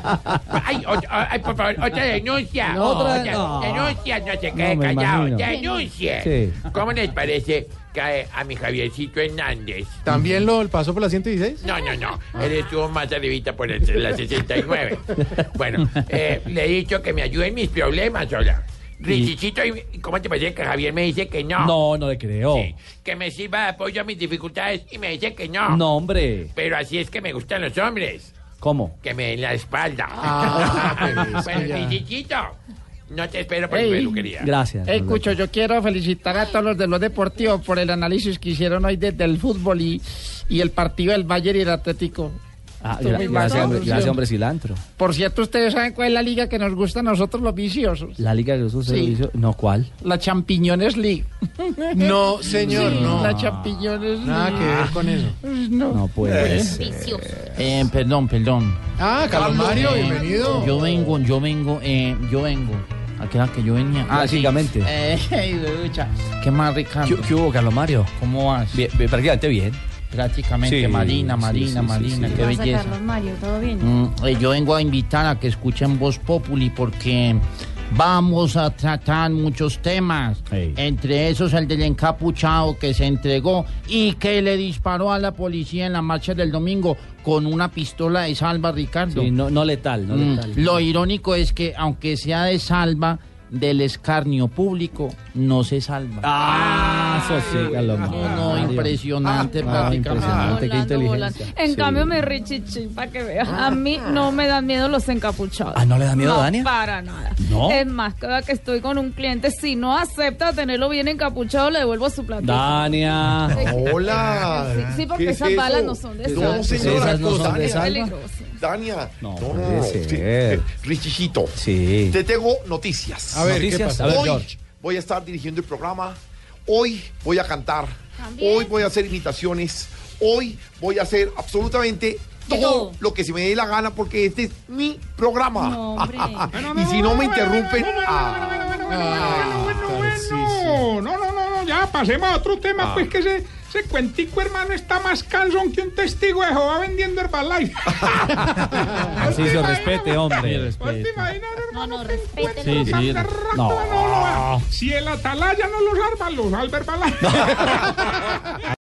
Speaker 13: ay, ot- ay, por favor, otra denuncia.
Speaker 21: No, otra-
Speaker 13: otra
Speaker 21: no.
Speaker 13: denuncia, no se quede
Speaker 21: No, me
Speaker 13: callado.
Speaker 21: imagino.
Speaker 13: Denuncie.
Speaker 21: Sí.
Speaker 13: ¿Cómo les parece que eh, a mi Javiercito Hernández? ¿También lo pasó por la 116? No, no, no. Él estuvo más arribita por el- la 69. bueno, eh, le he dicho que me ayuden mis problemas, hola. Richichito, ¿y ¿cómo te parece que Javier me dice que no?
Speaker 5: No, no le creo.
Speaker 13: Que me sirva de apoyo a mis dificultades y me dice que no.
Speaker 5: No, hombre.
Speaker 13: Pero así es que me gustan los hombres.
Speaker 5: ¿Cómo?
Speaker 13: Que me den la espalda.
Speaker 34: Ah,
Speaker 13: bueno,
Speaker 34: pues, ya.
Speaker 13: Richichito, no te espero por mi peluquería.
Speaker 34: Ey, Cucho, yo quiero felicitar a todos los de los deportivos por el análisis que hicieron hoy desde el fútbol y, y el partido del Bayern y el Atlético.
Speaker 5: Ah,
Speaker 34: Estuvo
Speaker 5: gra-
Speaker 34: muy
Speaker 5: gracias,
Speaker 34: bacano,
Speaker 5: hombre,
Speaker 34: sí,
Speaker 5: gracias,
Speaker 34: hombre.
Speaker 5: hombre cilantro.
Speaker 34: Por cierto, ustedes saben cuál es la liga que nos gusta a nosotros los viciosos.
Speaker 5: La Liga de los
Speaker 34: Sí.
Speaker 5: Servicios. No, ¿cuál?
Speaker 34: La Champiñones League.
Speaker 5: No, señor,
Speaker 34: eh, Sí,
Speaker 5: no.
Speaker 34: La Champiñones League.
Speaker 5: Nada que ver
Speaker 34: con eso. No.
Speaker 12: No puede
Speaker 34: Eh,
Speaker 12: ser. Eh, perdón, perdón. eh,
Speaker 34: Ah, Carlos Mario, bienvenido.
Speaker 12: Yo vengo, yo vengo, eh, yo vengo. Aquella que yo venía.
Speaker 5: Ah,
Speaker 12: básicamente.
Speaker 34: Eh, ey, ducha.
Speaker 12: ¿Qué más, Ricardo? ¿Qué,
Speaker 5: hubo, Carlos Mario?
Speaker 12: ¿Cómo vas?
Speaker 5: Bien, prácticamente bien.
Speaker 12: Prácticamente,
Speaker 5: Sí,
Speaker 12: Marina,
Speaker 5: sí,
Speaker 12: Marina,
Speaker 5: sí, sí,
Speaker 12: Marina,
Speaker 5: sí.
Speaker 12: qué
Speaker 20: Pasa,
Speaker 12: belleza.
Speaker 20: Carlos Mario, ¿todo bien?
Speaker 12: Mm, eh, yo vengo a invitar a que escuchen Voz Populi porque vamos a tratar muchos temas. Entre esos el del encapuchado que se entregó y que le disparó a la policía en la marcha del domingo con una pistola de salva, Ricardo.
Speaker 5: Sí, no, no letal, no
Speaker 12: Mm,
Speaker 5: letal.
Speaker 12: Lo irónico es que aunque sea de salva del escarnio público, no se salva.
Speaker 5: Ah, eso sí, Carlos Mario.
Speaker 12: No, impresionante prácticamente.
Speaker 5: Ah, impresionante, qué
Speaker 20: Volan.
Speaker 5: inteligencia.
Speaker 20: En
Speaker 12: Sí.
Speaker 20: cambio, me richichi, para que veas. A mí no me dan miedo los encapuchados.
Speaker 5: ¿Ah, no le da miedo,
Speaker 20: No,
Speaker 5: Dania?
Speaker 20: Para nada.
Speaker 5: ¿No?
Speaker 20: Es más, cada que estoy con un cliente, si no acepta tenerlo bien encapuchado, le devuelvo su platito.
Speaker 5: Dania.
Speaker 20: Sí,
Speaker 5: Hola.
Speaker 20: sí, porque
Speaker 5: ¿Qué es
Speaker 20: esas
Speaker 5: eso?
Speaker 20: balas no son de
Speaker 5: No,
Speaker 20: salva.
Speaker 5: señora, Esas no son de
Speaker 20: Es
Speaker 5: salva.
Speaker 20: peligroso.
Speaker 24: Dania, no,
Speaker 5: puede
Speaker 24: sí,
Speaker 5: ser.
Speaker 24: eh, Richicito,
Speaker 5: Sí.
Speaker 24: te tengo noticias.
Speaker 5: A ver, ¿qué Noticias, pasa? a ver,
Speaker 24: Hoy
Speaker 5: George.
Speaker 24: voy a estar dirigiendo el programa, hoy voy a cantar, hoy voy a hacer imitaciones, hoy voy a hacer absolutamente todo, lo que se me dé la gana porque este es mi programa. y si no me interrumpen, ah,
Speaker 8: No, no, no, no, ya pasemos a otro tema,
Speaker 24: Ah.
Speaker 8: pues que ese, ese cuentico, hermano, está más calzón que un testigo de Jehová vendiendo Herbalife.
Speaker 5: Así se respete, hombre.
Speaker 8: no, no, respeten.
Speaker 5: Sí, sí. No.
Speaker 8: Si el atalaya no los arma, los alberbalaya.